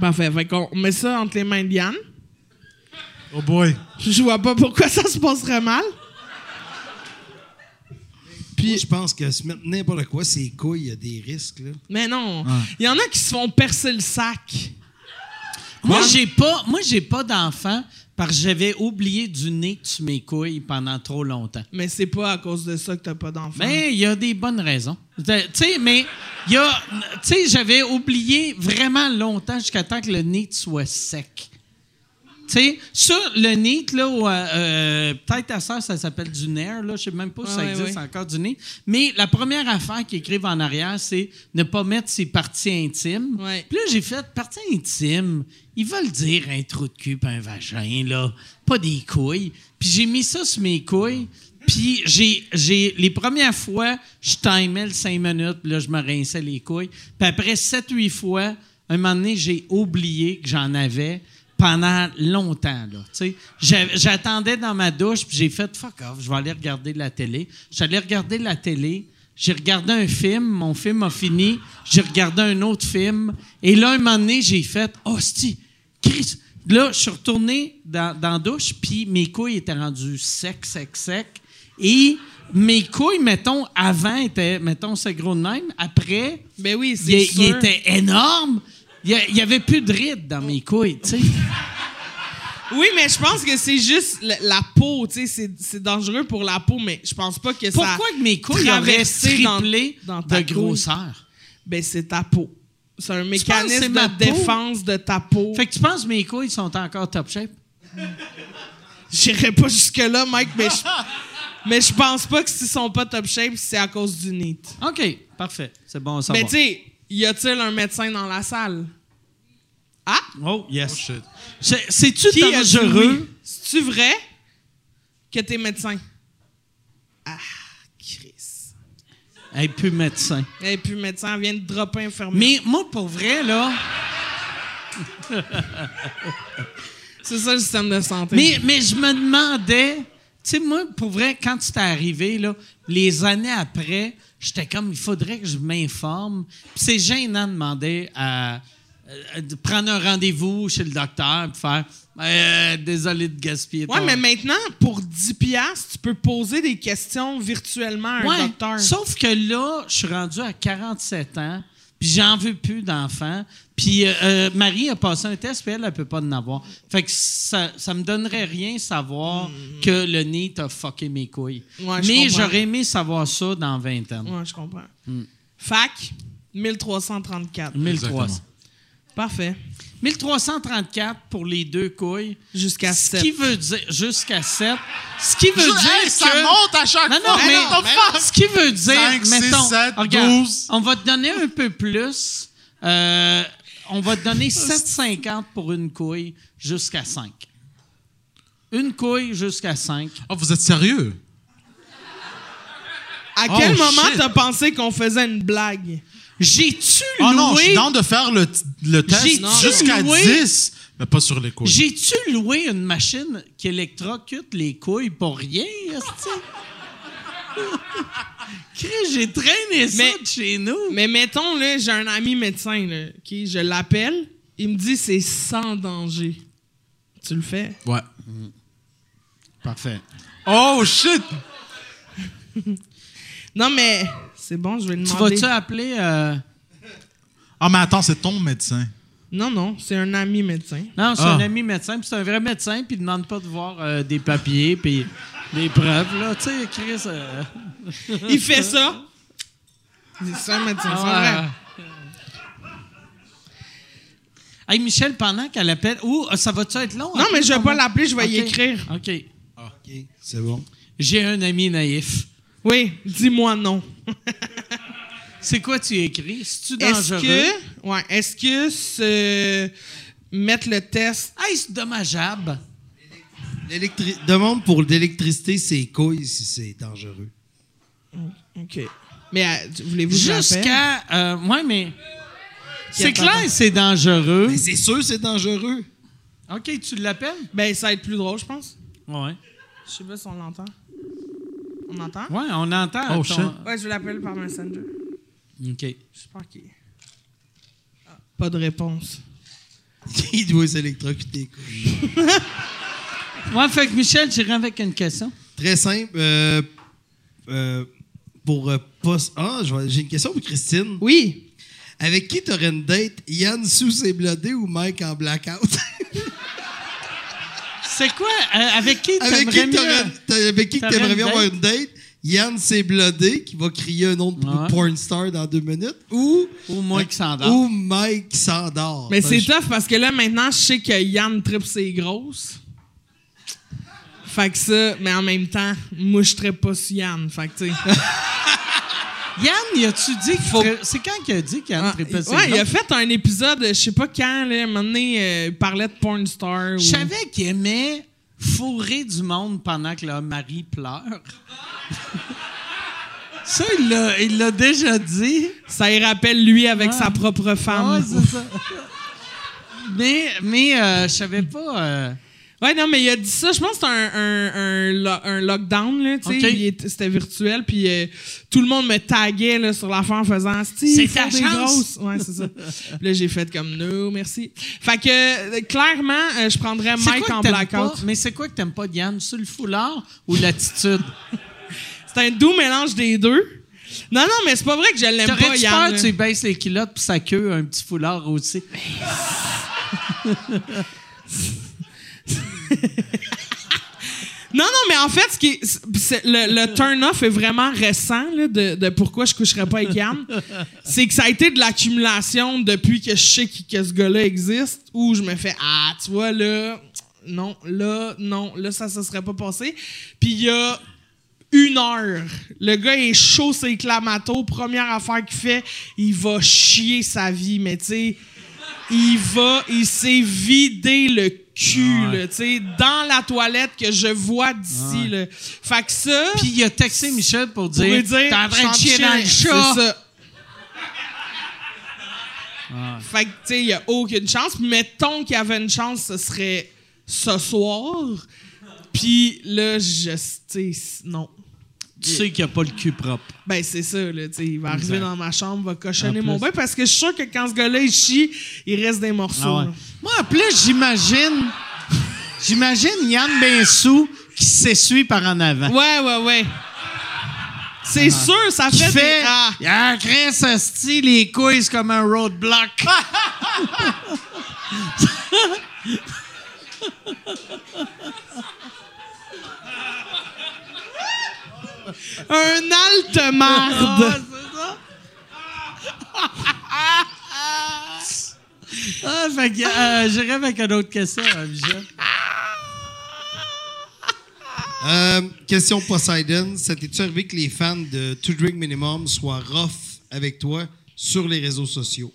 Parfait, fait qu'on met ça entre les mains de Yann.
Oh boy.
Je vois pas pourquoi ça se passerait mal.
Puis je pense que se mettre n'importe quoi, c'est couilles, il y a des risques. Là.
Mais non, il y en a qui se font percer le sac.
Moi, j'ai pas, moi, j'ai pas d'enfant parce que j'avais oublié du nez que tu m'écouilles pendant trop longtemps.
Mais c'est pas à cause de ça que t'as pas d'enfant.
Mais il y a des bonnes raisons. Tu sais, mais il y a, tu sais, j'avais oublié vraiment longtemps jusqu'à temps que le nez soit sec. Tu sais, sur le nez, là, où, euh, euh, peut-être ta soeur, ça s'appelle du nerf, là, je sais même pas si
Ah,
ça
ouais,
existe
ouais.
encore du nez. Mais la première affaire qu'ils écrivent en arrière, c'est ne pas mettre ses parties intimes.
Ouais.
Puis là, j'ai fait partie intime. Ils veulent dire un trou de cul, puis un vagin, là. Pas des couilles. Puis j'ai mis ça sur mes couilles. Puis j'ai, j'ai, les premières fois, je timais le cinq minutes, puis là, je me rinçais les couilles. Puis après sept, huit fois, un moment donné, j'ai oublié que j'en avais pendant longtemps, là. Tu sais, J'a- j'attendais dans ma douche, puis j'ai fait fuck off, je vais aller regarder la télé. J'allais regarder la télé. J'ai regardé un film, mon film a fini, j'ai regardé un autre film, et là, un moment donné, j'ai fait « Hostie, Chris! » Là, je suis retourné dans, dans la douche, puis mes couilles étaient rendues sec, sec, sec, et mes couilles, mettons, avant, étaient, mettons, c'est gros de même, après,
Ben oui, c'est
il,
sûr.
il était énorme, il y- il y avait plus de rides dans mes couilles, tu sais.
Oui, mais je pense que c'est juste la, la peau, tu sais, c'est- c'est dangereux pour la peau, mais je pense pas que ça...
Pourquoi que mes couilles auraient
traversé dans-
triplé
dans ta
de
couille?
grosseur?
Ben, c'est ta peau. C'est un
c'est
mécanisme
ma
de
peau?
défense de ta peau.
Fait que tu penses que mes couilles sont encore top shape?
J'irai pas jusque-là, Mike, mais je... mais je pense pas que s'ils sont pas top shape, c'est à cause du nid.
OK, parfait. C'est bon, ça
Mais tu sais, y a-t-il un médecin dans la salle? Ah!
Oh, yes. C'est- C'est-tu
Qui a dit oui?
dangereux?
C'est-tu vrai que t'es médecin? Ah, Chris.
Elle est plus médecin.
Et puis médecin, elle vient de dropper infirmière.
Mais moi, pour vrai, là...
C'est ça le système de santé.
Mais, mais je me demandais... Tu sais, moi, pour vrai, quand c'était arrivé, là, les années après, j'étais comme, il faudrait que je m'informe. Puis c'est gênant de demander à... euh, de prendre un rendez-vous chez le docteur puis faire Euh, Désolé de gaspiller
ouais,
ton-
mais maintenant, pour 10 piastres, tu peux poser des questions virtuellement à un
Ouais,
docteur.
Sauf que là, je suis rendu à 47 ans, puis j'en veux plus d'enfants. Puis euh, euh, Marie a passé un test, puis elle, elle peut pas en avoir. Fait que ça, ça me donnerait rien savoir que le nez t'a fucké mes couilles.
Mm, Ouais, je
Mais
comprends.
j'aurais aimé savoir ça dans 20 ans.
Ouais, je comprends. Fac, 1334.
1300.
Parfait.
1334 pour les deux couilles.
Jusqu'à
Ce
7.
qui veut dire... Jusqu'à 7. Ce qui veut dire
Hey, ça
que...
monte à chaque
Non,
fois.
non, mais, ce qui veut dire,
Cinq, six,
mettons,
sept,
regarde,
douze.
on va te donner un peu plus. Euh, on va te donner 7,50 pour une couille jusqu'à 5. Une couille jusqu'à 5.
Oh, vous êtes sérieux?
À
Oh,
quel moment
shit.
t'as pensé qu'on faisait une blague?
J'ai-tu
Oh non, je suis
loué...
dans de faire le, t- le test
J'ai-tu
jusqu'à
loué?
10, mais pas sur les couilles.
J'ai-tu loué une machine qui électrocute les couilles pour rien, esti? Chris, J'ai traîné ça
Mais-
de chez nous.
Mais mettons, là, j'ai un ami médecin, là, OK, je l'appelle, il me dit c'est sans danger. Tu le fais?
Ouais.
Parfait.
Oh shit!
Non, mais c'est bon, je vais
Tu
demander.
vas-tu appeler... euh,
Ah, mais attends, c'est ton médecin.
Non, non, c'est un ami médecin.
Non, c'est
Ah.
un ami médecin, puis c'est un vrai médecin, puis il demande pas de voir euh, des papiers, puis des preuves, là. Tu sais, Chris. euh,
Il fait ça. C'est un médecin, c'est
ouais.
vrai.
Hey, Michel, pendant qu'elle appelle. Ouh, ça va-tu être long?
Non, mais je vais pas
l'appeler,
l'appeler, je vais y écrire.
OK.
OK, c'est bon.
J'ai un ami naïf.
Oui, dis-moi non.
C'est quoi tu écris? C'est-tu
Est-ce
dangereux?
que, ouais, est-ce que ce- mettre le test,
Hey, c'est dommageable.
L'électri- Demande pour l'électricité, c'est couilles si c'est dangereux.
ok. Mais euh, voulez-vous que je l'appelle?
Jusqu'à. euh, ouais, mais. C'est
pardon.
clair, c'est dangereux.
Mais c'est sûr, c'est dangereux.
OK, tu l'appelles?
Ben ça va être plus drôle, je pense.
Ouais.
Je sais pas si on l'entend. On l'entend?
Ouais, on entend.
Oh,
ton-
shit.
Ouais, je l'appelle par Messenger.
OK. Ah,
J'espère qu'il. Ah, pas de réponse.
Il doit s'électrocuter. quoi.
Ouais, fait que Michel, j'irai avec une question.
Très simple. euh, euh, pour euh, pas. Ah, je vais- j'ai une question pour Christine.
Oui!
Avec qui t'aurais une date Yann sous et blodé ou Mike en blackout
C'est quoi? euh, avec qui
Avec
t'aimerais
qui
mieux?
t'aurais- t'a- avec qui
T'aurais
t'aimerais
une
bien avoir une date Yann c'est blodé qui va crier un nom de
Ouais.
porn star dans deux minutes ou
Ou moi qui s'endors.
ou Mike Ben, qui s'endort.
Mais
Parce
c'est
que
tough parce que là, maintenant, je sais que Yann Trip, c'est grosse. Fait que ça, mais en même temps, moi, je serais pas sur Yann. Fait que, tu sais.
Yann, y a-tu dit qu'il faut... C'est quand qu'il a dit qu'il
Ah,
a trippé ses
ouais, il
noms?
a fait un épisode, je sais pas quand, là, un moment donné, euh, il parlait de porn star. ou-
Je savais qu'il aimait fourrer du monde pendant que leur mari pleure. Ça, il l'a- il l'a déjà dit.
Ça y rappelle lui avec
Ah.
sa propre femme.
Ouais, c'est ça. mais mais euh, je savais pas. euh,
Ouais, non, mais il a dit ça. Je pense que c'était un, un, un, lo- un lockdown, là, tu sais.
Ok.
il était- C'était virtuel, puis euh, tout le monde me taguait là, sur l'affaire en faisant Steve,
C'est
ils font
ta
des
chance.
grosses. Ouais, c'est ça. Puis là, j'ai fait comme no, merci. Fait que, euh, clairement, euh, je prendrais
c'est
Mike
quoi
en
que t'aimes
blackout.
pas- Mais c'est quoi que t'aimes pas, Diane? Sur le foulard ou l'attitude?
C'est un doux mélange des deux. Non, non, mais c'est pas vrai que je l'aime pas,
T'aurais-tu
Yann.
peur
là.
tu lui baisses les culottes puis sa queue, un petit foulard aussi?
Non, non, mais en fait, ce qui est- c'est- c'est- le, le turn-off est vraiment récent là, de, de pourquoi je coucherais pas avec Yann. C'est que ça a été de l'accumulation depuis que je sais qui- que ce gars-là existe, où je me fais Ah, tu vois, là, non, là, non, là, ça, ça serait pas passé. Puis il y a une heure. Le gars est chaud, c'est clamato. Première affaire qu'il fait, il va chier sa vie, mais tu sais, il va, il s'est vidé le cul,
Ah
là, tu sais, dans la toilette que je vois d'ici, là. Fait que ça,
Puis il a texté Michel pour
pour
dire,
lui dire,
T'es en
je suis
train de chier dans le chat!
C'est ça.
Ah
Fait que, tu sais, il n'y a aucune chance. Mettons qu'il y avait une chance, ce serait ce soir. Puis là, je. Tu sais, non.
Tu sais qu'il a pas le cul propre.
Ben, c'est ça, là. tu sais, il va arriver
Exact.
dans ma chambre, va cochonner
En
mon
plus.
bain parce que je suis sûr que quand ce gars-là, il chie, il reste des morceaux.
Ah ouais.
là.
Moi, en plus, j'imagine. J'imagine Yann Bensou qui s'essuie par en avant.
Ouais, ouais, ouais. C'est sûr, ça
Ah. Qui
fait. des-
fait.
Ah.
Il a créé ce style, les couilles c'est comme un roadblock.
Ah. Un halte marde.
Ah, fait que euh, j'irai avec une autre question, hein, Michel.
Euh, question Poseidon. Ça t'est-tu arrivé que les fans de To Drink Minimum soient rough avec toi sur les réseaux sociaux?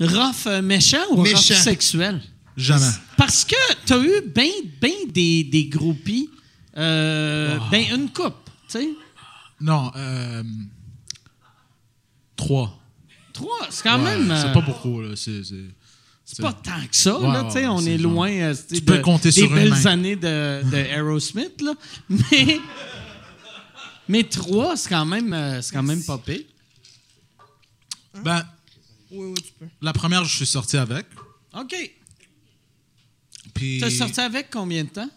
Rough euh, méchant ou rough
Méchant.
sexuel?
Jamais.
Parce que t'as eu bien ben des, des groupies, euh, ben une coupe, tu sais.
Non, euh, trois.
Trois, c'est quand
Ouais,
même. euh,
C'est pas beaucoup, là. C'est c'est-
C'est pas tant que ça,
Ouais,
là,
ouais,
tu sais, on
c'est
est
ça.
loin euh, c'est
Tu peux compter
des
sur une
belles
main.
années de, de Aerosmith, là. Mais, mais trois, c'est quand même, euh, c'est quand même pas pire.
Ben,
Oui, oui, tu peux.
la première, je suis sorti avec.
OK.
Puis
T'as sorti avec combien de temps?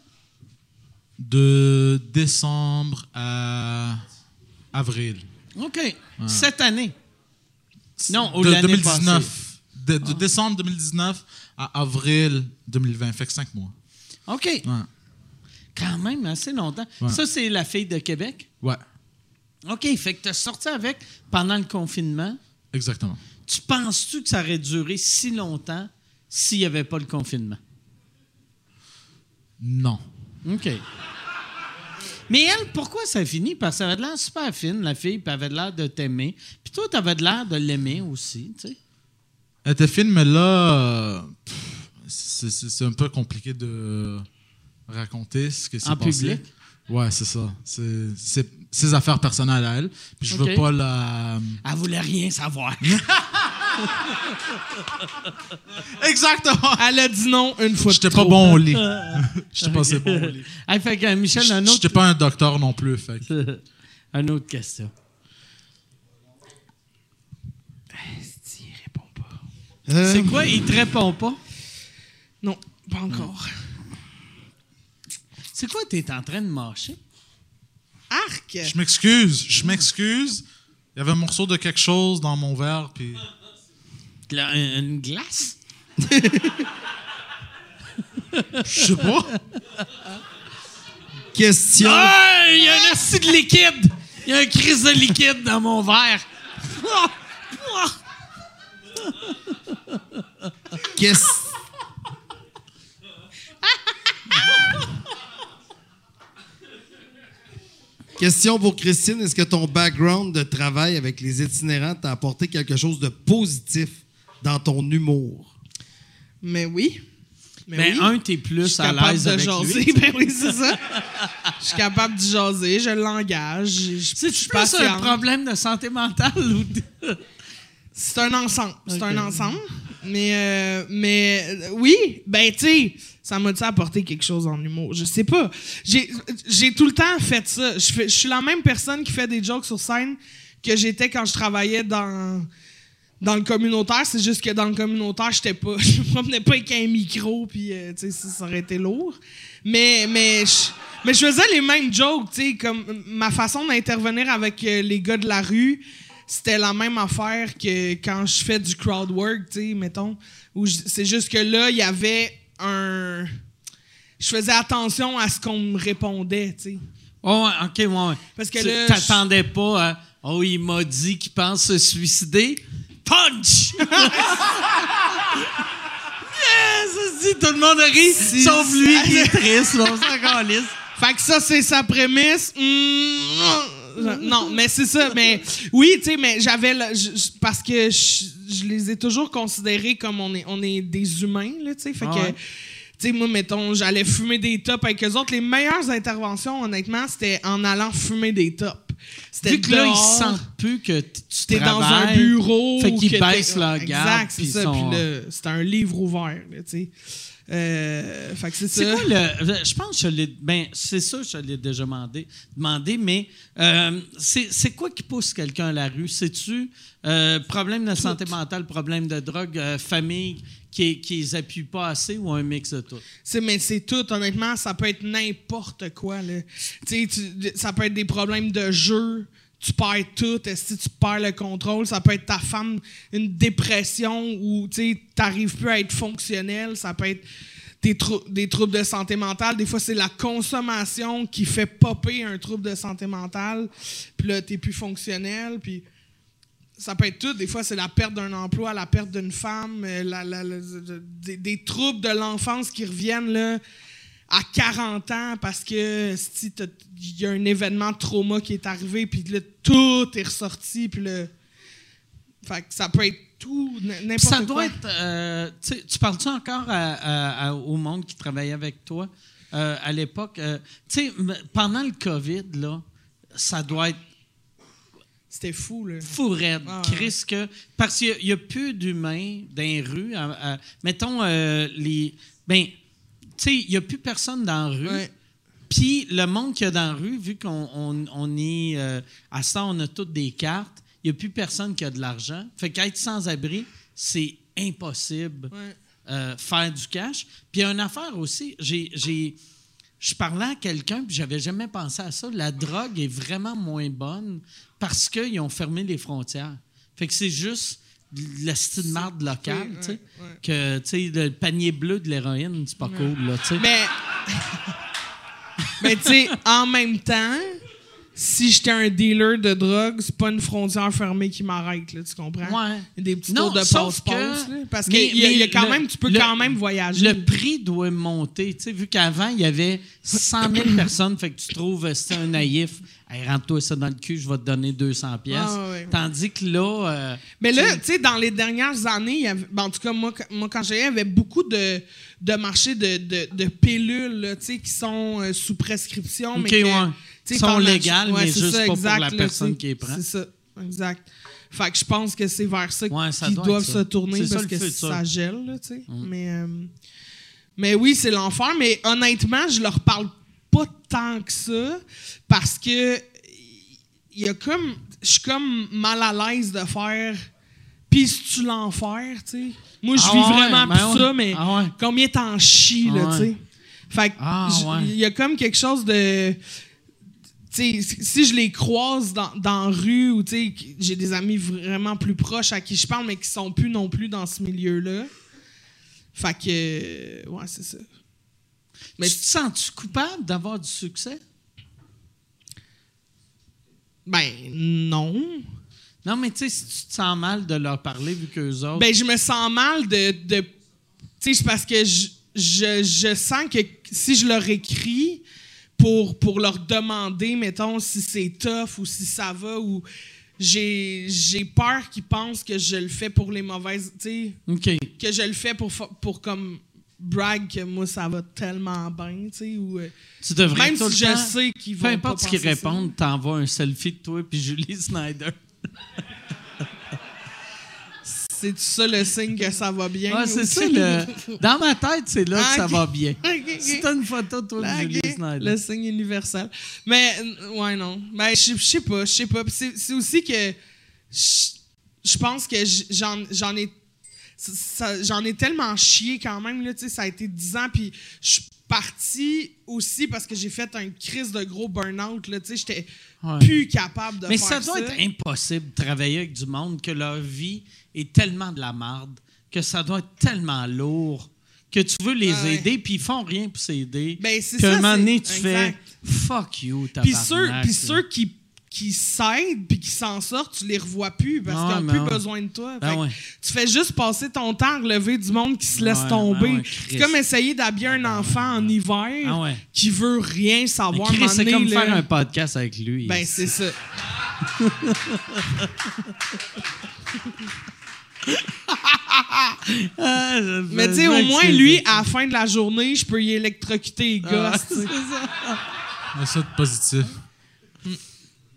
de décembre à avril.
OK. Cette année. Non, au
de
l'année Ah.
2019. De, de décembre 2019 à avril 2020. Fait que cinq mois.
OK.
Ouais.
Quand même, assez longtemps.
Ouais.
Ça, c'est la fille de Québec.
Ouais,
OK, fait que t'as sorti avec pendant le confinement.
exactement.
Tu penses-tu que ça aurait duré si longtemps s'il n'y avait pas le confinement?
Non.
OK. Mais elle, pourquoi ça finit? Parce qu'elle avait de l'air super fine, la fille, puis elle avait de l'air de t'aimer. Puis toi, t'avais de l'air de l'aimer aussi, tu sais.
Elle était fine, mais là, euh, pff, c'est- c'est c'est un peu compliqué de raconter ce que c'est
En
passé.
public?
Ouais, c'est ça. C'est- C'est ses affaires personnelles à elle. Puis je
Ok.
veux pas la.
Elle voulait rien savoir.
Exactement.
Elle a dit non une fois. de
J'étais pas
trop.
bon au lit. J'étais pas assez bon au lit.
Hey, fait que, euh, Michel, un autre,
J'étais pas un docteur non plus. Fait. que-
une autre question.
Esti, il répond pas.
Euh,
C'est quoi? Il te répond pas?
Non, pas encore.
C'est quoi? T'es en train de marcher?
Arc!
Je m'excuse. Je m'excuse. Il y avait un morceau de quelque chose dans mon verre. Puis...
Là, un- une glace?
Je sais pas.
Question.
Ah, il y a un assis de liquide! Il y a un crise de liquide dans mon verre!
Ques- Question pour Christine. Est-ce que ton background de travail avec les itinérants t'a apporté quelque chose de positif dans ton humour?
Mais oui. Mais
Ben,
oui.
un, t'es plus à
capable
l'aise
de
avec lui.
jaser. Ben oui, c'est ça. Je suis capable de jaser, je l'engage. je- Je
C'est
je suis
plus un
patiente.
problème de santé mentale ou de-
C'est un ensemble. C'est un ensemble. Mais, euh, mais euh, oui, ben, tu sais, ça m'a-tu apporté quelque chose en humour? Je sais pas. J'ai j'ai tout le temps fait ça. Je fais- je suis la même personne qui fait des jokes sur scène que j'étais quand je travaillais dans. Dans le communautaire, c'est juste que dans le communautaire, j'étais pas, je me promenais pas avec un micro, puis euh, tu sais, ça, ça aurait été lourd. Mais mais je, mais je faisais les mêmes jokes, tu sais, comme euh, ma façon d'intervenir avec euh, les gars de la rue, c'était la même affaire que quand je fais du crowd work, tu sais, mettons. Où je- c'est juste que là, il y avait un, je faisais attention à ce qu'on me répondait, tu sais.
Oh, Ouais, ouais, ok, ouais, ouais.
Parce que
Tu-
là,
T'attendais pas à. Oh, il m'a dit qu'il pense se suicider. Punch! yes! ça se dit, tout le monde rit, sauf lui qui est triste. là, On s'en calisse.
Fait que ça, c'est sa prémisse. Mm. Non, mais c'est ça. Mais oui, tu sais, mais j'avais. le- je- je- Parce que je, je les ai toujours considérés comme on est, on est des humains, là, tu sais. Fait
Ah
que.
ouais.
Tu sais, moi, mettons, j'allais fumer des tops avec eux autres. Les meilleures interventions, honnêtement, c'était en allant fumer des tops. C'était
Vu que là, ils
dehors,
sentent plus que t- tu
T'es dans un
travailles.
bureau.
Fait qu'ils
que t'es-
baissent leur garde,
Exact, c'est
puis
ça.
sont-
Puis là, c'était un livre ouvert, là, tu sais. Euh, fait que c'est ça.
C'est quoi le. Je pense que je l'ai. Ben, c'est sûr que je l'ai déjà demandé, demandé mais euh, c'est c'est quoi qui pousse quelqu'un à la rue? C'est-tu euh, problème de santé mentale, problème de drogue, euh, famille qui qui les appuie pas assez ou un mix de tout?
C'est- mais c'est tout, honnêtement, ça peut être n'importe quoi. Là. Tu sais, tu- ça peut être des problèmes de jeu, tu perds tout, si tu perds le contrôle, ça peut être ta femme, une dépression ou tu n'arrives plus à être fonctionnel, ça peut être des, trou- des troubles de santé mentale. Des fois, c'est la consommation qui fait popper un trouble de santé mentale, puis là, tu plus fonctionnel, puis ça peut être tout. Des fois, c'est la perte d'un emploi, la perte d'une femme, euh, la- la- la- la- des, des troubles de l'enfance qui reviennent là, à 40 ans parce que si t'as- il y a un événement de trauma qui est arrivé, puis là, tout est ressorti, puis là. Fait que ça peut être tout, n- n'importe
Puis
quoi.
ça doit être. euh, tu sais, tu parles-tu encore à- à- à- au monde qui travaillait avec toi euh, à l'époque? Euh, tu sais, m- pendant le COVID, là, ça doit être
C'était fou, là.
fou raide.
Ah, ouais.
Chris, que- parce qu'il n'y a, plus d'humains dans les rues. à- à- mettons, euh, les. Ben, tu sais, il n'y a plus personne dans la rue.
Ouais.
Puis le monde qu'il y a dans la rue, vu qu'on on, on est. euh, à ça, on a toutes des cartes, il n'y a plus personne qui a de l'argent. Fait qu'être sans-abri, c'est impossible
Ouais.
euh, faire du cash. Puis il y a une affaire aussi, j'ai, j'ai- je parlais à quelqu'un, puis j'avais jamais pensé à ça. La drogue est vraiment moins bonne parce qu'ils ont fermé les frontières. Fait que c'est juste la style de marde locale,
ouais,
tu sais.
ouais.
Que, tu sais, le panier bleu de l'héroïne, c'est pas cool, là, tu sais.
Mais, mais tu sais, en même temps, si j'étais un dealer de drogue, c'est pas une frontière fermée qui m'arrête, là, tu comprends?
Ouais.
Des petits
Non,
tours de
sauf
passe-passe.
que-
là, Parce que
mais-
y a- y a
mais
quand
le-
même, tu peux
le-
quand même voyager.
Le prix doit monter, tu sais, vu qu'avant, il y avait 100 000 personnes, fait que tu trouves, euh, c'est un naïf, hey, rentre-toi ça dans le cul, je vais te donner 200 pièces.
Ah, ouais.
Tandis que là... euh,
Mais là, tu sais, dans les dernières années, il y avait- ben, en tout cas, moi, quand- moi quand j'allais, il y avait beaucoup de, de marchés de, de, de pilules, là, tu sais, qui sont euh, sous prescription.
Ok,
mais que,
ouais.
tu sais,
Sont
par la-
légales, mais
c'est
juste pas pour la
tu sais.
personne qui les prend.
C'est ça. Exact. Fait que je pense que c'est vers ça
Ouais, ça
qu'ils
doit
doivent
être
se
ça.
tourner
C'est
parce
ça, le
que
futur. Mm.
ça gèle, là, tu sais. Mais, euh, mais oui, c'est l'enfer. Mais honnêtement, je leur parle pas tant que ça parce que il y a comme. Je suis comme mal à l'aise de faire. Pis si tu l'enfer, tu sais. Moi, je
Ah
vis
ouais,
vraiment
ben
plus ça,
ouais.
mais
Ah ouais.
combien t'en chies, là,
Ah ouais.
tu sais. Fait que
Ah
j-
ouais.
il y a comme quelque chose de tu sais, si si je les croise dans, dans la rue ou tu sais, que j'ai des amis vraiment plus proches à qui je parle, mais qui sont plus non plus dans ce milieu-là. Fait que, euh, ouais, c'est ça. Mais
Mais tu te sens-tu coupable d'avoir du succès?
ben, non.
Non, mais tu sais, si tu te sens mal de leur parler vu qu'eux autres.
Ben, je me sens mal de. de tu sais, c'est parce que je, je, je sens que si je leur écris pour, pour leur demander, mettons, si c'est tough ou si ça va, ou. J'ai j'ai peur qu'ils pensent que je le fais pour les mauvaises. Tu sais,
OK.
que je le fais pour, fa- pour comme brag que moi ça va tellement bien, tu sais, ou euh,
Tu devrais
même
tout
si
le
je
temps-
sais qu'ils
Peu
vont
importe
pas
ce qu'ils
penser ça.
répondent, t'envoies un selfie de toi puis Julie Snyder.
C'est ça le signe que ça va bien.
Ouais, c'est
ou-
ça. le- Dans ma tête, c'est là que
Ah,
ça
ok.
va bien.
Ok, ok.
Si t'as une photo de toi
La
de Julie
gay,
Snyder.
Le signe universel. Mais, euh, ouais, non. Ben, je je sais pas, je sais pas. Puis C'est c'est aussi que je je pense que j- j'en j'en ai ça- ça- j'en ai tellement chié quand même, là, tu sais, ça a été 10 ans, puis je suis partie aussi parce que j'ai fait un crise de gros burn-out, là, tu sais, j'étais
Ouais.
plus capable de
Mais ça
faire ça.
doit être impossible de travailler avec du monde que leur vie est tellement de la marde, que ça doit être tellement lourd, que tu veux les
Ouais.
aider, puis ils font rien pour s'aider.
Ben, c'est
Qu'à
ça,
un moment
c'est-
donné, tu
exact.
fais « fuck you,
Puis
tabarnak ».
ceux, puis ceux qui, qui s'aident puis qui s'en sortent, tu les revois plus parce
Ah,
qu'ils
ben
n'ont plus
ouais.
besoin de toi.
Ben
Fait que
ouais.
Tu fais juste passer ton temps à relever du monde qui se laisse
Ouais,
tomber.
ben ouais,
c'est
Christ.
comme essayer d'habiller un enfant en hiver
Ah ouais.
qui veut rien
Mais
savoir.
Chris,
un
c'est
moment
comme
donné, là,
faire un podcast avec lui.
Ben, c'est ça.
Ah, je-
Mais tu sais,
je
au moins,
m'excuse.
lui, à la fin de la journée, je peux y électrocuter les
Ah,
gosses. tu sais.
Mais ça de positif.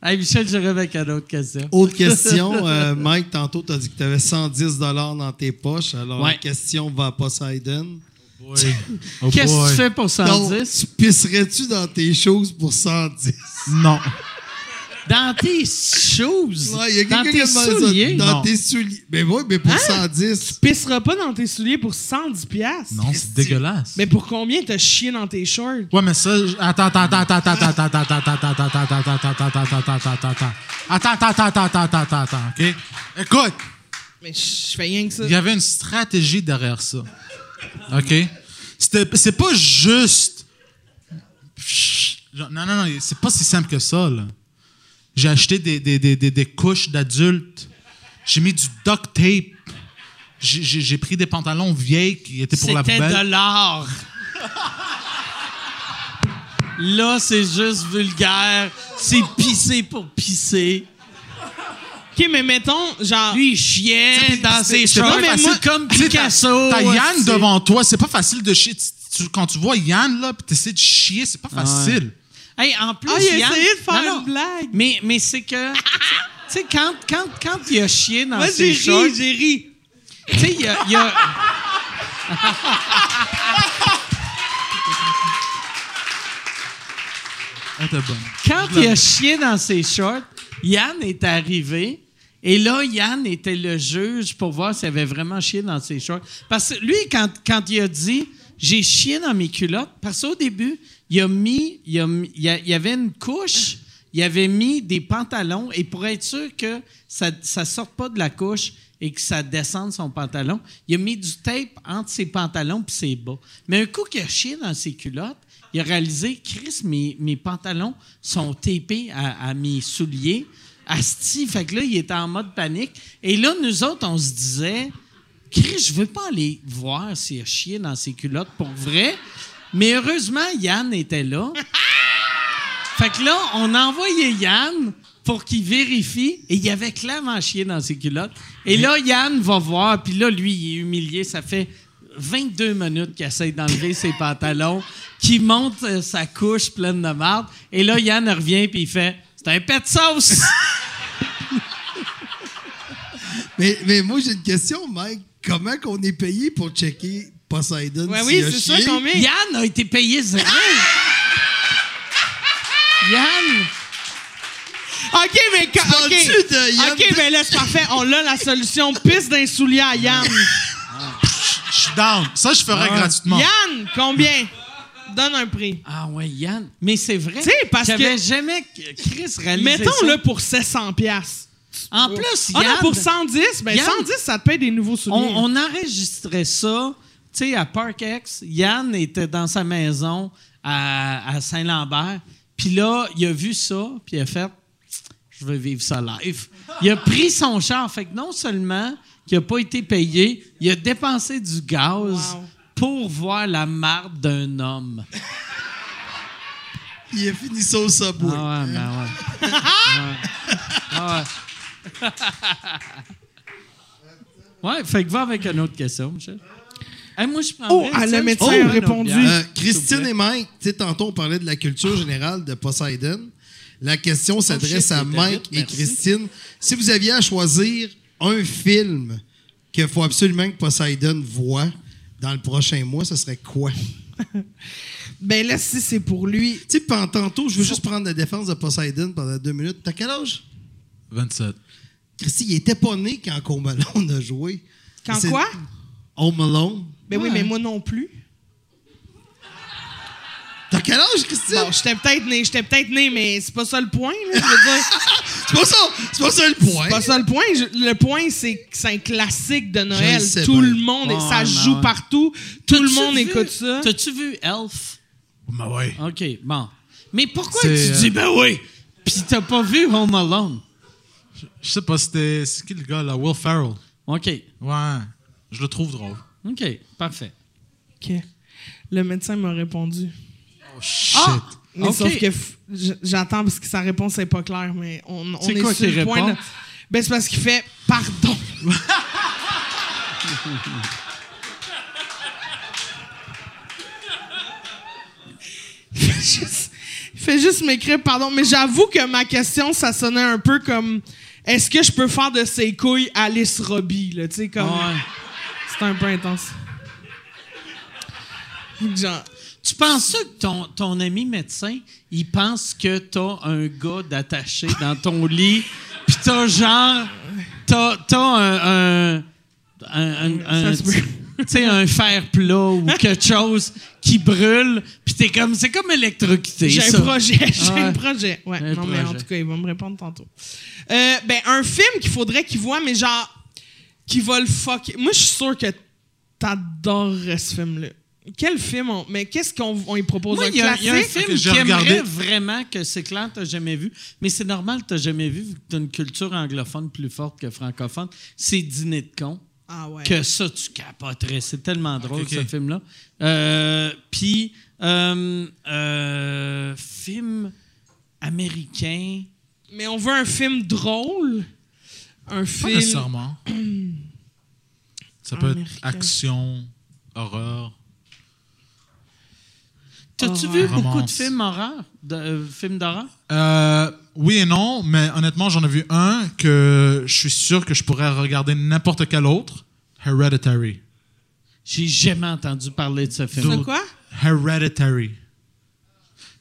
Hey, Michel, je reviens avec une autre question.
Autre question, euh, Mike, tantôt, tu as dit que tu avais 110 dans tes poches. Alors,
Ouais.
la question va à Poseidon.
Oh
Qu'est-ce que
boy.
tu fais pour
Donc,
110?
tu pisserais-tu dans tes choses pour 110?
Non.
Dans tes choses,
Ouais, il y a
dans
quelqu'un
tes
qui a demandé ça.
souliers.
Dans
Non.
tes souliers. Mais oui, mais
Hein?
pour 110.
Pisseras pas dans tes souliers pour 110$. piastres.
Non, c'est dégueulasse.
Mais pour combien t'as chié dans tes shorts?
Ouais, mais ça. je- Attends, attends, attends, attends, attends, attends, attends, attends, attends, attends, attends, attends, attends, attends, attends, attends, attends, attends, attends. Attends, attends, attends, attends, attends, attends, attends, OK? Écoute,
Mais je fais rien que ça.
il y avait une stratégie derrière ça. OK? C'était- C'est pas juste. Chut. Genre, Non, non, non, c'est pas si simple que ça, là. J'ai acheté des, des, des, des, des couches d'adultes. J'ai mis du duct tape. J'ai- J'ai j'ai pris des pantalons vieilles qui étaient pour la
C'était
poubelle.
de l'art. Là, c'est juste vulgaire. C'est pisser pour pisser.
Ok, mais mettons, genre.
Lui, il chiait dans ses
c'est pas
shorts.
facile.
C'est comme
Tu sais, t'as-
Picasso.
T'as Yann
aussi.
devant toi, c'est pas facile de chier. Tu- tu- quand tu vois Yann, là, pis t'essaies de chier, c'est pas
Ah
facile.
Hey, en plus,
Ah, il a
Yann-
essayé de faire
Non, non.
une blague.
Mais, mais c'est que... Tu sais, quand, quand, quand il a chié dans
Moi,
ses
j'ai
shorts...
ri, j'ai ri.
Tu sais, il y a. il y a-
Ah, t'es bonne.
quand il a chié dans ses shorts, Yann est arrivé. Et là, Yann était le juge pour voir s'il avait vraiment chié dans ses shorts. Parce que lui, quand, quand il a dit j'ai chié dans mes culottes, parce qu'au début, il a mis, il a mis- il y a- il y avait une couche, il avait mis des pantalons, et pour être sûr que ça ne sorte pas de la couche et que ça descende son pantalon, il a mis du tape entre ses pantalons et ses bas. Mais un coup qu'il a chié dans ses culottes, il a réalisé, Chris, mes, mes pantalons sont tapés à, à mes souliers. Asti, fait que là, il était en mode panique. Et là, nous autres, on se disait, Chris, je veux pas aller voir s'il a chié dans ses culottes pour vrai. Mais heureusement, Yann était là. Fait que là, on a envoyé Yann pour qu'il vérifie. Et il y avait clairement chié dans ses culottes. Et là, Yann va voir. Puis là, lui, il est humilié. Ça fait 22 minutes qu'il essaie d'enlever ses pantalons, qu'il monte euh, sa couche pleine de marde. Et là, Yann revient puis il fait « C'est un pet de sauce! »
Mais, mais moi, j'ai une question, Mike. Comment qu'on est payé pour checker Poseidon?
Ouais,
s'il
oui,
a
c'est ça,
chié?
combien?
Yann a été payé zéro. Yann!
OK, mais quand.
Parles-tu
OK,
de Yann
OK, ben- mais là, c'est parfait. On a la solution. Pisse d'un soulier à Yann.
Je suis down. Ça, je ferais gratuitement.
Yann, combien? Donne un prix.
Ah ouais, Yann. Mais c'est vrai.
Tu sais, parce
J'avais
que-
jamais Chris réalisé ça.
Mettons-le pour 700$. piastres.
En plus,
Ah
Yann,
non, pour 110, ben
Yann.
110, ça te paye des nouveaux
on,
souvenirs.
on enregistrait ça, tu sais, à Park X. Yann était dans sa maison à, à Saint-Lambert. Puis là, il a vu ça, puis il a fait « Je veux vivre ça live ». Il a pris son char. Fait que non seulement qu'il n'a pas été payé, il a dépensé du gaz
Wow.
pour voir la marde d'un homme.
Il a fini ça au subway.
Ah ouais, ben ouais. Ah ouais. Ah ouais. Ouais, fait que va avec une autre question, Michel. Eh, moi, je prendrais
Oh, ah, le
celle-
médecin
Oh,
a
une autre
répondu.
bière.
Euh, Christine et Mike, tu sais, tantôt, on parlait de la culture générale de Poseidon. La
Oh,
question s'adresse
shit,
à
c'était
Mike
vite,
et
merci.
Christine. Si vous aviez à choisir un film qu'il faut absolument que Poseidon voit dans le prochain mois, ce serait quoi?
Ben là, si c'est pour lui.
Tu sais, pendant tantôt, je veux juste prendre la défense de Poseidon pendant deux minutes. T'as quel âge?
27.
Christy, il était pas né quand Home Alone a joué.
Quand
C'est-
quoi?
Home Alone.
Ben oui, mais moi non plus.
T'as quel âge, Christine?
Bon, j'étais peut-être né, j'étais peut-être né, mais c'est pas ça le point, là, je veux dire.
c'est pas ça! C'est pas ça le point!
C'est pas ça le point. Je- Le point, c'est que c'est un classique de Noël.
Je le sais
Tout
bien.
le monde,
Ouais,
ça
ouais,
joue
ouais.
partout.
Oh,
Tout le
T'as-tu
monde
vu-
écoute ça.
T'as-tu vu Elf?
Ben ouais.
OK, bon. Mais pourquoi tu
C'est, euh,
dis, ben oui, pis t'as pas vu Home Alone?
Je sais pas, c'était. C'est qui le gars, là? Will Ferrell.
OK,
Ouais. Je le trouve drôle.
OK, parfait.
OK. Le médecin m'a répondu.
Oh, shit.
Ah!
Mais
OK.
sauf que f- j- j'attends parce que sa réponse n'est pas claire, mais on, on
C'est
est
quoi
sur
qu'il
le point. De...
répond?
Ben, c'est parce qu'il fait pardon. Il fait juste- il fait juste m'écrire pardon, mais j'avoue que ma question, ça sonnait un peu comme est-ce que je peux faire de ses couilles Alice Robbie, là, tu sais, comme.
Ouais.
C'était un peu intense. Genre.
Tu penses que ton, ton ami médecin, il pense que t'as un gars d'attaché dans ton lit, pis t'as genre. T'as, t'as un. un un, un- un-
Ça se peut.
tu sais, un fer plat ou quelque chose qui brûle, puis t'es comme, c'est comme électrocuté,
J'ai
ça.
un projet, j'ai
Ouais.
un projet. Ouais,
Un
non, mais en
projet.
tout cas, il va me répondre tantôt. Euh, ben, un film qu'il faudrait qu'il voit, mais genre, qui va le fuck. Moi, je suis sûr que t'adorerais ce film-là. Quel film on- Mais qu'est-ce qu'on on y propose
Moi,
un
il y, a- il y a un
classique?
film
que j'ai
que j'aimerais
regardé.
vraiment que c'est clair, t'as jamais vu, mais c'est normal, t'as jamais vu, vu que t'as une culture anglophone plus forte que francophone, c'est Dîner de con.
Ah ouais.
que ça, tu capoterais. C'est tellement drôle,
ok.
ce film-là. Euh, Puis, euh, euh, film américain.
Mais on veut un film drôle. Un
Pas
film.
nécessairement. Ça peut être
Américain.
action, horreur.
T'as-tu vu
Romance.
beaucoup de films horreurs? De, euh, films d'horreur?
Euh, oui et non, mais honnêtement, j'en ai vu un que je suis sûr que je pourrais regarder n'importe quel autre. Hereditary.
J'ai jamais entendu parler de ce film.
C'est quoi?
Hereditary.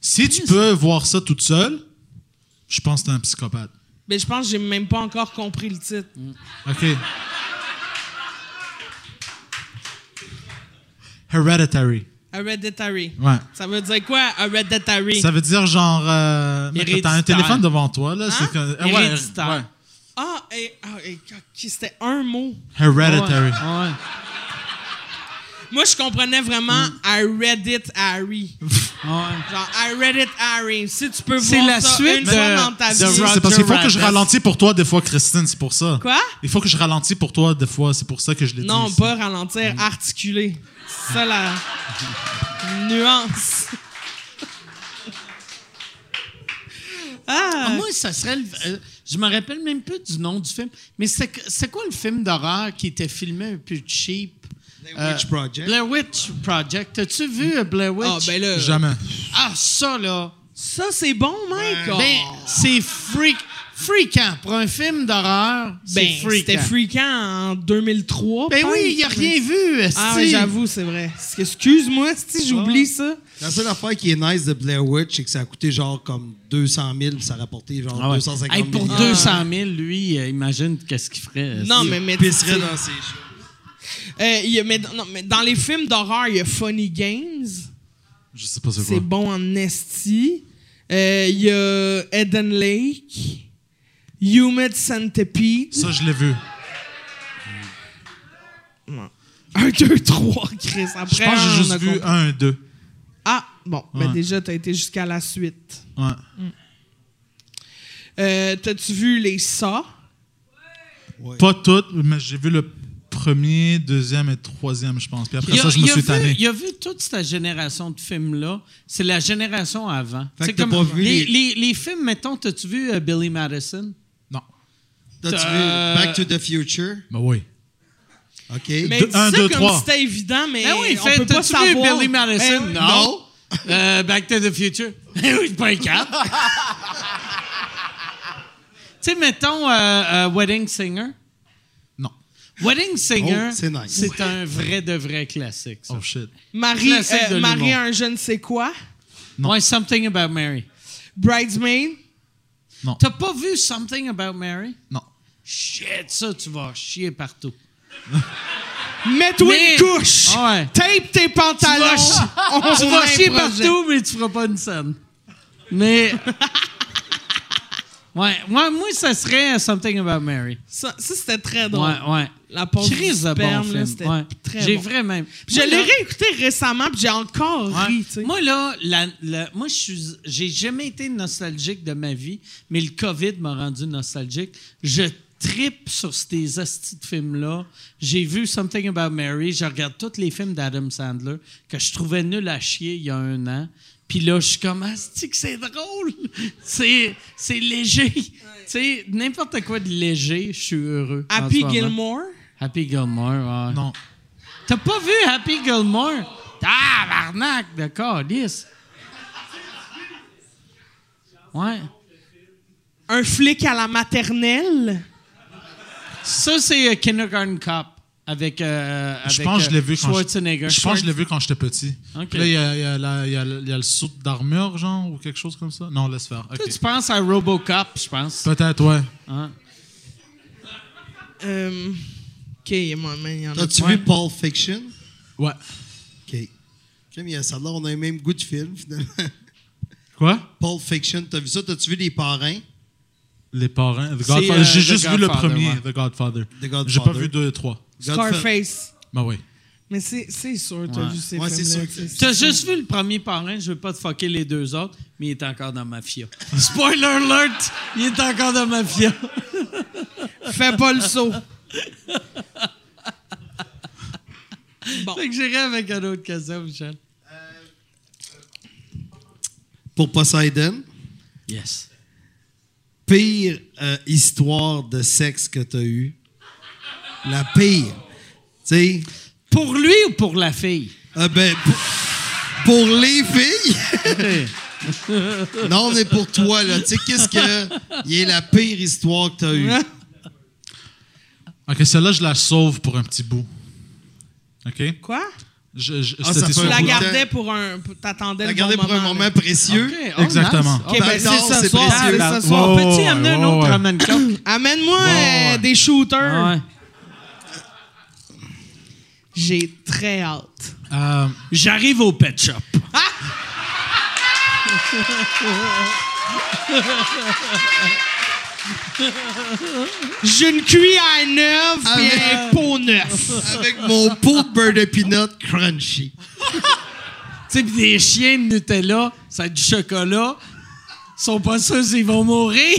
Si tu peux voir ça toute seule, je pense que t'es un psychopathe.
Ben, je pense que j'ai même pas encore compris le titre.
OK. Hereditary.
Hereditary.
Ouais.
Ça veut dire quoi, Hereditary?
Ça veut dire genre. Euh, mec, t'as un
Héréditaire.
téléphone devant toi, là. C'est
Hein?
que, euh, ouais,
Héréditaire.
ouais.
Ah, et, ah, et- ok, c'était un mot.
Hereditary.
Ah
Ouais.
Moi, je comprenais vraiment I read it, Harry.
ouais, ouais.
Genre, I read it, Harry. Si tu peux
C'est
voir
la
ça
suite
une
de-
fois dans ta
de
vie.
C'est
Roger
c'est parce qu'il faut que je
Rabbit.
ralentis pour toi des fois, Christine, c'est pour ça.
Quoi?
Il faut que je ralentis pour toi des fois, c'est pour ça que je l'ai dit.
Non,
ici.
pas ralentir, articuler. C'est ça la nuance.
Ah,
Ah!
moi, ça serait. le- euh, je me rappelle même plus du nom du film. Mais c'est que- c'est quoi le film d'horreur qui était filmé un peu cheap? Euh,
Blair Witch Project.
Blair Witch Project. T'as-tu vu euh, Blair Witch?
Ah, ben là.
Jamais.
Ah, ça, là.
Ben,
Ça, c'est bon, Mike! Ah,
Ben, c'est freak.
Freakant. Pour un film d'horreur,
Ben,
c'est freakant.
hein.
c'était freakant en 2003.
Ben
peut-être,
oui, il a rien vu, esti.
Ah oui, j'avoue, c'est vrai. Ah. C'est que- Excuse-moi, si j'oublie ça.
La seule affaire qui est nice de Blair Witch, c'est que ça a coûté genre comme 200 000 puis ça a rapporté genre
Ah ouais.
250
Hey,
000
pour 200 000, lui, euh, imagine qu'est-ce qu'il ferait. euh,
Non,
si-
mais, mais,
pisserait dans ses choses.
Euh, il y a- mais, non, mais dans les films d'horreur, il y a Funny Games.
Je sais pas c'est quoi.
C'est bon en esti. Euh, Il y a Eden Lake. Humid Centipede.
Ça, je l'ai vu.
1, 2, 3, Chris. Après,
Je pense que
on
j'ai
a
juste vu
compris.
un et deux.
Ah, bon. Ben
Ouais.
déjà, t'as été jusqu'à la suite.
Ouais.
Euh, T'as-tu vu les ça?
Pas toutes, mais j'ai vu le premier, deuxième et troisième, je pense. Puis après
Il a,
ça, je me
il a
suis
vu-
tanné.
Il a vu toute cette génération de films-là. C'est la génération avant.
Fait
C'est
que t'as pas vu
les,
les-
les- les films, mettons, t'as-tu vu euh, Billy Madison?
Non.
T'as-tu
Euh,
vu Back to the Future?
Ben oui.
OK.
Mais
Deux-
dis ça
un, deux,
comme
trois.
si c'était évident, mais
Ben oui,
on
fait,
peut pas
t'as-tu vu
savoir.
Billy Madison?
Ben oui.
non. Euh, Back to the Future? Ben oui, c'est pas un cap. tu sais, mettons euh, euh, Wedding Singer.
Non.
Wedding Singer,
Oh, c'est nice.
c'est un vrai de vrai classique. Ça.
Oh shit.
Marie,
Classique
euh,
de
Marie
l'humour.
un je ne sais quoi.
Non.
Ouais, Something About Mary.
Bridesmaid.
Non.
T'as pas vu Something About Mary?
Non.
Shit, ça, tu vas chier partout.
Mets-toi
Mais-
une couche.
Ah ouais.
Tape tes
Tu vas
pantalons.
chi- tu vas
a un
chier
projet.
partout, mais tu feras pas une scène. Mais. ouais, moi, moi, ça serait Something About Mary.
Ça, ça, c'était très
Ouais,
drôle.
ouais.
La pause du
Crise de bon
sperme, là,
film.
c'était
ouais.
très
J'ai
bon.
vraiment.
Puis Je
Moi,
l'ai
là-
réécouté récemment, puis j'ai encore
Ouais.
ri, tu sais.
Moi, là, la- la- moi, je suis, j'ai jamais été nostalgique de ma vie, mais le COVID m'a rendu nostalgique. Je tripe sur ces hosties de films-là. J'ai vu Something About Mary. Je regarde tous les films d'Adam Sandler que je trouvais nul à chier il y a un an. Puis là, je suis comme, Asti que c'est drôle! C'est, c'est léger! Tu sais, n'importe quoi de léger, je suis heureux. en
Happy
ce moment.
Gilmore.
Happy Gilmore, ouais.
Non.
T'as pas vu Happy Gilmore? Tabarnak de calice. Ouais.
Un flic à la maternelle.
Ça, c'est euh, Kindergarten Cop avec, euh,
Je
avec,
pense que je l'ai
euh,
vu quand
Schwarzenegger.
Je pense que je l'ai vu quand j'étais petit.
Ok.
Puis là, il y a, il y a la- il y a le- il y a le saut d'armure, genre, ou quelque chose comme ça. Non, laisse faire. Ok.
Toi, tu penses à Robocop, je pense.
Peut-être, ouais.
Hein?
Euh, OK, moi, man, il y en a.
T'as-tu vu Pulp Fiction?
Ouais.
OK. J'aime bien ça. Là, on a le même goût de film, finalement.
Quoi?
Pulp Fiction, t'as vu ça? T'as-tu vu Les Parrains?
Les parents. The
C'est,
Godfather.
euh,
J'ai
The
juste vu le
Godfather,
premier,
ouais.
The Godfather.
The Godfather.
J'ai pas vu deux et trois.
Scarface.
Ben oui.
Mais c'est c'est sûr, t'as
Ouais.
vu ces
Ouais, c'est
films-là.
sûr que
tu sais.
T'as juste vu le premier parrain, je veux pas te fucker les deux autres, mais il est encore dans Mafia. Spoiler alert! Il est encore dans Mafia.
Fais pas le saut. Bon.
Fait que j'irai avec un autre question, Michel.
Pour Poseidon,
Yes.
pire euh, histoire de sexe que t'as eue. La pire. Tu sais,
Pour lui ou pour la fille?
euh, ben, pour, pour les filles. non, mais pour toi, là. Tu sais, qu'est-ce que. Il est la pire histoire que t'as eue.
Ok, celle-là, je la sauve pour un petit bout. Ok?
Quoi?
Je, je-
Ah, ça
c'était
fait
sur-
Tu
un
la
bout de
gardais
temps.
pour un... pour- T'attendais le
Regardez
bon
pour un moment
là.
précieux.
Ok, oh,
Exactement.
nice.
OK, ben,
Attends,
c'est ce
c'est
soir.
précieux.
C'est
Ah,
ce soir.
ouais,
Petit-
ouais,
amener un
ouais,
autre
ouais.
rum and coke?
Amène-moi euh,
ouais.
des shooters.
Ouais.
J'ai très hâte.
Euh,
J'arrive au pet shop.
J'ai une cuillère neuve et un
Avec-
pot neuf.
Avec mon pot de beurre de peanut crunchy.
Tu sais, pis des chiens de Nutella, ça a du chocolat. Ils sont pas sûrs s'ils vont mourir.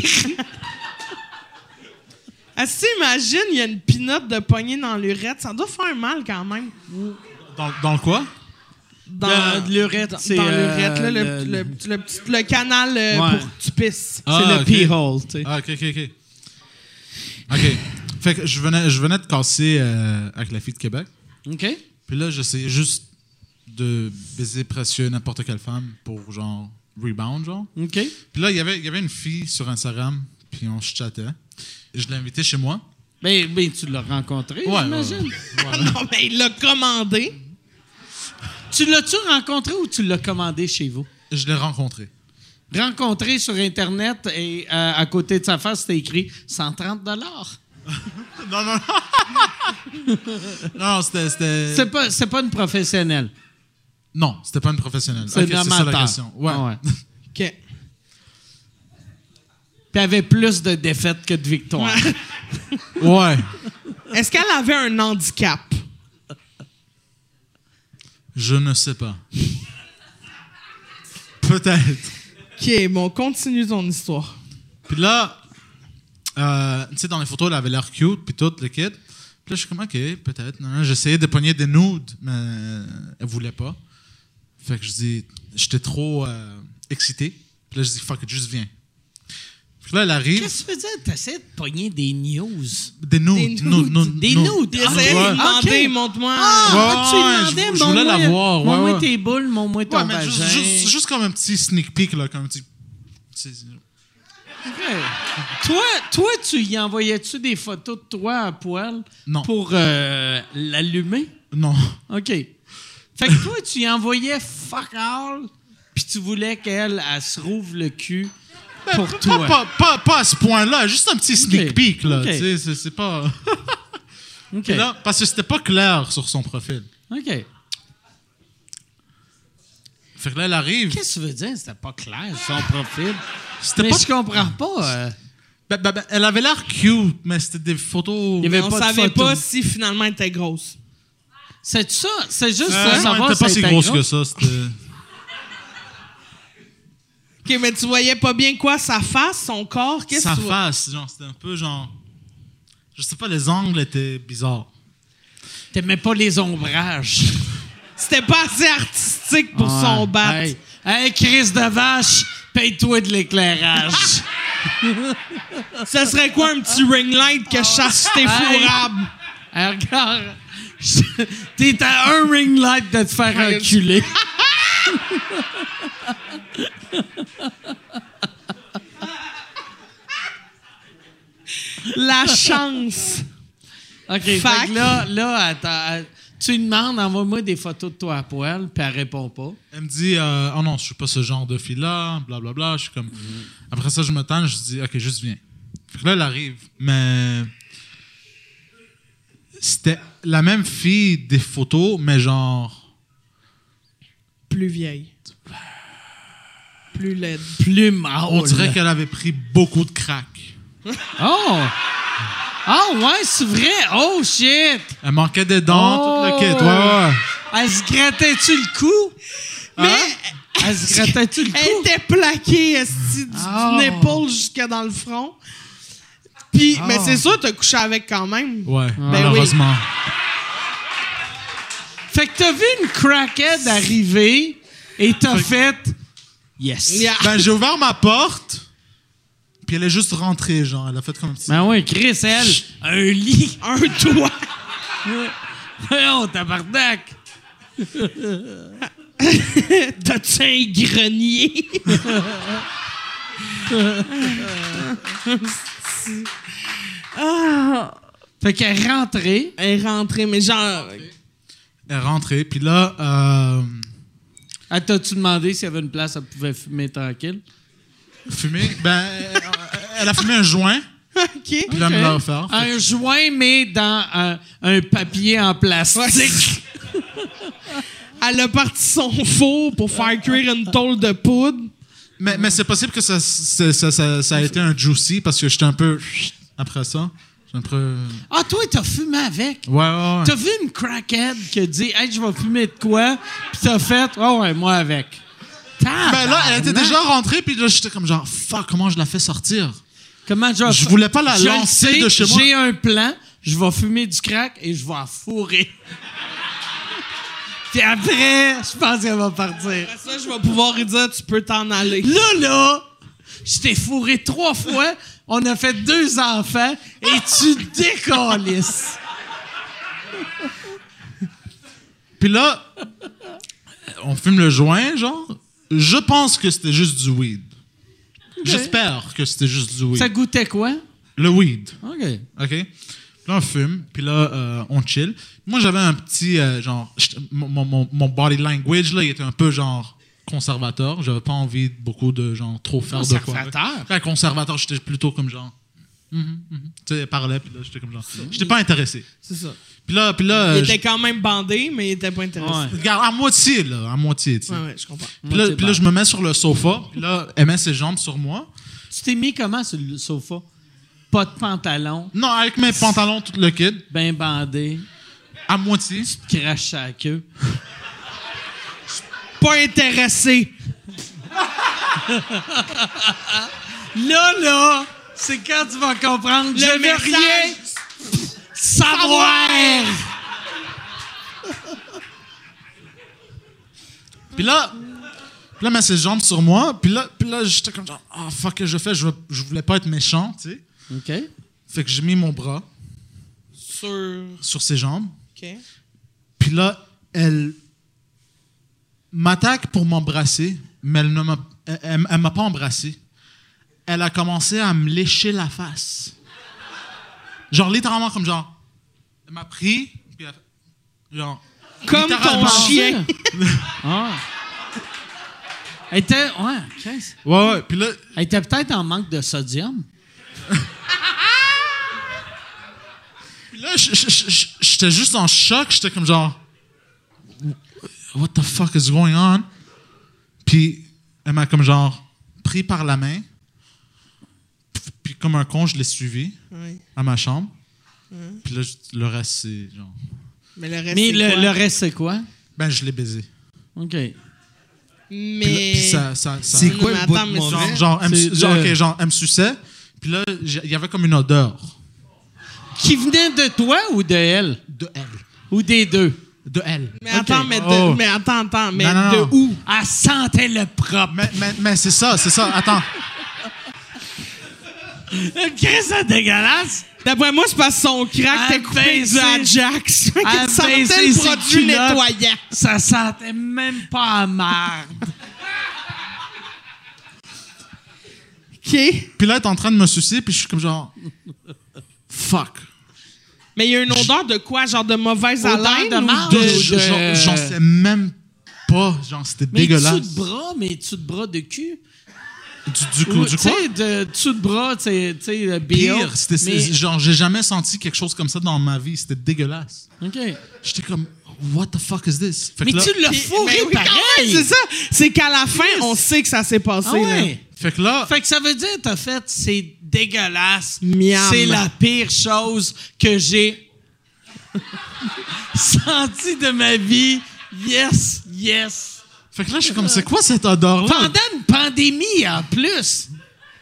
Est-ce que t'imagines, il y a une pinote de poignée dans l'urette? Ça doit faire mal quand même.
dans, dans le quoi?
Dans
Euh, de l'urette,
dans-
c'est,
Dans
euh,
l'urette, là, le,
le-
le- le petit- le canal euh,
Ouais.
pour que tu pisses.
Ah, ok.
hole, tu sais.
Ah, ok, ok, ok. Ok. Fait que je venais, je venais de casser euh, avec la fille de Québec.
OK.
Puis là, j'essayais juste de baiser presque n'importe quelle femme pour genre rebound, genre.
OK.
Puis là, il y avait- il y avait une fille sur Instagram puis on se chattait. Je l'ai invité chez moi.
Ben, ben, tu l'as rencontré,
Ouais,
j'imagine.
ouais,
Ah non, mais il l'a commandé.
Tu l'as-tu rencontré ou tu l'as commandé chez vous?
Je l'ai rencontré.
Rencontré sur Internet et euh, à côté de sa face, c'était écrit 130 dollars.
Non, non, non. non, c'était- c'était.
C'est pas, c'est pas une professionnelle.
Non, c'était pas une professionnelle.
C'est
Ok,
une
ça la
amateur.
question. Ouais.
Ah ouais.
OK.
Puis elle avait plus de défaites que de victoires.
Ouais.
Est-ce qu'elle avait un handicap?
Je ne sais pas. Peut-être.
OK, bon, continue ton histoire.
Puis là, euh, tu sais, dans les photos, elle avait l'air cute, puis tout, le kid. Puis là, je suis comme, OK, peut-être. Non, non, J'essayais de pogner des nudes, mais elle voulait pas. Fait que je dis, j'étais trop euh, excité. Puis là, je dis, fuck it, juste viens. Puis là, elle arrive.
Qu'est-ce que tu veux dire? T'essaies de pogner des news.
Des nudes.
Des
nudes, nudes,
Des
nudes.
nudes. Mm-hmm. Ah,
Essayez
ouais.
de lui demander,
Ok.
montre-moi.
Ah,
Ouais,
tu lui
je-
demandais,
je voulais
montre-moi-
la voir, ouais,
montre-moi
ouais.
tes boules, montre-moi ton
Ouais, mais juste,
vagin.
juste, juste comme un petit sneak peek, là, comme un petit. c'est-
Ouais. Toi, toi, tu y envoyais-tu des photos de toi à poil
Non.
pour euh, l'allumer?
Non.
OK. Fait que toi, tu y envoyais fuck all, puis tu voulais qu'elle elle se rouvre le cul pour
pas,
toi.
Pas, pas- pas à ce point-là, juste un petit sneak
Ok.
peek, là.
Ok.
tu sais, c'est- C'est pas.
OK.
Là, parce que c'était pas clair sur son profil.
OK.
Fait que là, elle arrive.
Qu'est-ce que tu veux dire? C'était pas clair, son profil.
C'était
Mais
pas.
je comprends pas. euh.
Ben, ben, ben, elle avait l'air cute, mais c'était des photos.
Il y avait
Mais on
Ben, pas de
savait
photo.
pas si finalement elle était grosse.
C'est ça? C'est juste
Euh,
ça,
non,
savoir
elle était pas
si
si
elle
grosse
était
que
grosse.
ça. C'était.
OK, mais tu voyais pas bien quoi? Sa face, son corps? Qu'est-ce que
Sa
tu vois?
face, genre, c'était un peu genre. Je sais pas, les angles étaient bizarres.
T'aimais pas les ombrages.
C'était pas assez artistique pour
Ouais.
son bat.
Hey, hey Chris de vache, paye-toi de l'éclairage.
Ce serait quoi un petit ring light que je cherche tes fourrables?
Hey, regarde, je- t'es à un ring light de te faire
Ouais,
enculer.
La chance.
OK, fait
Fac.
que là, là attends, elle- tu lui demandes, envoie-moi des photos de toi à poil, puis elle répond pas.
Elle me dit, euh, oh non, je suis pas ce genre de fille-là, blablabla. Je suis comme.
Mhm.
Après ça, je me tente, je dis, ok, juste viens. Fait que là, elle arrive, mais. C'était la même fille des photos, mais genre.
Plus vieille. Plus laide.
Plus mâle.
On dirait qu'elle avait pris beaucoup de crack.
Oh! Oh, ouais, c'est vrai! Oh, shit!
Elle manquait des dents,
Oh!
tout le kit. Ouais, ouais.
Elle se grattait-tu le cou?
Mais
Elle se grattait-tu le
elle
cou?
était plaquée esti, du-
Ah.
d'une épaule jusqu'à dans le front. Puis, mais c'est sûr, t'as couché avec quand même.
Ouais,
Ben oui.
malheureusement.
Fait que t'as vu une crackhead arriver et t'as fait... Yes!
Yeah.
Ben, j'ai ouvert ma porte, puis elle est juste rentrée, genre. Elle a fait comme ça.
Ben oui, Chris, elle, un lit.
Un doigt.
Voyons, tabarnak!
T'as-tu un grenier? ah,
Fait qu'elle est rentrée.
elle est rentrée, mais genre.
Elle est rentrée, puis là, euh,
Elle t'a-tu demandé s'il y avait une place, elle pouvait fumer tranquille?
fumée. Ben, euh, elle a fumé un joint,
OK.
puis là, elle me l'a offert. Fait
Un joint, mais dans un, un papier en plastique.
Elle a parti son four pour faire cuire une tôle de poudre.
que- Mais, mais c'est possible que ça, c'est- ça, ça, ça a été un juicy, parce que j'étais un peu. Après ça. J'étais un peu.
Ah, toi, t'as fumé avec.
Ouais, ouais, ouais.
T'as vu une crackhead qui a dit Hey, je vais fumer de quoi? Puis t'as fait Ah ouais, moi avec.
Ben là, elle était
Tabarnak.
déjà rentrée, puis là, j'étais comme genre, fuck, comment je la fais sortir?
Comment je vais
Je
fa-
voulais pas la
Je le
lancer
sais,
de chez moi.
J'ai un plan. Je vais fumer du crack et je vais en fourrer. Puis après, je pense qu'elle va partir.
Après ça, je vais pouvoir lui dire tu peux t'en aller.
Là, là, je t'ai fourré trois fois. On a fait deux enfants et tu décollisses.
Puis là, on fume le joint, genre. Je pense que c'était juste du weed. J'espère que c'était juste du weed.
Ça goûtait quoi?
Le weed.
OK.
OK? Puis là, on fume, puis là, euh, on chill. Moi, j'avais un petit, euh, genre, j't- mon, mon- mon- mon body language, là, il était un peu, genre, conservateur. J'avais pas envie de beaucoup de, genre, trop faire de quoi.
Conservateur?
Ouais, conservateur, j'étais plutôt comme, genre, mhm, mhm. tu sais, elle parlait, puis là, j'étais comme, genre, j'étais pas intéressé.
C'est ça.
Puis là, puis là,
Il
euh,
était quand même bandé, mais il était pas intéressé.
je- regarde, à moitié, là, à moitié, tu sais.
Ouais, ouais, je comprends.
Puis là,
Moitié
puis là,
barre.
je me mets sur le sofa, puis là, elle met ses jambes sur moi.
Tu t'es mis comment sur le sofa? Pas de pantalon,
Non, avec mes pantalons, tout le kid,
bien bandé,
à moitié.
crache à la queue.
Pas intéressé.
Là, là, c'est quand tu vas comprendre.
Le
je vais
message-
rien Ah savoir.
Puis là, puis là, elle met ses jambes sur moi. Puis là, puis là j'étais comme genre, ah, fuck, que je fais? Je, veux- je voulais pas être méchant, tu sais.
OK.
Fait que j'ai mis mon bras
Sur.
sur ses jambes.
OK.
Puis là, elle m'attaque pour m'embrasser, mais elle ne m'a elle- elle- elle m'a pas embrassé. Elle a commencé à me lécher la face. Genre, littéralement, comme genre, elle m'a pris, puis elle a fait- genre,
Comme ton
Littéralement.
chien.
Ah. Elle était, ouais, Chris.
ouais, ouais. Puis là,
Elle était peut-être en manque de sodium.
Puis là, je- je- je- je- j'étais juste en choc. J'étais comme genre, What the fuck is going on? Puis elle m'a comme genre pris par la main. Puis comme un con, je l'ai suivi
Ouais.
à ma chambre.
Hein?
Puis là, je- le reste, c'est genre.
Mais le reste.
Mais
c'est
le,
quoi?
le reste, c'est quoi?
Ben, je l'ai baisé.
OK.
Mais.
Puis, là- puis ça. ça, ça-
C'est
Non,
quoi
mais
le bout
attends,
de
mais
mauvais?
genre, genre, elle me,
C'est
genre,
le-
ok, genre, elle me suçait. Puis là, j'ai- il y avait comme une odeur
Qui venait de toi ou de elle?
de elle.
Ou des deux?
De elle.
Mais attends,
Ok.
mais, de-
Oh.
mais attends, attends, mais
Non,
Ah.
non,
de
non.
où?
Elle sentait le propre.
Mais, mais, mais c'est ça, c'est ça. Attends.
Chris, c'est dégueulasse.
D'après moi, c'est parce que son crack
Elle
était coupé
baissait-
du Ajax. Fait qu'il
Elle
sentait
baissait
le
ses
produit
culottes.
nettoyant.
Ça sentait même pas à marde.
OK.
Puis là, elle est en train de me sucer, puis je suis comme genre. Fuck.
Mais il y a une odeur de quoi? Genre de mauvaise
Odeur
haleine?
de
ou
marde.
De-
de-
j'en- Ah, J'en sais même pas. Genre, c'était
Mais dessous
dégueulasse.
de bras, mais dessous de bras de cul.
Du, du,
Ou,
coup-
tu
du quoi?
sais, de, dessous de bras, tu sais, tu sais, le
Pire.
BO,
C'était, c'est-
mais-
Genre, j'ai jamais senti quelque chose comme ça dans ma vie. C'était dégueulasse.
OK.
J'étais comme, what the fuck is this? Fait que
Mais
là,
tu l'as
Puis- mais
fourré
oui, quand même,
pareil.
C'est ça. C'est qu'à la fin, on sait que ça s'est passé.
Ah ouais.
Fait que là,
Fait que ça veut dire, t'as fait, c'est dégueulasse.
Miam.
C'est la pire chose que j'ai sentie de ma vie. Yes, yes.
fait que là, je suis comme, c'est quoi cette odeur-là?
Pendant une pandémie, en plus.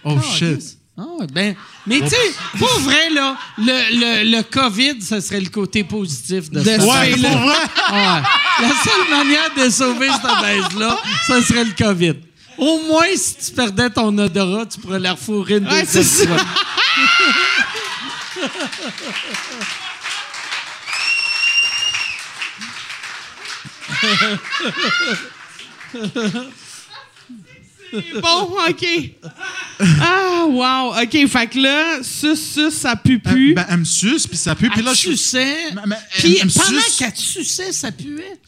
Oh shit.
Ah ouais, ben, mais tu sais, pour vrai, là, le, le, le COVID, ce serait le côté positif de, ça.
là.
Ouais,
C'est
pour
là.
vrai.
Ah ouais. La seule manière de sauver cette baisse-là, ce serait le COVID. Au moins, si tu perdais ton odorat, tu pourrais la refourrer une
Ouais,
deuxième
c'est
fois.
Bon, OK. Ah, wow. OK, fait que là, sus, sus, ça pue
Euh,
Elle,
plus.
ben, elle me suce, puis ça pue, puis
Elle
là, je.
suçait.
Mais- mais elle
Puis
me
pendant
suce.
qu'elle suçait, ça puait.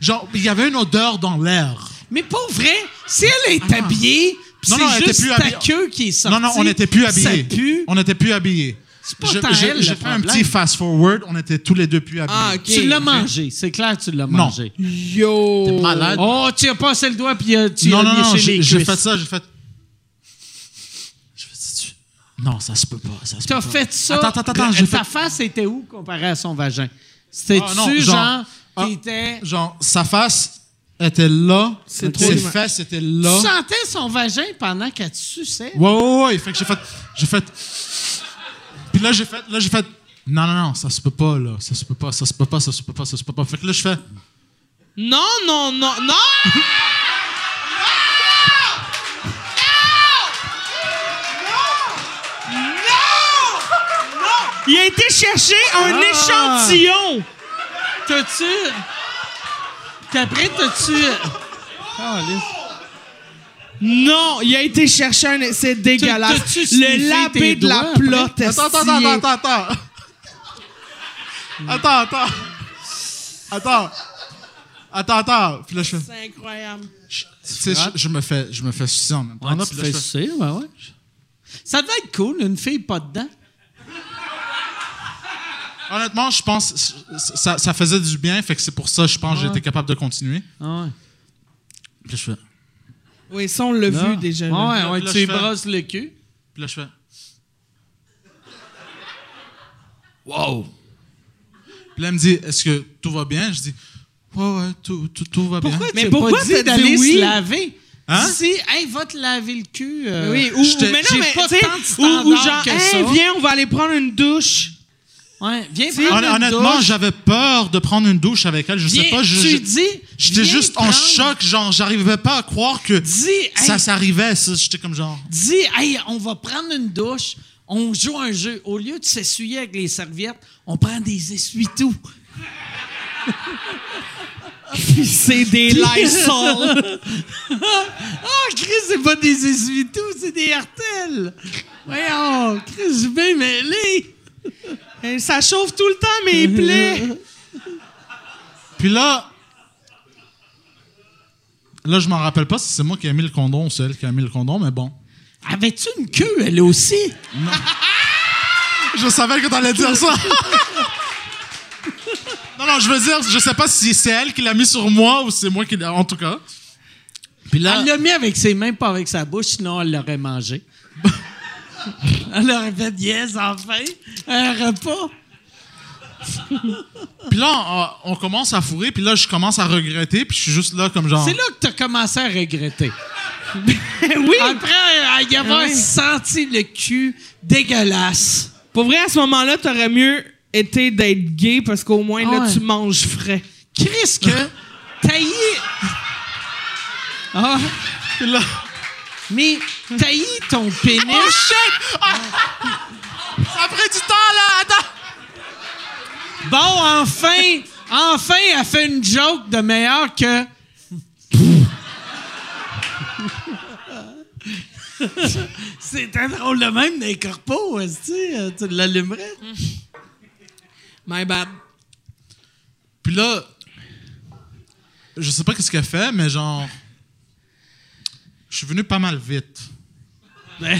Genre, il y avait une odeur dans l'air.
Mais pour vrai, si elle est habillée, puis
Non, non, elle
c'est
était
juste
plus
ta
habillée.
queue qui est sortie.
Non, non, on n'était plus habillés.
Ça pue.
On n'était plus habillés.
C'est pas
Je-
tant
je-
elle,
J'ai
le
fait un
problème.
petit fast-forward, on était tous les deux plus habillés.
Ah, OK.
Tu l'as mangé, c'est clair que tu l'as
Non.
mangé.
Yo.
Malade.
Oh, tu as passé le doigt, puis euh, tu
non,
as
non, non,
léché les
j'ai j'ai
cuisses.
fait ça, j'ai fait. J'ai fait ça, tu- Non, ça se peut pas. Ça se
T'as
peut pas.
fait ça.
Attends, attends, attends,
Ta
j'ai fait.
face était où comparée à son vagin? C'était-tu,
Ah, non, genre-
genre,
Ah.
t'étais-
Genre, sa face était là, ses
trop humain.
fesses étaient
Tu
là.
sentais son vagin pendant qu'elle te suçait?
Ouais, ouais, ouais. Fait que j'ai fait. J'ai fait. Puis là, j'ai fait. Là, j'ai fait. Non, non, non, ça se peut pas, là. Ça se peut pas, ça se peut pas, ça se peut pas, ça se peut pas. Fait que là, je fais.
Non, non, non, non! Il a été chercher un
Ah.
échantillon!
T'as-tu... Puis après, t'as-tu...
Non, il a été chercher un. C'est dégueulasse.
t'as-tu sniffé tes
Le lapé de la
doigts
plotte.
Attends, attends, attends, attends, attends. Attends, attends. Attends. Attends, attends. Puis là, je fais.
C'est incroyable.
Tu sais, je, je me fais, je me fais sucer en même temps.
On a
Puis là, je
fait
fais-
sucer, ouais, ouais. Ça devait être cool, une fille pas dedans.
Honnêtement, je pense que ça, ça faisait du bien, fait que c'est pour ça, je pense, que j'étais capable de continuer.
Ah ouais.
Puis là, je fais.
Oui, ça, on l'a vu déjà. là.
Ah ouais, ouais,
Là,
tu
je
y
fais-
brosses le cul.
Puis là, je fais.
Wow!
Puis là, elle me dit, est-ce que tout va bien? Je dis, ouais, ouais, tout, tout, tout va bien.
Pourquoi
Mais
tu as
pourquoi
pas
t'as
dit
dit
d'aller
oui?
se laver?
Hein?
Si, hey, va te laver le cul. euh,
Oui, ou,
je te-
ou- mais
j'ai
non, mais
pas
tu sais,
tant de
ou, ou
standards
genre,
que
hey,
ça.
viens, on va aller prendre une douche.
Ouais, viens
Hon-
prendre une
Honnêtement,
douche.
j'avais peur de prendre une douche avec elle. Je sais
Viens,
pas, je-
tu
je-
dis,
J'étais
viens
juste en
prendre-
choc, genre, j'arrivais pas à croire que
Dis, hey,
ça s'arrivait, ça. J'étais comme genre.
dis, hey, on va prendre une douche, on joue à un jeu. Au lieu de s'essuyer avec les serviettes, on prend des essuie-tout.
C'est des Lysol.
Ah, Chris, c'est pas des essuie-tout, c'est des artelles. Voyons, Chris, je vais mêler.
Euh, ça chauffe tout le temps, mais il plaît.
Puis là. Là, je m'en rappelle pas si c'est moi qui ai mis le condom ou c'est elle qui a mis le condom, mais bon.
Avais-tu une queue, elle aussi?
Je savais que t'allais dire ça. non, non, je veux dire, je sais pas si c'est elle qui l'a mis sur moi ou c'est moi qui l'a. En tout cas. Puis là.
Ah.
Elle l'a mis avec ses mains, pas avec sa bouche, sinon elle l'aurait mangé. elle aurait fait yes, enfin, un repas.
Puis là, on, on commence à fourrer, puis là, je commence à regretter, puis je suis juste là comme genre.
C'est là que tu as commencé à regretter.
oui. Ah
Après à y avoir
Oui.
senti le cul dégueulasse.
Pour vrai, à ce moment-là, t'aurais mieux été d'être gay parce qu'au moins, là,
Ouais.
tu manges frais.
Chris, que taillé. Ah,
Puis là-
mais taillé ton pénis.
Ah! Ça a pris du temps, là! Attends!
Bon, enfin, enfin, elle fait une joke de meilleur que. C'était drôle de même des corpos, est-ce que, euh, tu l'allumerais?
My bad.
Puis là, je sais pas qu'est-ce qu'elle fait, mais genre. Je suis venu pas mal vite.
Ben,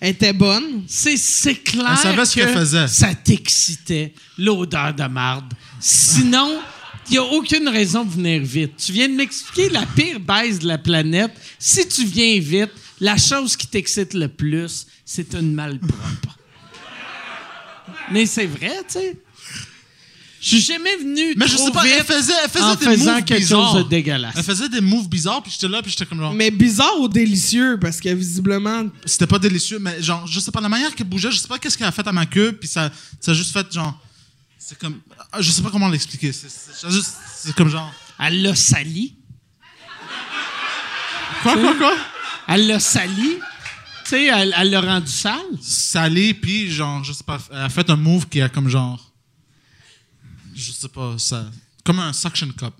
Elle était bonne.
C'est, c'est clair.
Elle savait ce
que
qu'elle faisait.
Ça t'excitait, l'odeur de marde. Sinon, il n'y a aucune raison de venir vite. Tu viens de m'expliquer la pire baisse de la planète. Si tu viens vite, la chose qui t'excite le plus, c'est une malpropre. Mais c'est vrai, tu sais. Je suis jamais venu
Mais je
trop
sais pas, elle
vite
faisait, elle faisait
en
des
faisant
moves
quelque
bizarres.
chose de dégueulasse.
Elle faisait des moves bizarres, puis j'étais là, puis j'étais comme genre.
Mais bizarre ou délicieux parce que visiblement,
C'était pas délicieux, mais genre, je sais pas, la manière qu'elle bougeait, je sais pas qu'est-ce qu'elle a fait à ma queue, puis ça, ça a juste fait genre. C'est comme. ah, Je sais pas comment l'expliquer. C'est- C'est c'est juste. C'est comme genre.
Elle l'a sali.
Quoi, quoi, quoi?
Elle l'a sali. Tu sais, elle elle l'a rendu sale.
Salé, puis genre, je sais pas, elle a fait un move qui a comme genre. Je sais pas, ça. Comme un suction cup.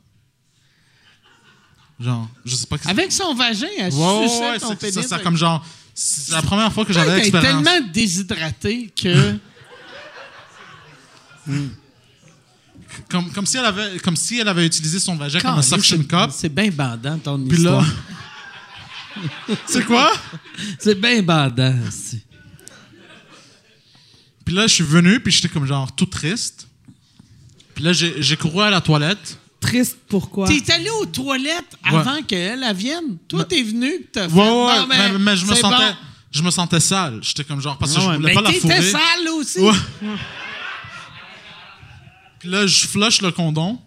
Genre, je sais pas. que-
Avec son vagin, elle
Ouais,
suçait
ouais, ouais,
ton
c'est-
pénis.
ça, ça comme genre. C'est la première fois que j'avais
Elle est
l'expérience. Hein?
tellement déshydratée que.
Comme, comme, si elle avait, comme si elle avait utilisé son vagin comme un suction
C'est-
cup.
C'est bien bandant, ton
Puis là.
histoire.
c'est quoi?
C'est bien bandant. c'est-
Puis là, je suis venu, puis j'étais comme genre tout triste. Puis là, j'ai j'ai couru à la toilette.
triste pourquoi.
T'es allé aux toilettes
Ah. Ouais.
avant qu'elle elle vienne. Toi, t'es venu pis t'as fait.
Ouais, ouais,
Bon, ben,
ouais, mais, mais je me
c'est
sentais.
bon.
Je me sentais sale. J'étais comme genre, parce que
Ouais,
je voulais pas
mais
la
t'étais
fourrer.
sale aussi.
Ouais. Puis là, je flush le condom.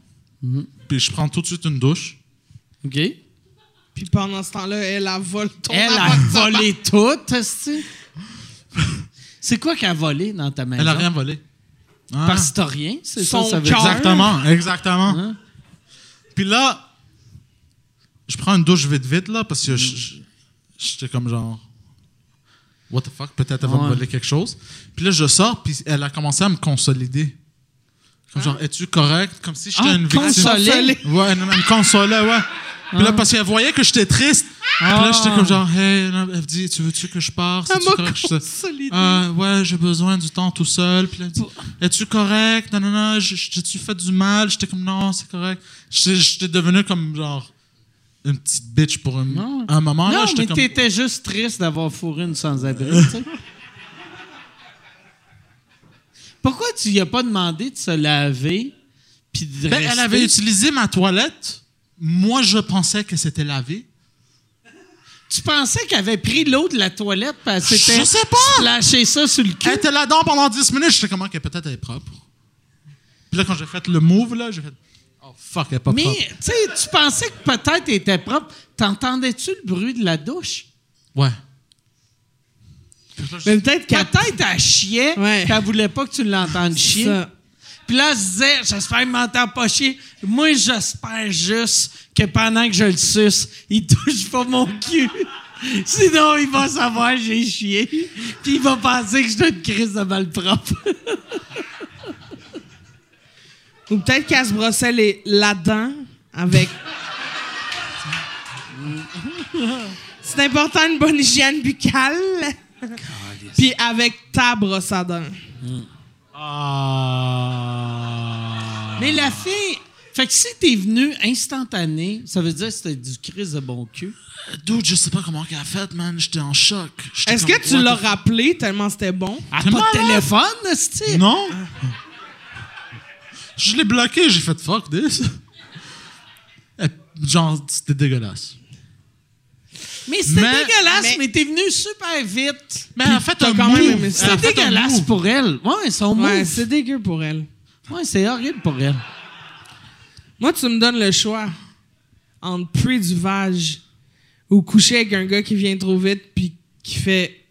Mhm.
Puis je prends tout de suite une douche.
OK.
Puis pendant ce temps-là, elle a volé ton
Elle a
appartement.
volé tout, esti. C'est quoi qu'elle a volé dans ta maison?
Elle a rien volé. Hein?
Parce que t'as rien, c'est ça,
Son
ça veut
cœur.
dire.
Exactement, exactement.
Hein?
Puis là, je prends une douche vite vite là parce que
Mm.
je- je- j'étais comme genre what the fuck, peut-être elle va me
Ouais.
voler quelque chose. Puis là je sors puis elle a commencé à me consolider. Comme genre es-tu correct comme si j'étais
Hein? Ah,
une victime.
consoler.
Ouais, elle me consolait, ouais. Puis
Ah.
là, parce qu'elle voyait que j'étais triste. Puis là, j'étais comme genre, hey, là, elle me dit, tu veux-tu que je parte?
Elle
C'est-tu
m'a
correct que je te-
consolidée.
Ah, ouais, j'ai besoin du temps tout seul. Puis là, elle dit, es-tu correct? Non, non, non, je- je- j'ai-tu fait du mal? J'étais comme, non, c'est correct. J'étais j'étais devenu comme genre une petite bitch pour un, un moment. Ah, là,
Non,
j'étais
mais
comme,
t'étais juste triste d'avoir fourré une sans-abri, tu sais. Pourquoi tu lui as pas demandé de se laver puis de
Ben, elle
rester?
avait utilisé ma toilette. Moi, je pensais que c'était lavé.
Tu pensais qu'elle avait pris l'eau de la toilette puis elle s'était
Je sais pas!
splashé ça sur le cul?
Elle était là-dedans pendant 10 minutes. Je sais comment qu'elle peut-être elle est propre. Puis là, quand j'ai fait le move, là, j'ai fait Oh fuck, elle est pas
Mais,
propre.
tu sais, tu pensais que peut-être elle était propre. T'entendais-tu le bruit de la douche?
Ouais.
Mais peut-être qu'elle
Peut-être elle chiait,
Ouais.
puis elle voulait pas que tu l'entendes chier.
ça.
Puis là, elle se disait, j'espère qu'il m'entend pas chier. Moi, j'espère juste que pendant que je le suce, il touche pas mon cul. Sinon, il va savoir que j'ai chié. Puis il va penser que je suis une crise de malpropre.
Ou peut-être qu'elle se brossait les, la dent avec. C'est important une bonne hygiène buccale. Puis avec ta brosse à dents.
Ah.
Mais la fille... Fait que si t'es venu instantané, ça veut dire que c'était du crise de bon cul.
Dude, je sais pas comment qu'elle a fait, man. J'étais en choc. J'étais
Est-ce
comme,
que tu
what the
l'as
fuck?
rappelé tellement c'était bon?
Ah, pas de téléphone, cest
Non! Je l'ai bloqué, j'ai fait fuck this. Elle- Genre, c'était dégueulasse.
Mais c'était
Mais-
dégueulasse, mais,
mais-
t'es venu super vite.
Mais elle a fait
t'as
un
quand même
move.
aimé ça.
Elle a
C'était
fait un
dégueulasse
move.
pour elle. Ouais, son move.
Ouais, c'est dégueu pour elle.
Ouais, c'est horrible pour elle.
Moi, tu me donnes le choix entre prix du vage ou coucher avec un gars qui vient trop vite puis qui fait.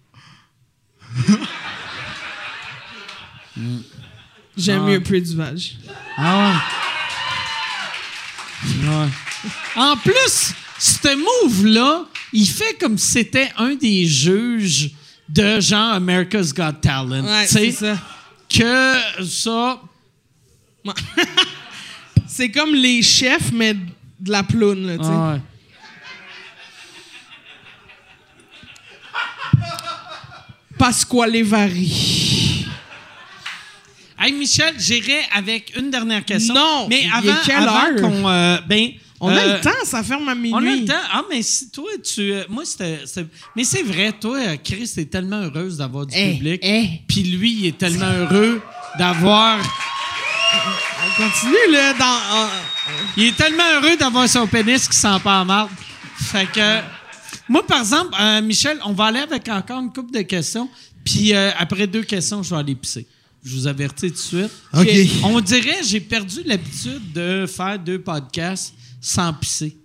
J'aime
Ah.
mieux prix du vage.
En plus, ce move-là, il fait comme si c'était un des juges de genre America's Got Talent.
Ouais,
tu sais,
c'est ça.
Que ça.
C'est comme les chefs, mais de la ploune, là, tu sais.
Ah, ouais.
Pasquale Vari.
Hey, Michel, j'irai avec une dernière question.
Non,
mais
il est
avant,
quelle
avant
heure?
qu'on. euh, ben,
On a
euh,
le temps, ça ferme à minuit.
On a le temps. Ah, mais si toi, tu. euh, moi, c'était. c'était- Mais c'est vrai, toi, euh, Chris, t'es tellement heureuse d'avoir du
Eh,
public. Puis lui, il est tellement heureux d'avoir.
On continue, là, dans... en- euh,
Il est tellement heureux d'avoir son pénis qui sent pas en marde. Fait que. Moi, par exemple, euh, Michel, on va aller avec encore une couple de questions. Puis euh, après deux questions, je vais aller pisser. Je vous avertis tout de suite.
OK.
On dirait, j'ai perdu l'habitude de faire deux podcasts sans pisser.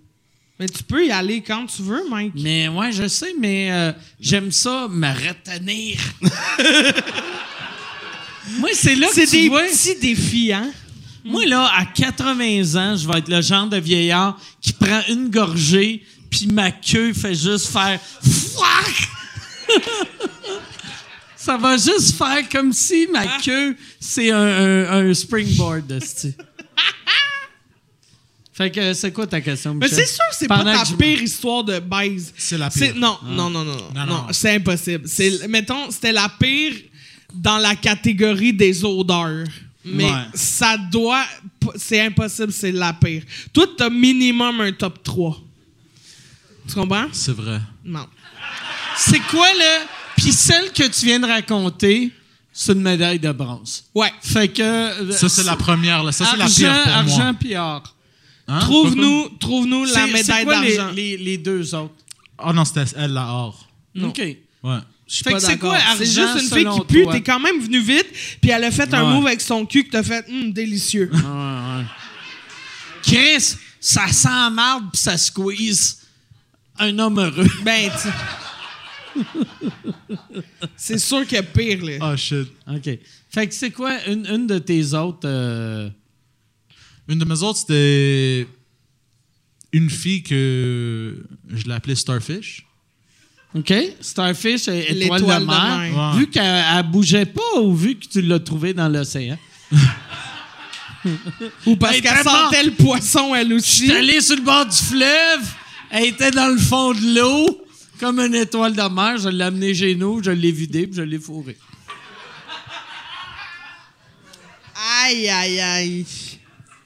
Mais tu peux y aller quand tu veux, Mike.
Mais ouais, je sais, mais euh, j'aime ça me retenir. moi, c'est là que
C'est
tu
des
vois.
petits défis, hein?
Moi, là, à 80 ans, je vais être le genre de vieillard qui prend une gorgée, puis ma queue fait juste faire Fuck! Ça va juste faire comme si ma
Ah.
queue, c'est un, un- un springboard de style. Fait que c'est quoi ta question,
Mais
Michel?
c'est sûr que c'est pas
Pendant
ta
que je-
pire histoire de baise.
C'est la
C'est-
pire.
Non, non, non, non, non,
Non,
non,
non.
c'est impossible. C'est, mettons, c'était la pire dans la catégorie des odeurs. Mais
Ouais.
ça doit... C'est impossible, c'est la pire. Toi, t'as minimum un top 3. Tu comprends?
C'est vrai.
Non.
C'est quoi le. Puis celle que tu viens de raconter, c'est une médaille de bronze.
Ouais.
Fait que. euh,
Ça, c'est la première, là. Ça, c'est la
argent-
pire pour
Argent,
moi.
puis or.
Hein?
Trouve-nous, trouve-nous
C'est-
la
c'est
médaille
quoi les-
d'argent.
Les, les deux autres.
Oh non, c'était elle, la or.
OK. Fait
Ouais.
que c'est quoi argent?
C'est juste une fille qui
selon
pue,
toi?
t'es quand même venu vite, puis elle a fait un
Ouais.
move avec son cul que t'as fait Hum, délicieux.
Chris, ça sent marde puis ça squeeze. Un homme heureux.
ben, tu- C'est sûr qu'il y a pire, là.
Oh shit.
OK. Fait que c'est quoi une, une de tes autres. euh,
Une de mes autres, c'était une fille que je l'appelais Starfish.
OK? Starfish, é- étoile,
L'étoile
de
de
mer.
mer.
Ouais.
Vu qu'elle elle bougeait pas ou vu que tu l'as trouvée dans l'océan?
Ou parce
Hey,
qu'elle
très
sentait le poisson, elle aussi.
J'étais allé sur le bord du fleuve, elle était dans le fond de l'eau, comme une étoile de mer. Je l'ai amenée chez nous, je l'ai vidée, puis je l'ai fourrée.
Aïe, aïe, aïe.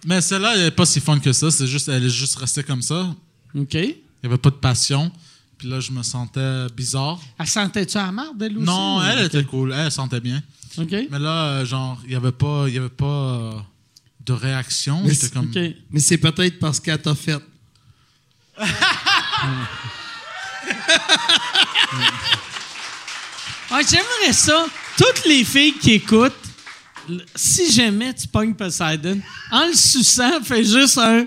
Mais celle-là, elle est pas si fun que ça. C'est juste, elle est juste restée comme ça.
OK? Elle
Il n'y avait pas de passion. Puis là, je me sentais bizarre.
sentait-tu la marde, elle aussi?
Non,
ou-
elle était cool. Elle, elle sentait bien.
OK?
Mais là, euh, genre, il n'y avait pas, il y avait pas euh, de réaction. J'étais comme.
OK.
Mais c'est peut-être parce qu'elle t'a fait.
Ah, j'aimerais ça. Toutes les filles qui écoutent, l- si jamais tu pognes Poseidon, en le suçant, fais juste un.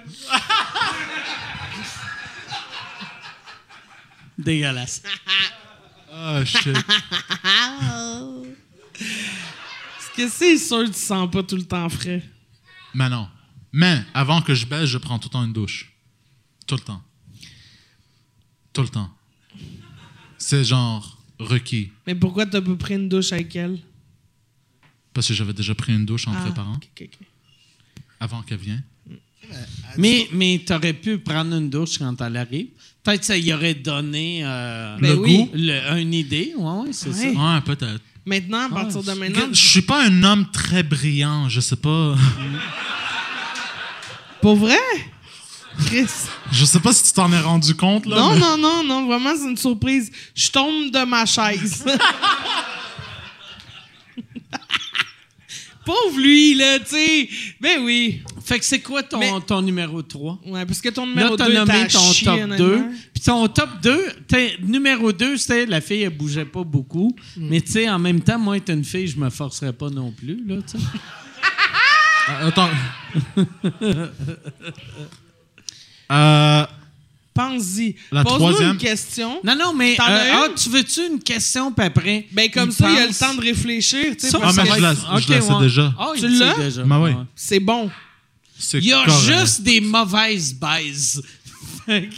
Dégueulasse.
Ah, shit.
Est-ce que c'est sûr que tu sens pas tout le temps frais?
Mais non. Mais avant que je baisse, je prends tout le temps une douche. Tout le temps. Tout le temps. C'est genre requis.
Mais pourquoi t'as pas pris une douche avec elle?
Parce que j'avais déjà pris une douche en
Ah,
préparant,
ok, ok, ok.
avant qu'elle vienne.
Mais, mais t'aurais pu prendre une douche quand elle arrive. Peut-être que ça y aurait donné euh,
Ben
le
oui.
goût.
le- une idée. Ouais, ouais, c'est
Ouais.
Ouais, peut-être.
Maintenant, à partir de maintenant,
Je suis pas un homme très brillant, je sais pas.
pour vrai? Chris.
Je sais pas si tu t'en es rendu compte, là.
Non,
mais-
non, non, non, vraiment, c'est une surprise. Je tombe de ma chaise. Pauvre lui, là, tu sais. Ben oui.
ça. Fait que c'est quoi ton,
Mais-
ton numéro 3?
Ouais, parce que ton
Là,
numéro 2
t'as
est
nommé
à
ton
chier,
top
honnêtement.
2. Puis ton top 2, t'es- numéro 2, c'était la fille, elle bougeait pas beaucoup.
Mm.
Mais tu sais, en même temps, moi, être une fille, je me forcerais pas non plus. Là, tu sais.
Euh, Attends. Euh,
Pense-y.
La
Pose-nous
troisième.
une question.
non, non, mais
T'en as
euh, ah,
une?
tu veux-tu une question, puis après.
Ben comme ça, il a le temps de réfléchir, tu sais.
Ah,
parce
mais
que
moi, je la- je la sais déjà.
tu
Tu l'as?
l'as? déjà.
Ben oui.
Ouais.
C'est bon.
c'est
Il y a
correct.
juste des mauvaises baises. Fait que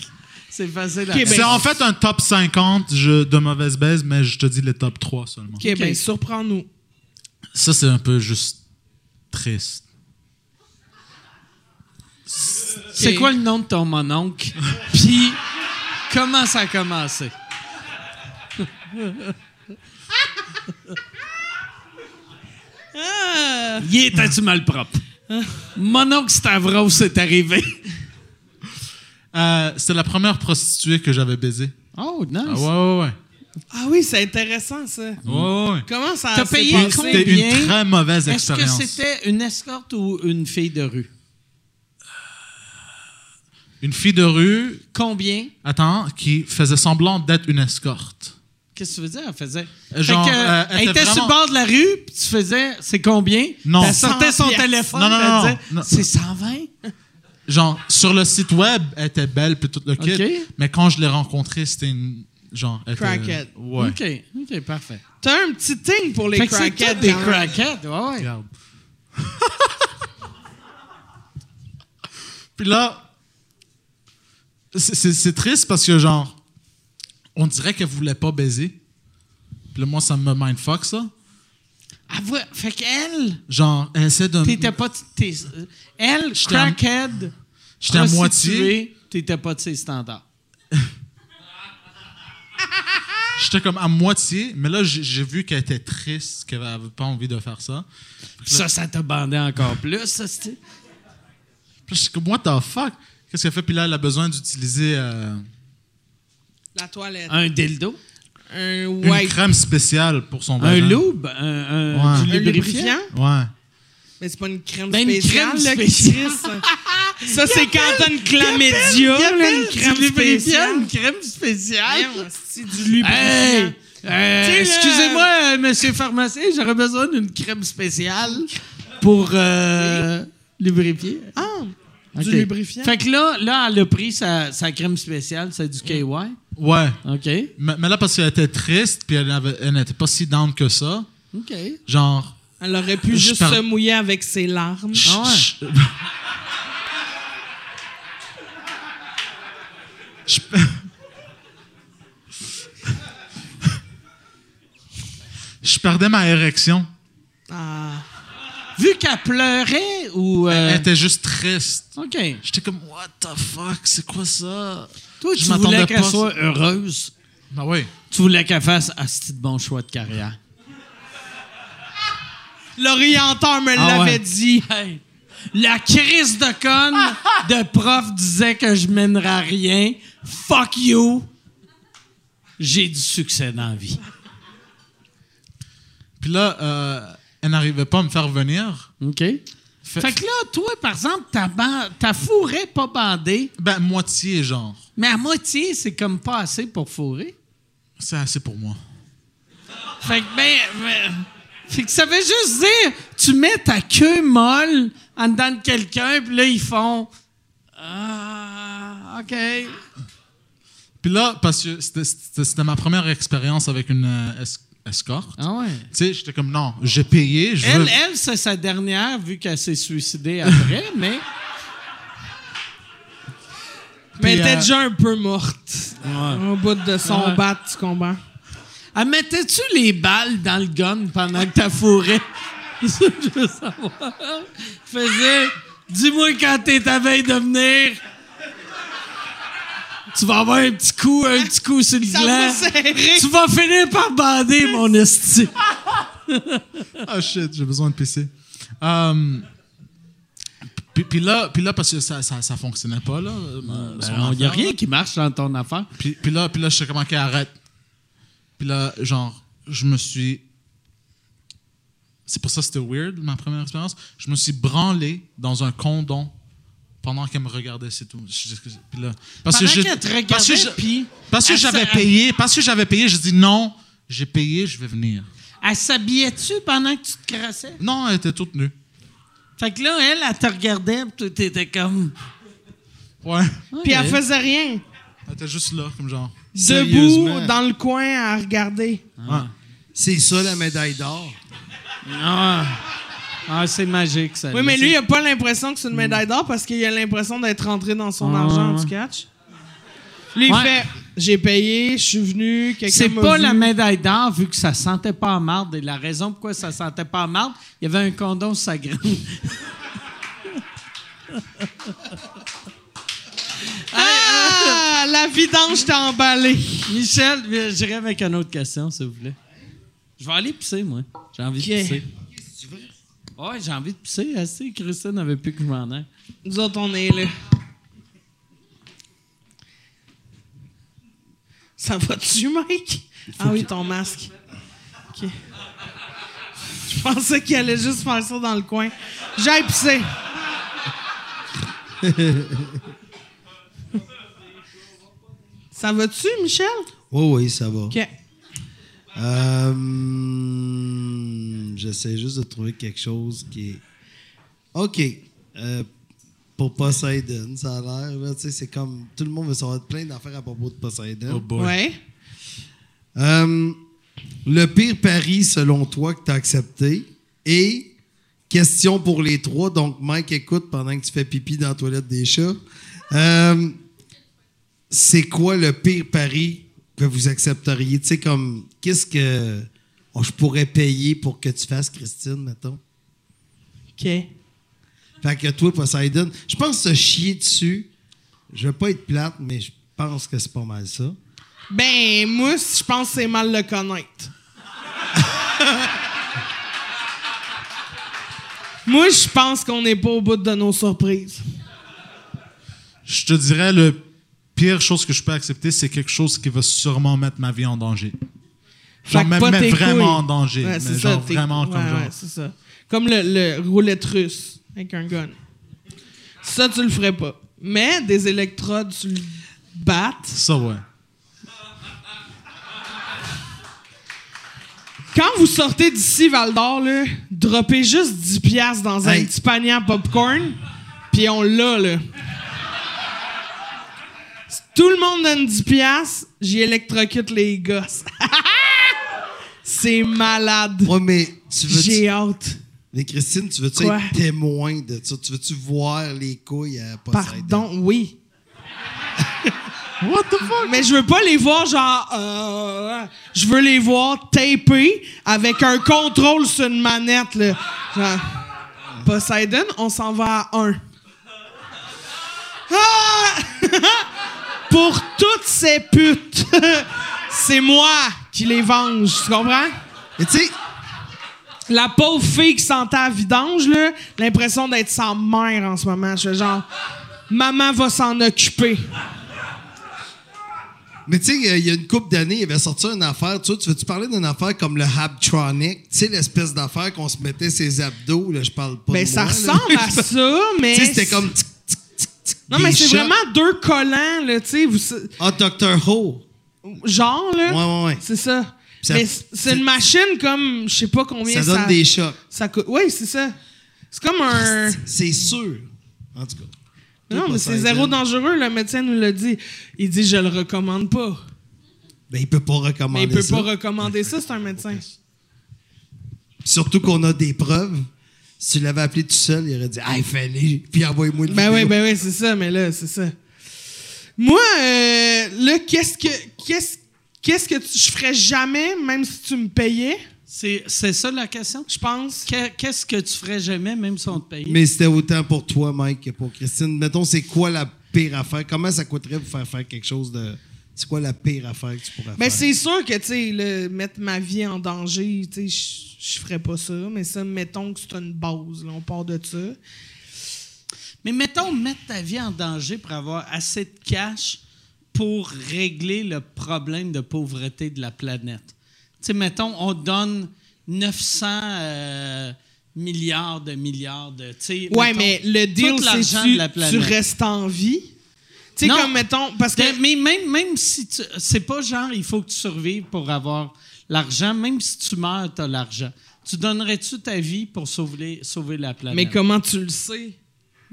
c'est facile à
Ok, ben-
C'est en fait un top 50 jeu de mauvaise baise, mais je te dis les top 3 seulement.
OK, ben surprends-nous.
Ça, c'est un peu juste triste.
C'est quoi le nom de ton mononcle? Puis comment ça a commencé? Il était-tu malpropre? Ah. Mononcle Stavros est arrivé.
Euh, c'est la première prostituée que j'avais baisée.
Oh, nice.
Ah, ouais, ouais, ouais.
Ah oui, c'est intéressant ça.
ouais, ouais.
Comment ça
T'as
s'est
payé
passé?
combien?
C'était
Combien
une très mauvaise
Est-ce que
expérience.
c'était une escorte ou une fille de rue?
Une fille de rue,
Combien?
attends, qui faisait semblant d'être une escorte.
Qu'est-ce que tu veux dire? Elle faisait.
Genre,
Fait que,
euh, elle
elle était
était
sur
vraiment-
le bord de la rue, puis tu faisais, c'est combien?
Non.
Elle sortait son
100 piastres.
téléphone,
Non, non,
puis elle
non,
disait, c'est
non.
120?
Genre, sur le site web, elle était belle, puis tout le kit.
Ok.
Mais quand je l'ai rencontrée, c'était une. Genre, elle était-
Crackhead.
Ouais.
OK, OK, parfait.
T'as un petit thing pour les
fait que c'est
crackheads. hein?
toutes des
quand même.
crackheads, hein. ouais, ouais.
Regarde. Puis là, c'est- c'est c'est triste parce que, genre, on dirait qu'elle voulait pas baiser. Puis là, moi, ça me mindfuck, ça.
Ah, ouais, Fait qu'elle,
Genre, elle essaie de.
t'étais pas... de- t'es- elle,
J'étais à-
crackhead,
J'étais à moitié.
prostituée, t'étais pas de ses standards.
J'étais comme à moitié. Mais là, j'ai j'ai vu qu'elle était triste, qu'elle avait pas envie de faire ça.
Ça, ça te bandait encore plus, ça, c'est...
Puis je suis comme, what the fuck? Qu'est-ce qu'elle fait? Puis là, elle a besoin d'utiliser euh,
La toilette.
Un dildo,
Un
une
white.
crème spéciale pour son
un
vagin.
lube, un, un-
Ouais.
du
Un
lubrifiant.
lubrifiant?
Ouais.
Mais c'est pas une crème
Ben, une
spéciale,
crème
là, qui
spéciale.
crisse. Ça, c'est quand t'as une chlamydia,
Il y
là,
avait
une crème
du lubrifiant,
spéciale.
une crème spéciale.
Voyons, c'est du lubrifiant.
Hey! Euh,
Tu sais,
Excusez-moi, euh, monsieur pharmacien, j'aurais besoin d'une crème spéciale pour euh, lubrifier.
Ah,
Ok.
du lubrifiant.
Fait que là, là, elle a pris sa, sa crème spéciale, c'est du KY.
Ouais.
OK.
Mais, mais là, parce qu'elle était triste, puis elle avait- elle n'était pas si down que ça.
OK.
Genre.
Elle aurait pu
Je
juste
parle-
se mouiller avec ses larmes.
Ah ouais.
je- Je- Je perdais ma érection.
Ah.
vu qu'elle pleurait ou. euh,
Elle était juste triste.
Euh,
OK.
J'étais comme, what the fuck, c'est quoi ça?
Toi,
Je
tu
m'attendais
voulais qu'elle
pas.
soit heureuse.
Ah oui.
Tu voulais qu'elle fasse un petit bon choix de carrière.
L'orienteur me
Ah ouais.
l'avait dit.
Hey, la crise de conne de prof disait que je mènerais à rien. Fuck you. J'ai du succès dans la vie.
Puis là, euh, elle n'arrivait pas à me faire venir.
OK? Fait, que là, toi, par exemple, ta, ban- ta fourrée pas bandée,
Ben, moitié, genre.
mais à moitié, c'est comme pas assez pour fourrer.
C'est assez pour moi.
Fait que, ben, ben, fait que ça veut juste dire, tu mets ta queue molle en dedans de quelqu'un, puis là, ils font. Ah, OK.
Puis là, parce que c'était- c'était c'était ma première expérience avec une euh, es- escorte.
Ah ouais.
Tu sais, j'étais comme, non, j'ai payé, je veux...
Elle, elle c'est sa dernière, vu qu'elle s'est suicidée après, mais.
Mais elle
Puis,
était
euh,
déjà un peu morte. Au bout de son
Ouais.
bat, tu comprends?
Elle mettait-tu les balles dans le gun pendant que t'as fourré? Ça, je veux savoir. Faisais, dis-moi quand t'es ta veille de venir. Tu vas avoir un petit coup, un petit coup sur le
Ça va
gland.
serrer.
Tu vas finir par bander, mon esti.
Ah shit, j'ai besoin de pisser. Um, puis, puis là, puis là, parce que ça, ça, ça fonctionnait pas, là. ma- son
Il n'y a ben,
affaire,
rien
là.
qui marche dans ton affaire.
Puis, puis là, puis là, je sais comment qu'elle arrête. Puis là, genre, je me suis... C'est pour ça que c'était weird, ma première expérience. Je me suis branlé dans un condom pendant qu'elle me regardait, c'est tout. Je- je- Puis là, parce
Pendant
je-
qu'elle te regardait,
parce que je-
puis
parce que
elle
j'avais
se-
payé, parce que j'avais payé, je dis non, j'ai payé, je vais venir.
Elle s'habillait-tu pendant que tu te crassais?
Non, elle était toute nue.
Fait que là, elle, elle te regardait, pis toi, t'étais comme.
Ouais.
Puis elle
Ok.
faisait rien.
Elle était juste là, comme genre.
Debout,
Sérieusement.
dans le coin, à regarder.
C'est ça la médaille d'or.
Ah, Ah, c'est magique, ça.
Oui, mais lui, il a pas l'impression que c'est une médaille d'or parce qu'il a l'impression d'être rentré dans son
Hmm. Ah,
argent,
ouais.
tu catch? Lui, il
Ouais.
fait J'ai payé, je suis venu, quelqu'un
C'est
m'a
pas
vu.
la médaille d'or, vu que ça sentait pas en marde. Et la raison pourquoi ça sentait pas en marde, il y avait un condom sur sa graine.
Ah, la vidange t'a emballé.
Michel, j'irai avec une autre question, s'il vous plaît. Je vais aller pisser, moi. J'ai envie
Ok.
de pisser. Ouais, j'ai envie de pisser. Assez, Christine n'avait plus que je m'en aille.
Nous autres, on est là. Ça va-tu, Mike? Ah oui, ton masque. OK. Je pensais qu'il allait juste faire ça dans le coin. J'ai pisser. ça va-tu, Michel?
Oui, oui, ça va.
OK.
Euh, J'essaie juste de trouver quelque chose qui est. OK. Euh, pour Poseidon, ça a l'air. là, tu sais, C'est comme. Tout le monde veut savoir plein d'affaires à propos de Poseidon.
oh
Ouais.
Euh, le pire pari selon toi que tu as accepté et question pour les trois. Donc, Mike, écoute pendant que tu fais pipi dans la toilette des chats. Euh, c'est quoi le pire pari que vous accepteriez? Tu sais, comme, qu'est-ce que oh, je pourrais payer pour que tu fasses, Christine, mettons?
OK.
Fait que toi, Poseidon, je pense se chier dessus. Je veux pas être plate, mais je pense que c'est pas mal ça.
Ben, moi, je pense que c'est mal le connaître. moi, je pense qu'on n'est pas au bout de nos surprises.
Je te dirais, le pire chose que je peux accepter, c'est quelque chose qui va sûrement mettre ma vie en danger. Genre,
Fait que
me
pas
mettre
tes
vraiment
couilles.
en danger.
Ouais,
mais
c'est ça,
genre,
tes-
vraiment comme
ouais,
genre.
ouais, c'est ça. Comme le, le roulette russe avec un gun. Ça, tu le ferais pas. Mais des électrodes, tu le battes.
Ça, ouais.
Quand vous sortez d'ici, Val d'Or, là, droppez juste 10 piastres dans un
Hey.
petit panier à popcorn, puis on l'a, là. Si tout le monde donne 10 piastres, j'y électrocute les gosses. C'est malade.
Ouais, mais tu veux.
J'ai hâte.
Mais Christine, tu veux-tu
Quoi?
être témoin de ça? Tu veux-tu voir les couilles à Poseidon?
Pardon, oui. What the fuck? Mais je veux pas les voir genre. euh, je veux les voir tapés avec un contrôle sur une manette, là. Genre, Poseidon, on s'en va à 1. Ah! Pour toutes ces putes, c'est moi qui les venge, tu comprends?
Mais tu sais,
La pauvre fille qui sentait à vidange, là, l'impression d'être sans mère en ce moment. Je fais genre, maman va s'en occuper.
Ah, Mais tu sais, il y a une couple d'années, il avait sorti une affaire. Tu, vois, tu veux-tu parler d'une affaire comme le Habtronic? Tu sais, l'espèce d'affaire qu'on se mettait ses abdos, là, je parle pas
Ben,
de
ça
moi, là.
ressemble à ça, mais.
Tu sais, c'était comme... tic, tic, tic, tic,
Non,
des
mais c'est
shots.
vraiment deux collants, là, tu sais. vous-
Ah, Dr. Ho.
Genre, là.
Ouais, ouais, ouais.
C'est ça.
ça-
Mais c'est c'est une machine comme, je sais pas combien
Ça donne des Ah, chocs.
Ça coûte. Oui, c'est ça. C'est comme un.
C'est sûr. En tout cas.
Non, mais c'est
Poseidon.
zéro dangereux, le médecin nous l'a dit. Il dit, je le recommande pas.
Ben, il peut pas recommander
Mais il peut
ça.
pas recommander ça, c'est un médecin.
Surtout qu'on a des preuves. Si tu l'avais appelé tout seul, il aurait dit « Hey, fallait, puis envoie-moi une
Ben oui,
vidéo.
ben oui, c'est ça, mais là, c'est ça. Moi, euh, là, qu'est-ce que. Qu'est-ce Qu'est-ce que tu- je ferais jamais, même si tu me payais,
C'est c'est ça la question?
je pense?
Que- Qu'est-ce que tu ferais jamais, même si on te payait?
Mais c'était autant pour toi, Mike, que pour Christine. Mettons, c'est quoi la pire affaire? Comment ça coûterait vous faire faire quelque chose de... C'est quoi la pire affaire que tu pourrais
Ben,
faire?
c'est sûr que, tu sais, là, mettre ma vie en danger, tu sais, je je ferais pas ça, mais ça, mettons que c'est une base, là, on part de ça.
Mais mettons, mettre ta vie en danger pour avoir assez de cash pour régler le problème de pauvreté de la planète. Tu sais, mettons, on donne 900 euh, milliards de milliards de. tu sais,
Ouais,
mettons,
mais le deal,
tout
c'est
l'argent
tu,
de la planète.
tu restes en vie. Tu sais,
Non.
comme, mettons, parce que...
De- mais même, même si tu. C'est pas genre, il faut que tu survives pour avoir l'argent. Même si tu meurs, tu as l'argent. Tu donnerais-tu ta vie pour sauver, sauver la planète?
Mais comment tu le sais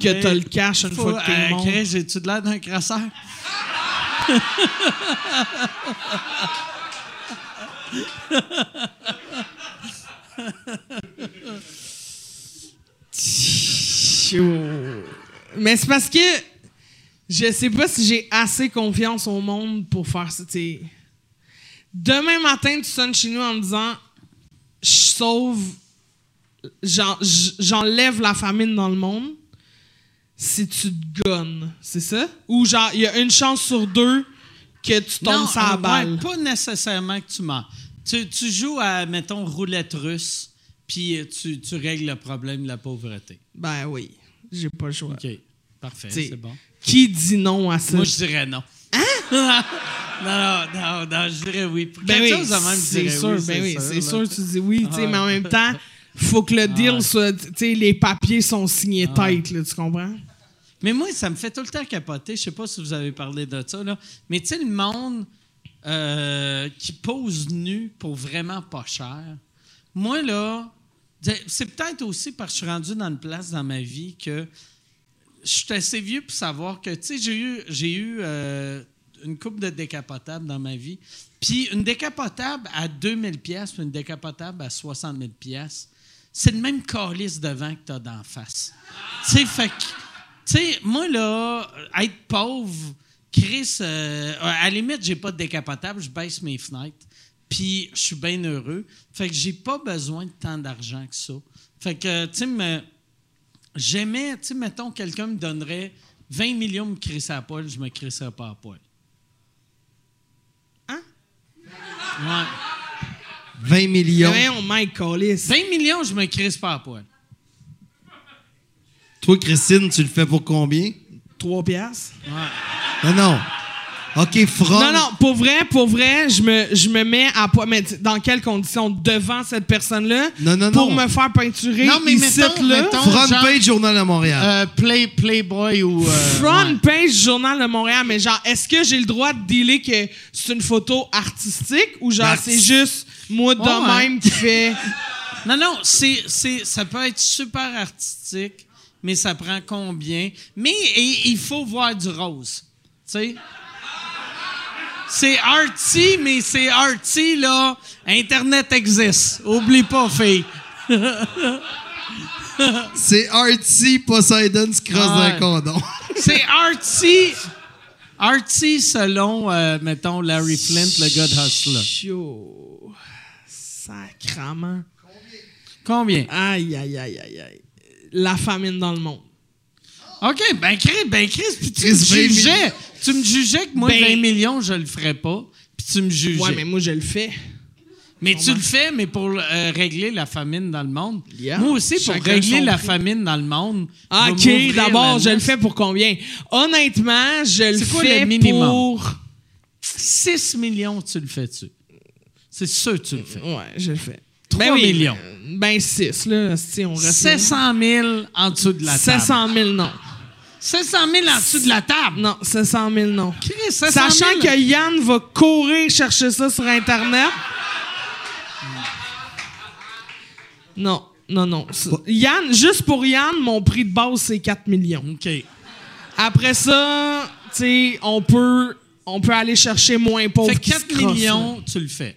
que
Mais
t'as le cash une
Ben, Faut-
fois que t'es
euh,
mort?
Chris, J'ai-tu de l'air d'un crasseur?
Mais c'est parce que je sais pas si j'ai assez confiance au monde pour faire ça. t'sais. Demain matin, tu sonnes chez nous en me disant Je sauve, j'en- j- j'enlève la famine dans le monde si tu te gonnes, c'est ça? Ou genre, il y a une chance sur deux que tu tombes
Non,
sur la
ouais,
balle.
pas nécessairement que tu meurs. Tu, tu joues à, mettons, roulette russe, puis euh, tu, tu règles le problème de la pauvreté.
Ben oui, j'ai pas le choix.
OK. Parfait,
T'sais,
c'est bon.
Qui dit non à ça?
Moi, je dirais non. Hein? non, non, non, non, je dirais oui. Pour
Ben
quelque
oui,
chose de même, je
c'est
dirais
sûr,
oui,
ben oui, c'est sûr,
là.
tu dis oui, tu sais,
Ah.
mais en même temps, faut que le deal
ouais.
soit, tu sais, les papiers sont signés tête, là, tu comprends?
Mais moi, ça me fait tout le temps capoter. Je sais pas si vous avez parlé de ça, là. Mais tu sais, le monde euh, qui pose nu pour vraiment pas cher. Moi, là, c'est- c'est peut-être aussi parce que je suis rendu dans une place dans ma vie que je suis assez vieux pour savoir que, tu sais, j'ai eu, j'ai eu euh, une coupe de décapotables dans ma vie. Puis une décapotable à 2000 pièces, une décapotable à 60 000 pièces, c'est le même calice de vent que tu as d'en face. Tu sais, fait que, tu sais, moi, là, être pauvre, Chris, euh, à la limite, j'ai pas de décapotable, je baisse mes fenêtres. Puis je suis bien heureux. Fait que j'ai pas besoin de tant d'argent que ça. Fait que, tu sais, me- j'aimais, tu sais, mettons, quelqu'un me donnerait 20 millions, me crisser à poil, je me crisserais pas à poil.
Hein?
Ouais.
20 millions.
Mais on Mike Collis.
20 millions, je me crisse pas à poil.
Toi, Christine, tu le fais pour combien?
3 piastres.
Non, non. OK, From.
Non, non, pour vrai, pour vrai, je me, je me mets à poil. Mais tu- dans quelles conditions? Devant cette personne-là?
Non, non,
Pour
non.
me faire peinturer
Non, mais
ici,
mettons-
là?
mettons-
Front
Genre- Euh.
page Journal à Montréal.
play, Playboy ou. euh,
Front page du Journal de Montréal, mais genre, est-ce que j'ai le droit de dealer que c'est une photo artistique ou genre,
Ben,
c'est juste moi de
ouais.
même qui fait.
Non, non, c'est, c'est, ça peut être super artistique, mais ça prend combien? Mais et- il faut voir du rose. Tu sais? C'est arty, mais c'est arty, là. Internet existe. Oublie pas, fille.
C'est Artie Poseidon se crosse
Ah ouais.
d'un condom.
C'est arty. Arty selon, euh, mettons, Larry Flint, le gars de Hustler.
Chio. Sacrement.
Combien?
Aïe, aïe, aïe, aïe, aïe. la famine dans le monde.
OK, ben Chris, ben Chris, puis tu me
Chris, 20
jugeais. Tu me jugeais que moi,
Ben-
20 millions, je le ferais pas. Puis tu me jugeais.
Ouais, mais
mais
moi, je le fais.
tu le fais, mais pour euh, régler la famine dans le monde.
Yeah.
Moi aussi, pour
Chacun
régler
son
la
prix.
famine dans le monde. je vais
OK,
m'ouvrir
d'abord,
la
je le
liste.
fais pour combien? Honnêtement, je le
C'est quoi le
fais
minimum?
pour...
6 millions, tu le fais-tu? C'est sûr que tu le fais.
Ouais, je le fais.
3 millions.
Ben 6, là. Si on reste... là.
700 000 en dessous de la table.
700 000, non.
700 000 en dessous de la table.
Non, 700 000, non.
Chris, 700 000.
Sachant que Yann va courir chercher ça sur Internet. Non, non, non. C'est- Yann, juste pour Yann, mon prix de base, c'est 4 millions.
OK.
Après ça, tu sais, on peut, on peut aller chercher moins pauvre.
Fait que
qui se
4
crossent, là.
millions, tu le fais.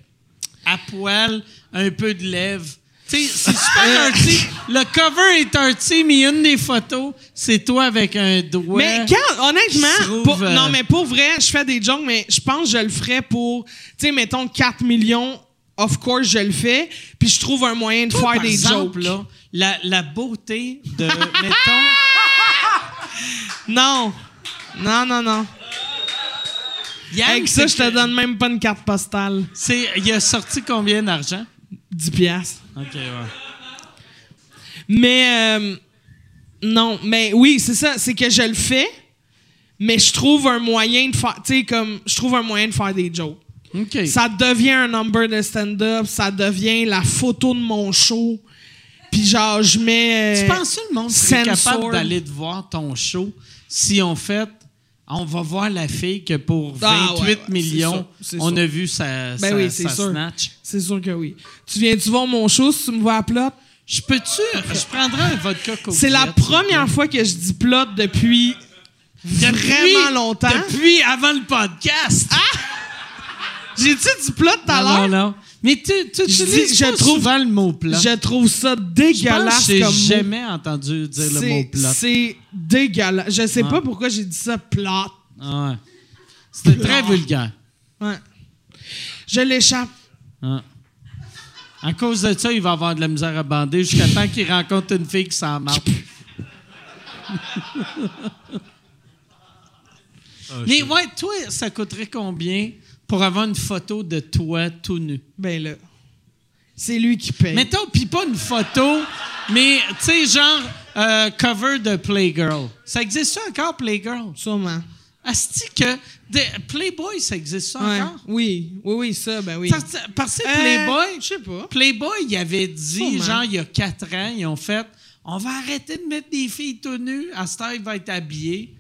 À poil, un peu de lèvres. Tu sais, c'est super un petit. Le cover est un petit, mais une des photos, c'est toi avec un doigt.
Mais quand,
qui
honnêtement,
se trouve,
pour-
euh,
non, mais pour vrai, je fais des jokes, mais je pense que je le ferais pour, tu sais, mettons 4 millions. Of course, je le fais. Puis je trouve un moyen de
Toi,
faire
par
des
exemple,
jokes.
là, la, la beauté de, mettons,
Non. Non, non, non.
Yann,
Avec ça,
c'est
je te
que-
donne même pas une carte postale.
c'est- il a sorti combien d'argent?
10 piastres.
OK, ouais.
Mais, euh, non, mais oui, c'est ça. C'est que je le fais, mais je trouve un moyen de faire, tu sais, comme, je trouve un moyen de faire des jokes.
OK.
Ça devient un number de stand-up, ça devient la photo de mon show. Puis genre, je mets...
Tu
euh,
penses que le monde serait
Sensor.
capable d'aller te voir ton show si on fait on va voir la fille que pour 28
Ah, ouais, ouais, c'est
millions,
sûr, c'est
on
sûr.
a vu sa,
Ben
sa-
oui, c'est
sa
sûr.
snatch.
C'est sûr que oui. Tu viens-tu voir mon show si tu me vois à plot?
Je peux-tu? Je prendrais un vodka coke.
C'est la première fois que je dis plot depuis vraiment longtemps. Ah,
Depuis avant le podcast.
J'ai-tu dit plot tout à
non,
l'heure?
non, non. Mais tu, tu
Je
utilises
dis- je
pas
trouve-
souvent le mot plat.
Je trouve
Je
ça
pense
dégueulasse
que
comme
j'ai
mot.
jamais entendu dire le mot
C'est-
plat.
C'est dégueulasse. Je sais
Ouais.
pas pourquoi j'ai dit ça, plot.
Ah ouais. C'était
Ah.
très vulgaire.
Ouais. Je l'échappe.
Ah. À cause de ça, il va avoir de la misère à bander jusqu'à temps qu'il rencontre une fille qui s'en marche. Ah, Mais ouais, toi, ça coûterait combien pour avoir une photo de toi tout nu?
Ben là, c'est lui qui paye.
Mettons, pis pas une photo, mais tu sais, genre euh, cover de Playgirl. Ça existe ça encore, Playgirl?
Sûrement.
Asti que. de- Playboy, ça existe ça
Ouais.
encore?
Oui, oui, oui, ça, ben oui.
Parce- Parce que
Euh,
Playboy,
je sais pas.
Playboy, il avait dit,
Sûrement.
genre, il y a quatre ans, ils ont fait on va arrêter de mettre des filles tout nues, à cette heure, il va être habillé,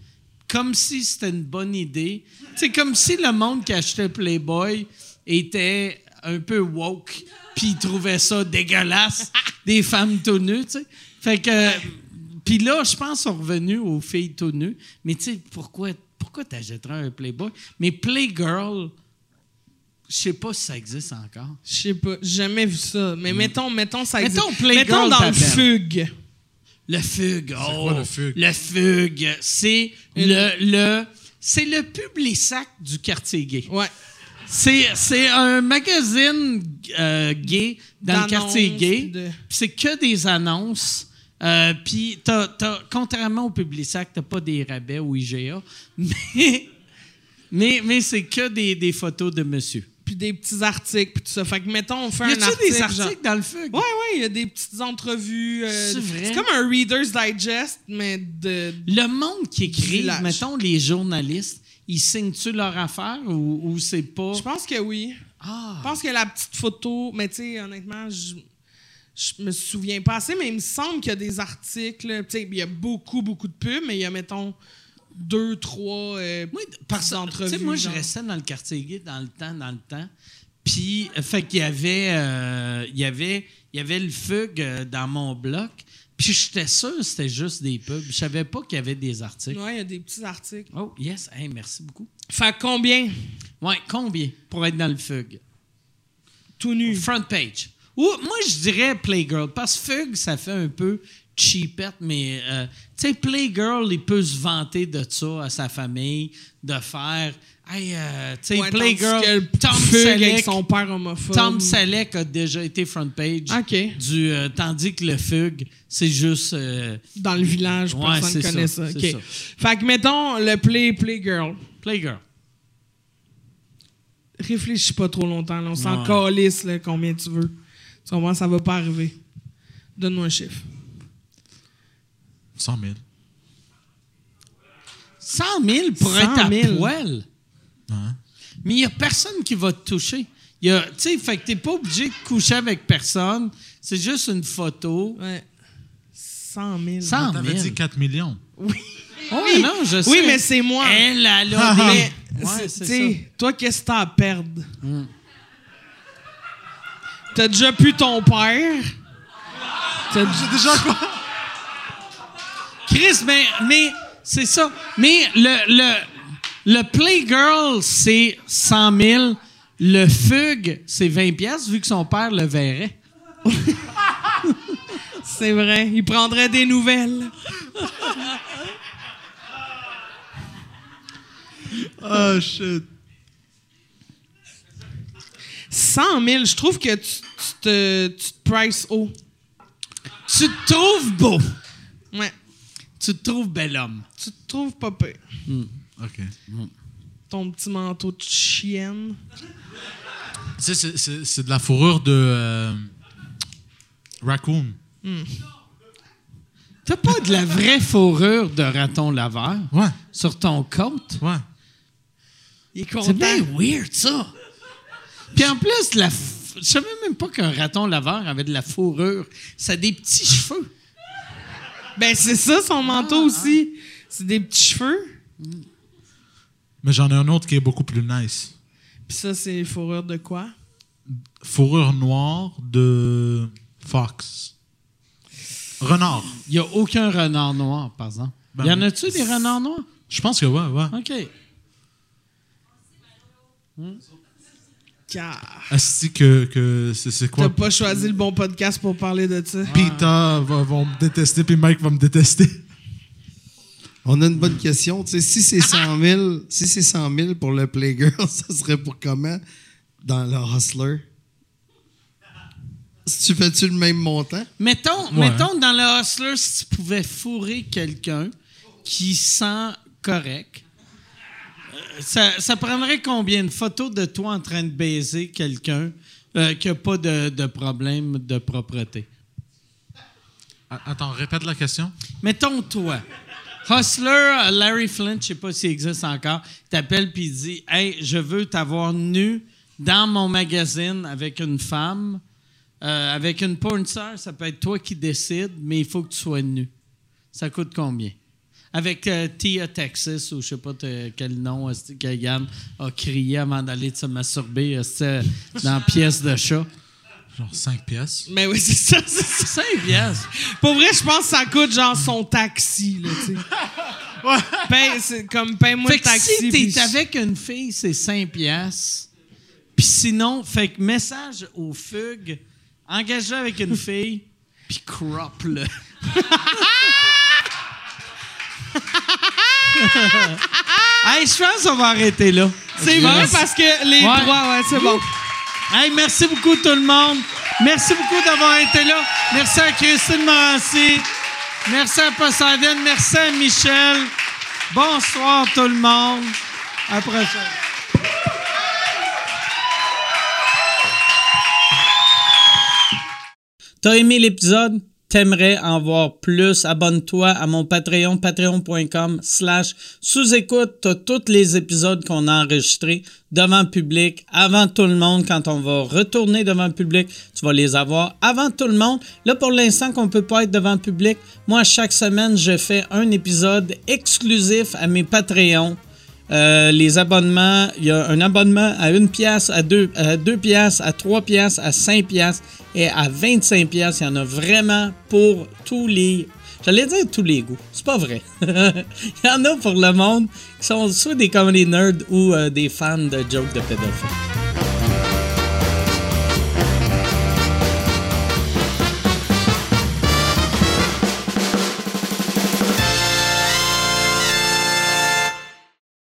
comme si c'était une bonne idée. C'est comme si le monde qui achetait Playboy était un peu woke, puis il trouvait ça dégueulasse, des femmes tout nues, tu sais. Fait que. Puis là, je pense qu'on est revenu aux filles tout nues. Mais tu sais, pourquoi, pourquoi t'achèterais un Playboy? Mais Playgirl, je sais pas si ça existe encore.
Je sais pas, j'ai jamais vu ça. Mais mettons, mettons, ça
Mm. Mettons,
existe.
Playgirl
mettons dans le
t'appelle.
fugue.
Le fugue. C'est
quoi, le fugue?
Le fugue, c'est le, le, c'est le Publisac du quartier gay.
Ouais.
C'est, c'est un magazine euh, gay dans le
D'annonces,
quartier gay.
de-
Puis C'est que des annonces. Euh, Puis, t'as- t'as- contrairement au Publisac, t'as pas des rabais ou IGA, mais, mais, mais c'est que des, des photos de monsieur.
Puis des petits articles, puis tout ça. Fait que mettons, on fait
Y
un article.
a-tu des
genre-
articles dans le fugue?
Ouais, ouais, il y a des petites entrevues. euh,
C'est vrai?
C'est comme un Reader's Digest, mais de.
Le monde qui écrit,
Village.
mettons les journalistes, ils signent-tu leur affaire ou, ou c'est pas.
Je pense que oui.
Ah!
Je pense que la petite photo, mais tu sais, honnêtement, je, je me souviens pas assez, mais il me semble qu'il y a des articles. Tu sais, il y a beaucoup, beaucoup de pubs, mais il y a, mettons, deux, trois. euh,
Moi, par
petites
ça, tu sais,
entrevues,
moi, je
genre.
restais dans le quartier gay dans le temps, dans le temps. Puis, euh, fait qu'il y avait, euh, il y avait, il y avait le fugue euh, dans mon bloc. Puis, j'étais sûr que c'était juste des pubs. Je savais pas qu'il y avait des articles.
Ouais, il y a des petits articles.
Oh, yes. Hey, merci beaucoup.
Fait combien?
Ouais, combien pour être dans le fugue?
Tout nu.
Front page. Ou, moi, je dirais Playgirl, parce que fugue, ça fait un peu cheapette, mais euh, tu sais, Playgirl, il peut se vanter de ça à sa famille, de faire. Hey, euh, tu sais,
Ouais, tandis
Playgirl,
que
Tom
Fugue avec
Selleck.
son père homophobe.
Tom Selleck a déjà été front page.
OK.
Du, euh, tandis que le fugue, c'est juste. euh,
Dans le village,
Ouais,
personne
c'est
ne connaît ça.
ça, c'est
OK.
ça.
Fait que mettons le play, Playgirl.
Playgirl.
Réfléchis pas trop longtemps. là. On s'en
Ouais.
calisse là, combien tu veux. Tu comprends? Ça va pas arriver. Donne-nous un chiffre.
100 000.
100 000 pour être
100 000.
à poil.
hein?
Mais il n'y a personne qui va te toucher. Il y a- Tu sais, fait que t'es pas obligé de coucher avec personne. C'est juste une photo.
Ouais. 100 000.
100
T'avais
000.
dit 4 millions.
Oui, Ah non, je sais.
Oui, mais c'est moi.
Elle, elle a des...
Mais,
Ouais,
c'est-
c'est
t'sais,
ça.
toi, qu'est-ce que t'as à perdre? T'as déjà pu ton père. T'as déjà-
Déjà quoi?
Chris, mais, mais c'est ça. Mais le, le, le Playgirl, c'est 100 000. Le fugue, c'est 20 piastres, vu que son père le verrait.
C'est vrai, il prendrait des nouvelles.
Oh shit.
100 000, je trouve que tu, tu te, tu te prices haut.
Tu te trouves beau.
Ouais,
Tu te trouves bel homme.
tu te trouves pas pire.
OK.
Ton petit manteau de chienne.
Tu sais, c'est- c'est c'est de la fourrure de euh, raccoon.
T'as pas de la vraie fourrure de raton laveur
Ouais,
sur ton compte?
ouais.
Il est content.
C'est bien weird, ça. Puis en plus, la f- je savais même pas qu'un raton laveur avait de la fourrure. Ça a des petits cheveux.
Ben, c'est ça, son
Ah,
manteau aussi. C'est des petits cheveux.
Mais j'en ai un autre qui est beaucoup plus nice.
Puis ça, c'est fourrure de quoi?
Fourrure noire de fox. Renard.
Il y a aucun renard noir, par exemple.
Ben,
y en a-tu des renards noirs?
Je pense que ouais, ouais.
OK.
Car
Asti que, que c'est c'est quoi?
t'as pas choisi le bon podcast pour parler de ça.
Pita va, vont me détester, puis Mike va me détester.
On a une bonne question. Tu sais, si c'est 100 000, si c'est 100 000 pour le Playgirl, ça serait pour comment dans le Hustler? Si tu fais-tu le même montant?
Mettons,
Ouais.
mettons dans le Hustler, si tu pouvais fourrer quelqu'un qui sent correct, euh, ça, ça prendrait combien de photos de toi en train de baiser quelqu'un euh, qui n'a pas de, de problème de propreté?
A- Attends, répète la question.
Mettons toi. Hustler, euh, Larry Flint, je sais pas s'il existe encore, t'appelle puis il dit Hey, je veux t'avoir nu dans mon magazine avec une femme, euh, avec une porn star, ça peut être toi qui décides, mais il faut que tu sois nu. Ça coûte combien? Avec euh, Tia Texas, ou je sais pas te- quel nom est-ce que Yann a crié avant d'aller se masturber est-ce que, dans pièce de chat.
Genre 5 pièces.
Mais oui, c'est ça, c'est ça.
C'est pièces.
Pour vrai, je pense que ça coûte genre son taxi, là, tu sais. Paye- c'est comme paye-moi
Fait
le
que
taxi.
si
puis je-
t'es avec une fille, c'est 5 piastres. Puis sinon, fait que message aux fugues, engage-le avec une fille, puis crop-le. hey, je pense qu'on va arrêter là.
C'est vrai parce que les
Ouais.
droits, ouais, c'est bon.
Hey, merci beaucoup tout le monde. Merci beaucoup d'avoir été là. Merci à Christine Morancy. Merci à Poseidon. Merci à Michel. Bonsoir tout le monde. Après ça.
T'as aimé l'épisode? T'aimerais en voir plus? Abonne-toi à mon Patreon, patreon.com slash sous-écoute. T'as tous les épisodes qu'on a enregistrés devant le public, avant tout le monde. Quand on va retourner devant le public, tu vas les avoir avant tout le monde. Là, pour l'instant qu'on peut pas être devant le public, moi, chaque semaine, je fais un épisode exclusif à mes Patreons. Euh, les abonnements, il y a un abonnement à 1 pièce, à 2 à deux pièces, à 3 pièces, à 5 pièces et à 25 pièces. Il y en a vraiment pour tous les J'allais dire tous les goûts, c'est pas vrai. Il y en a pour le monde qui sont soit des comedy nerds ou euh, des fans de jokes de pédophiles.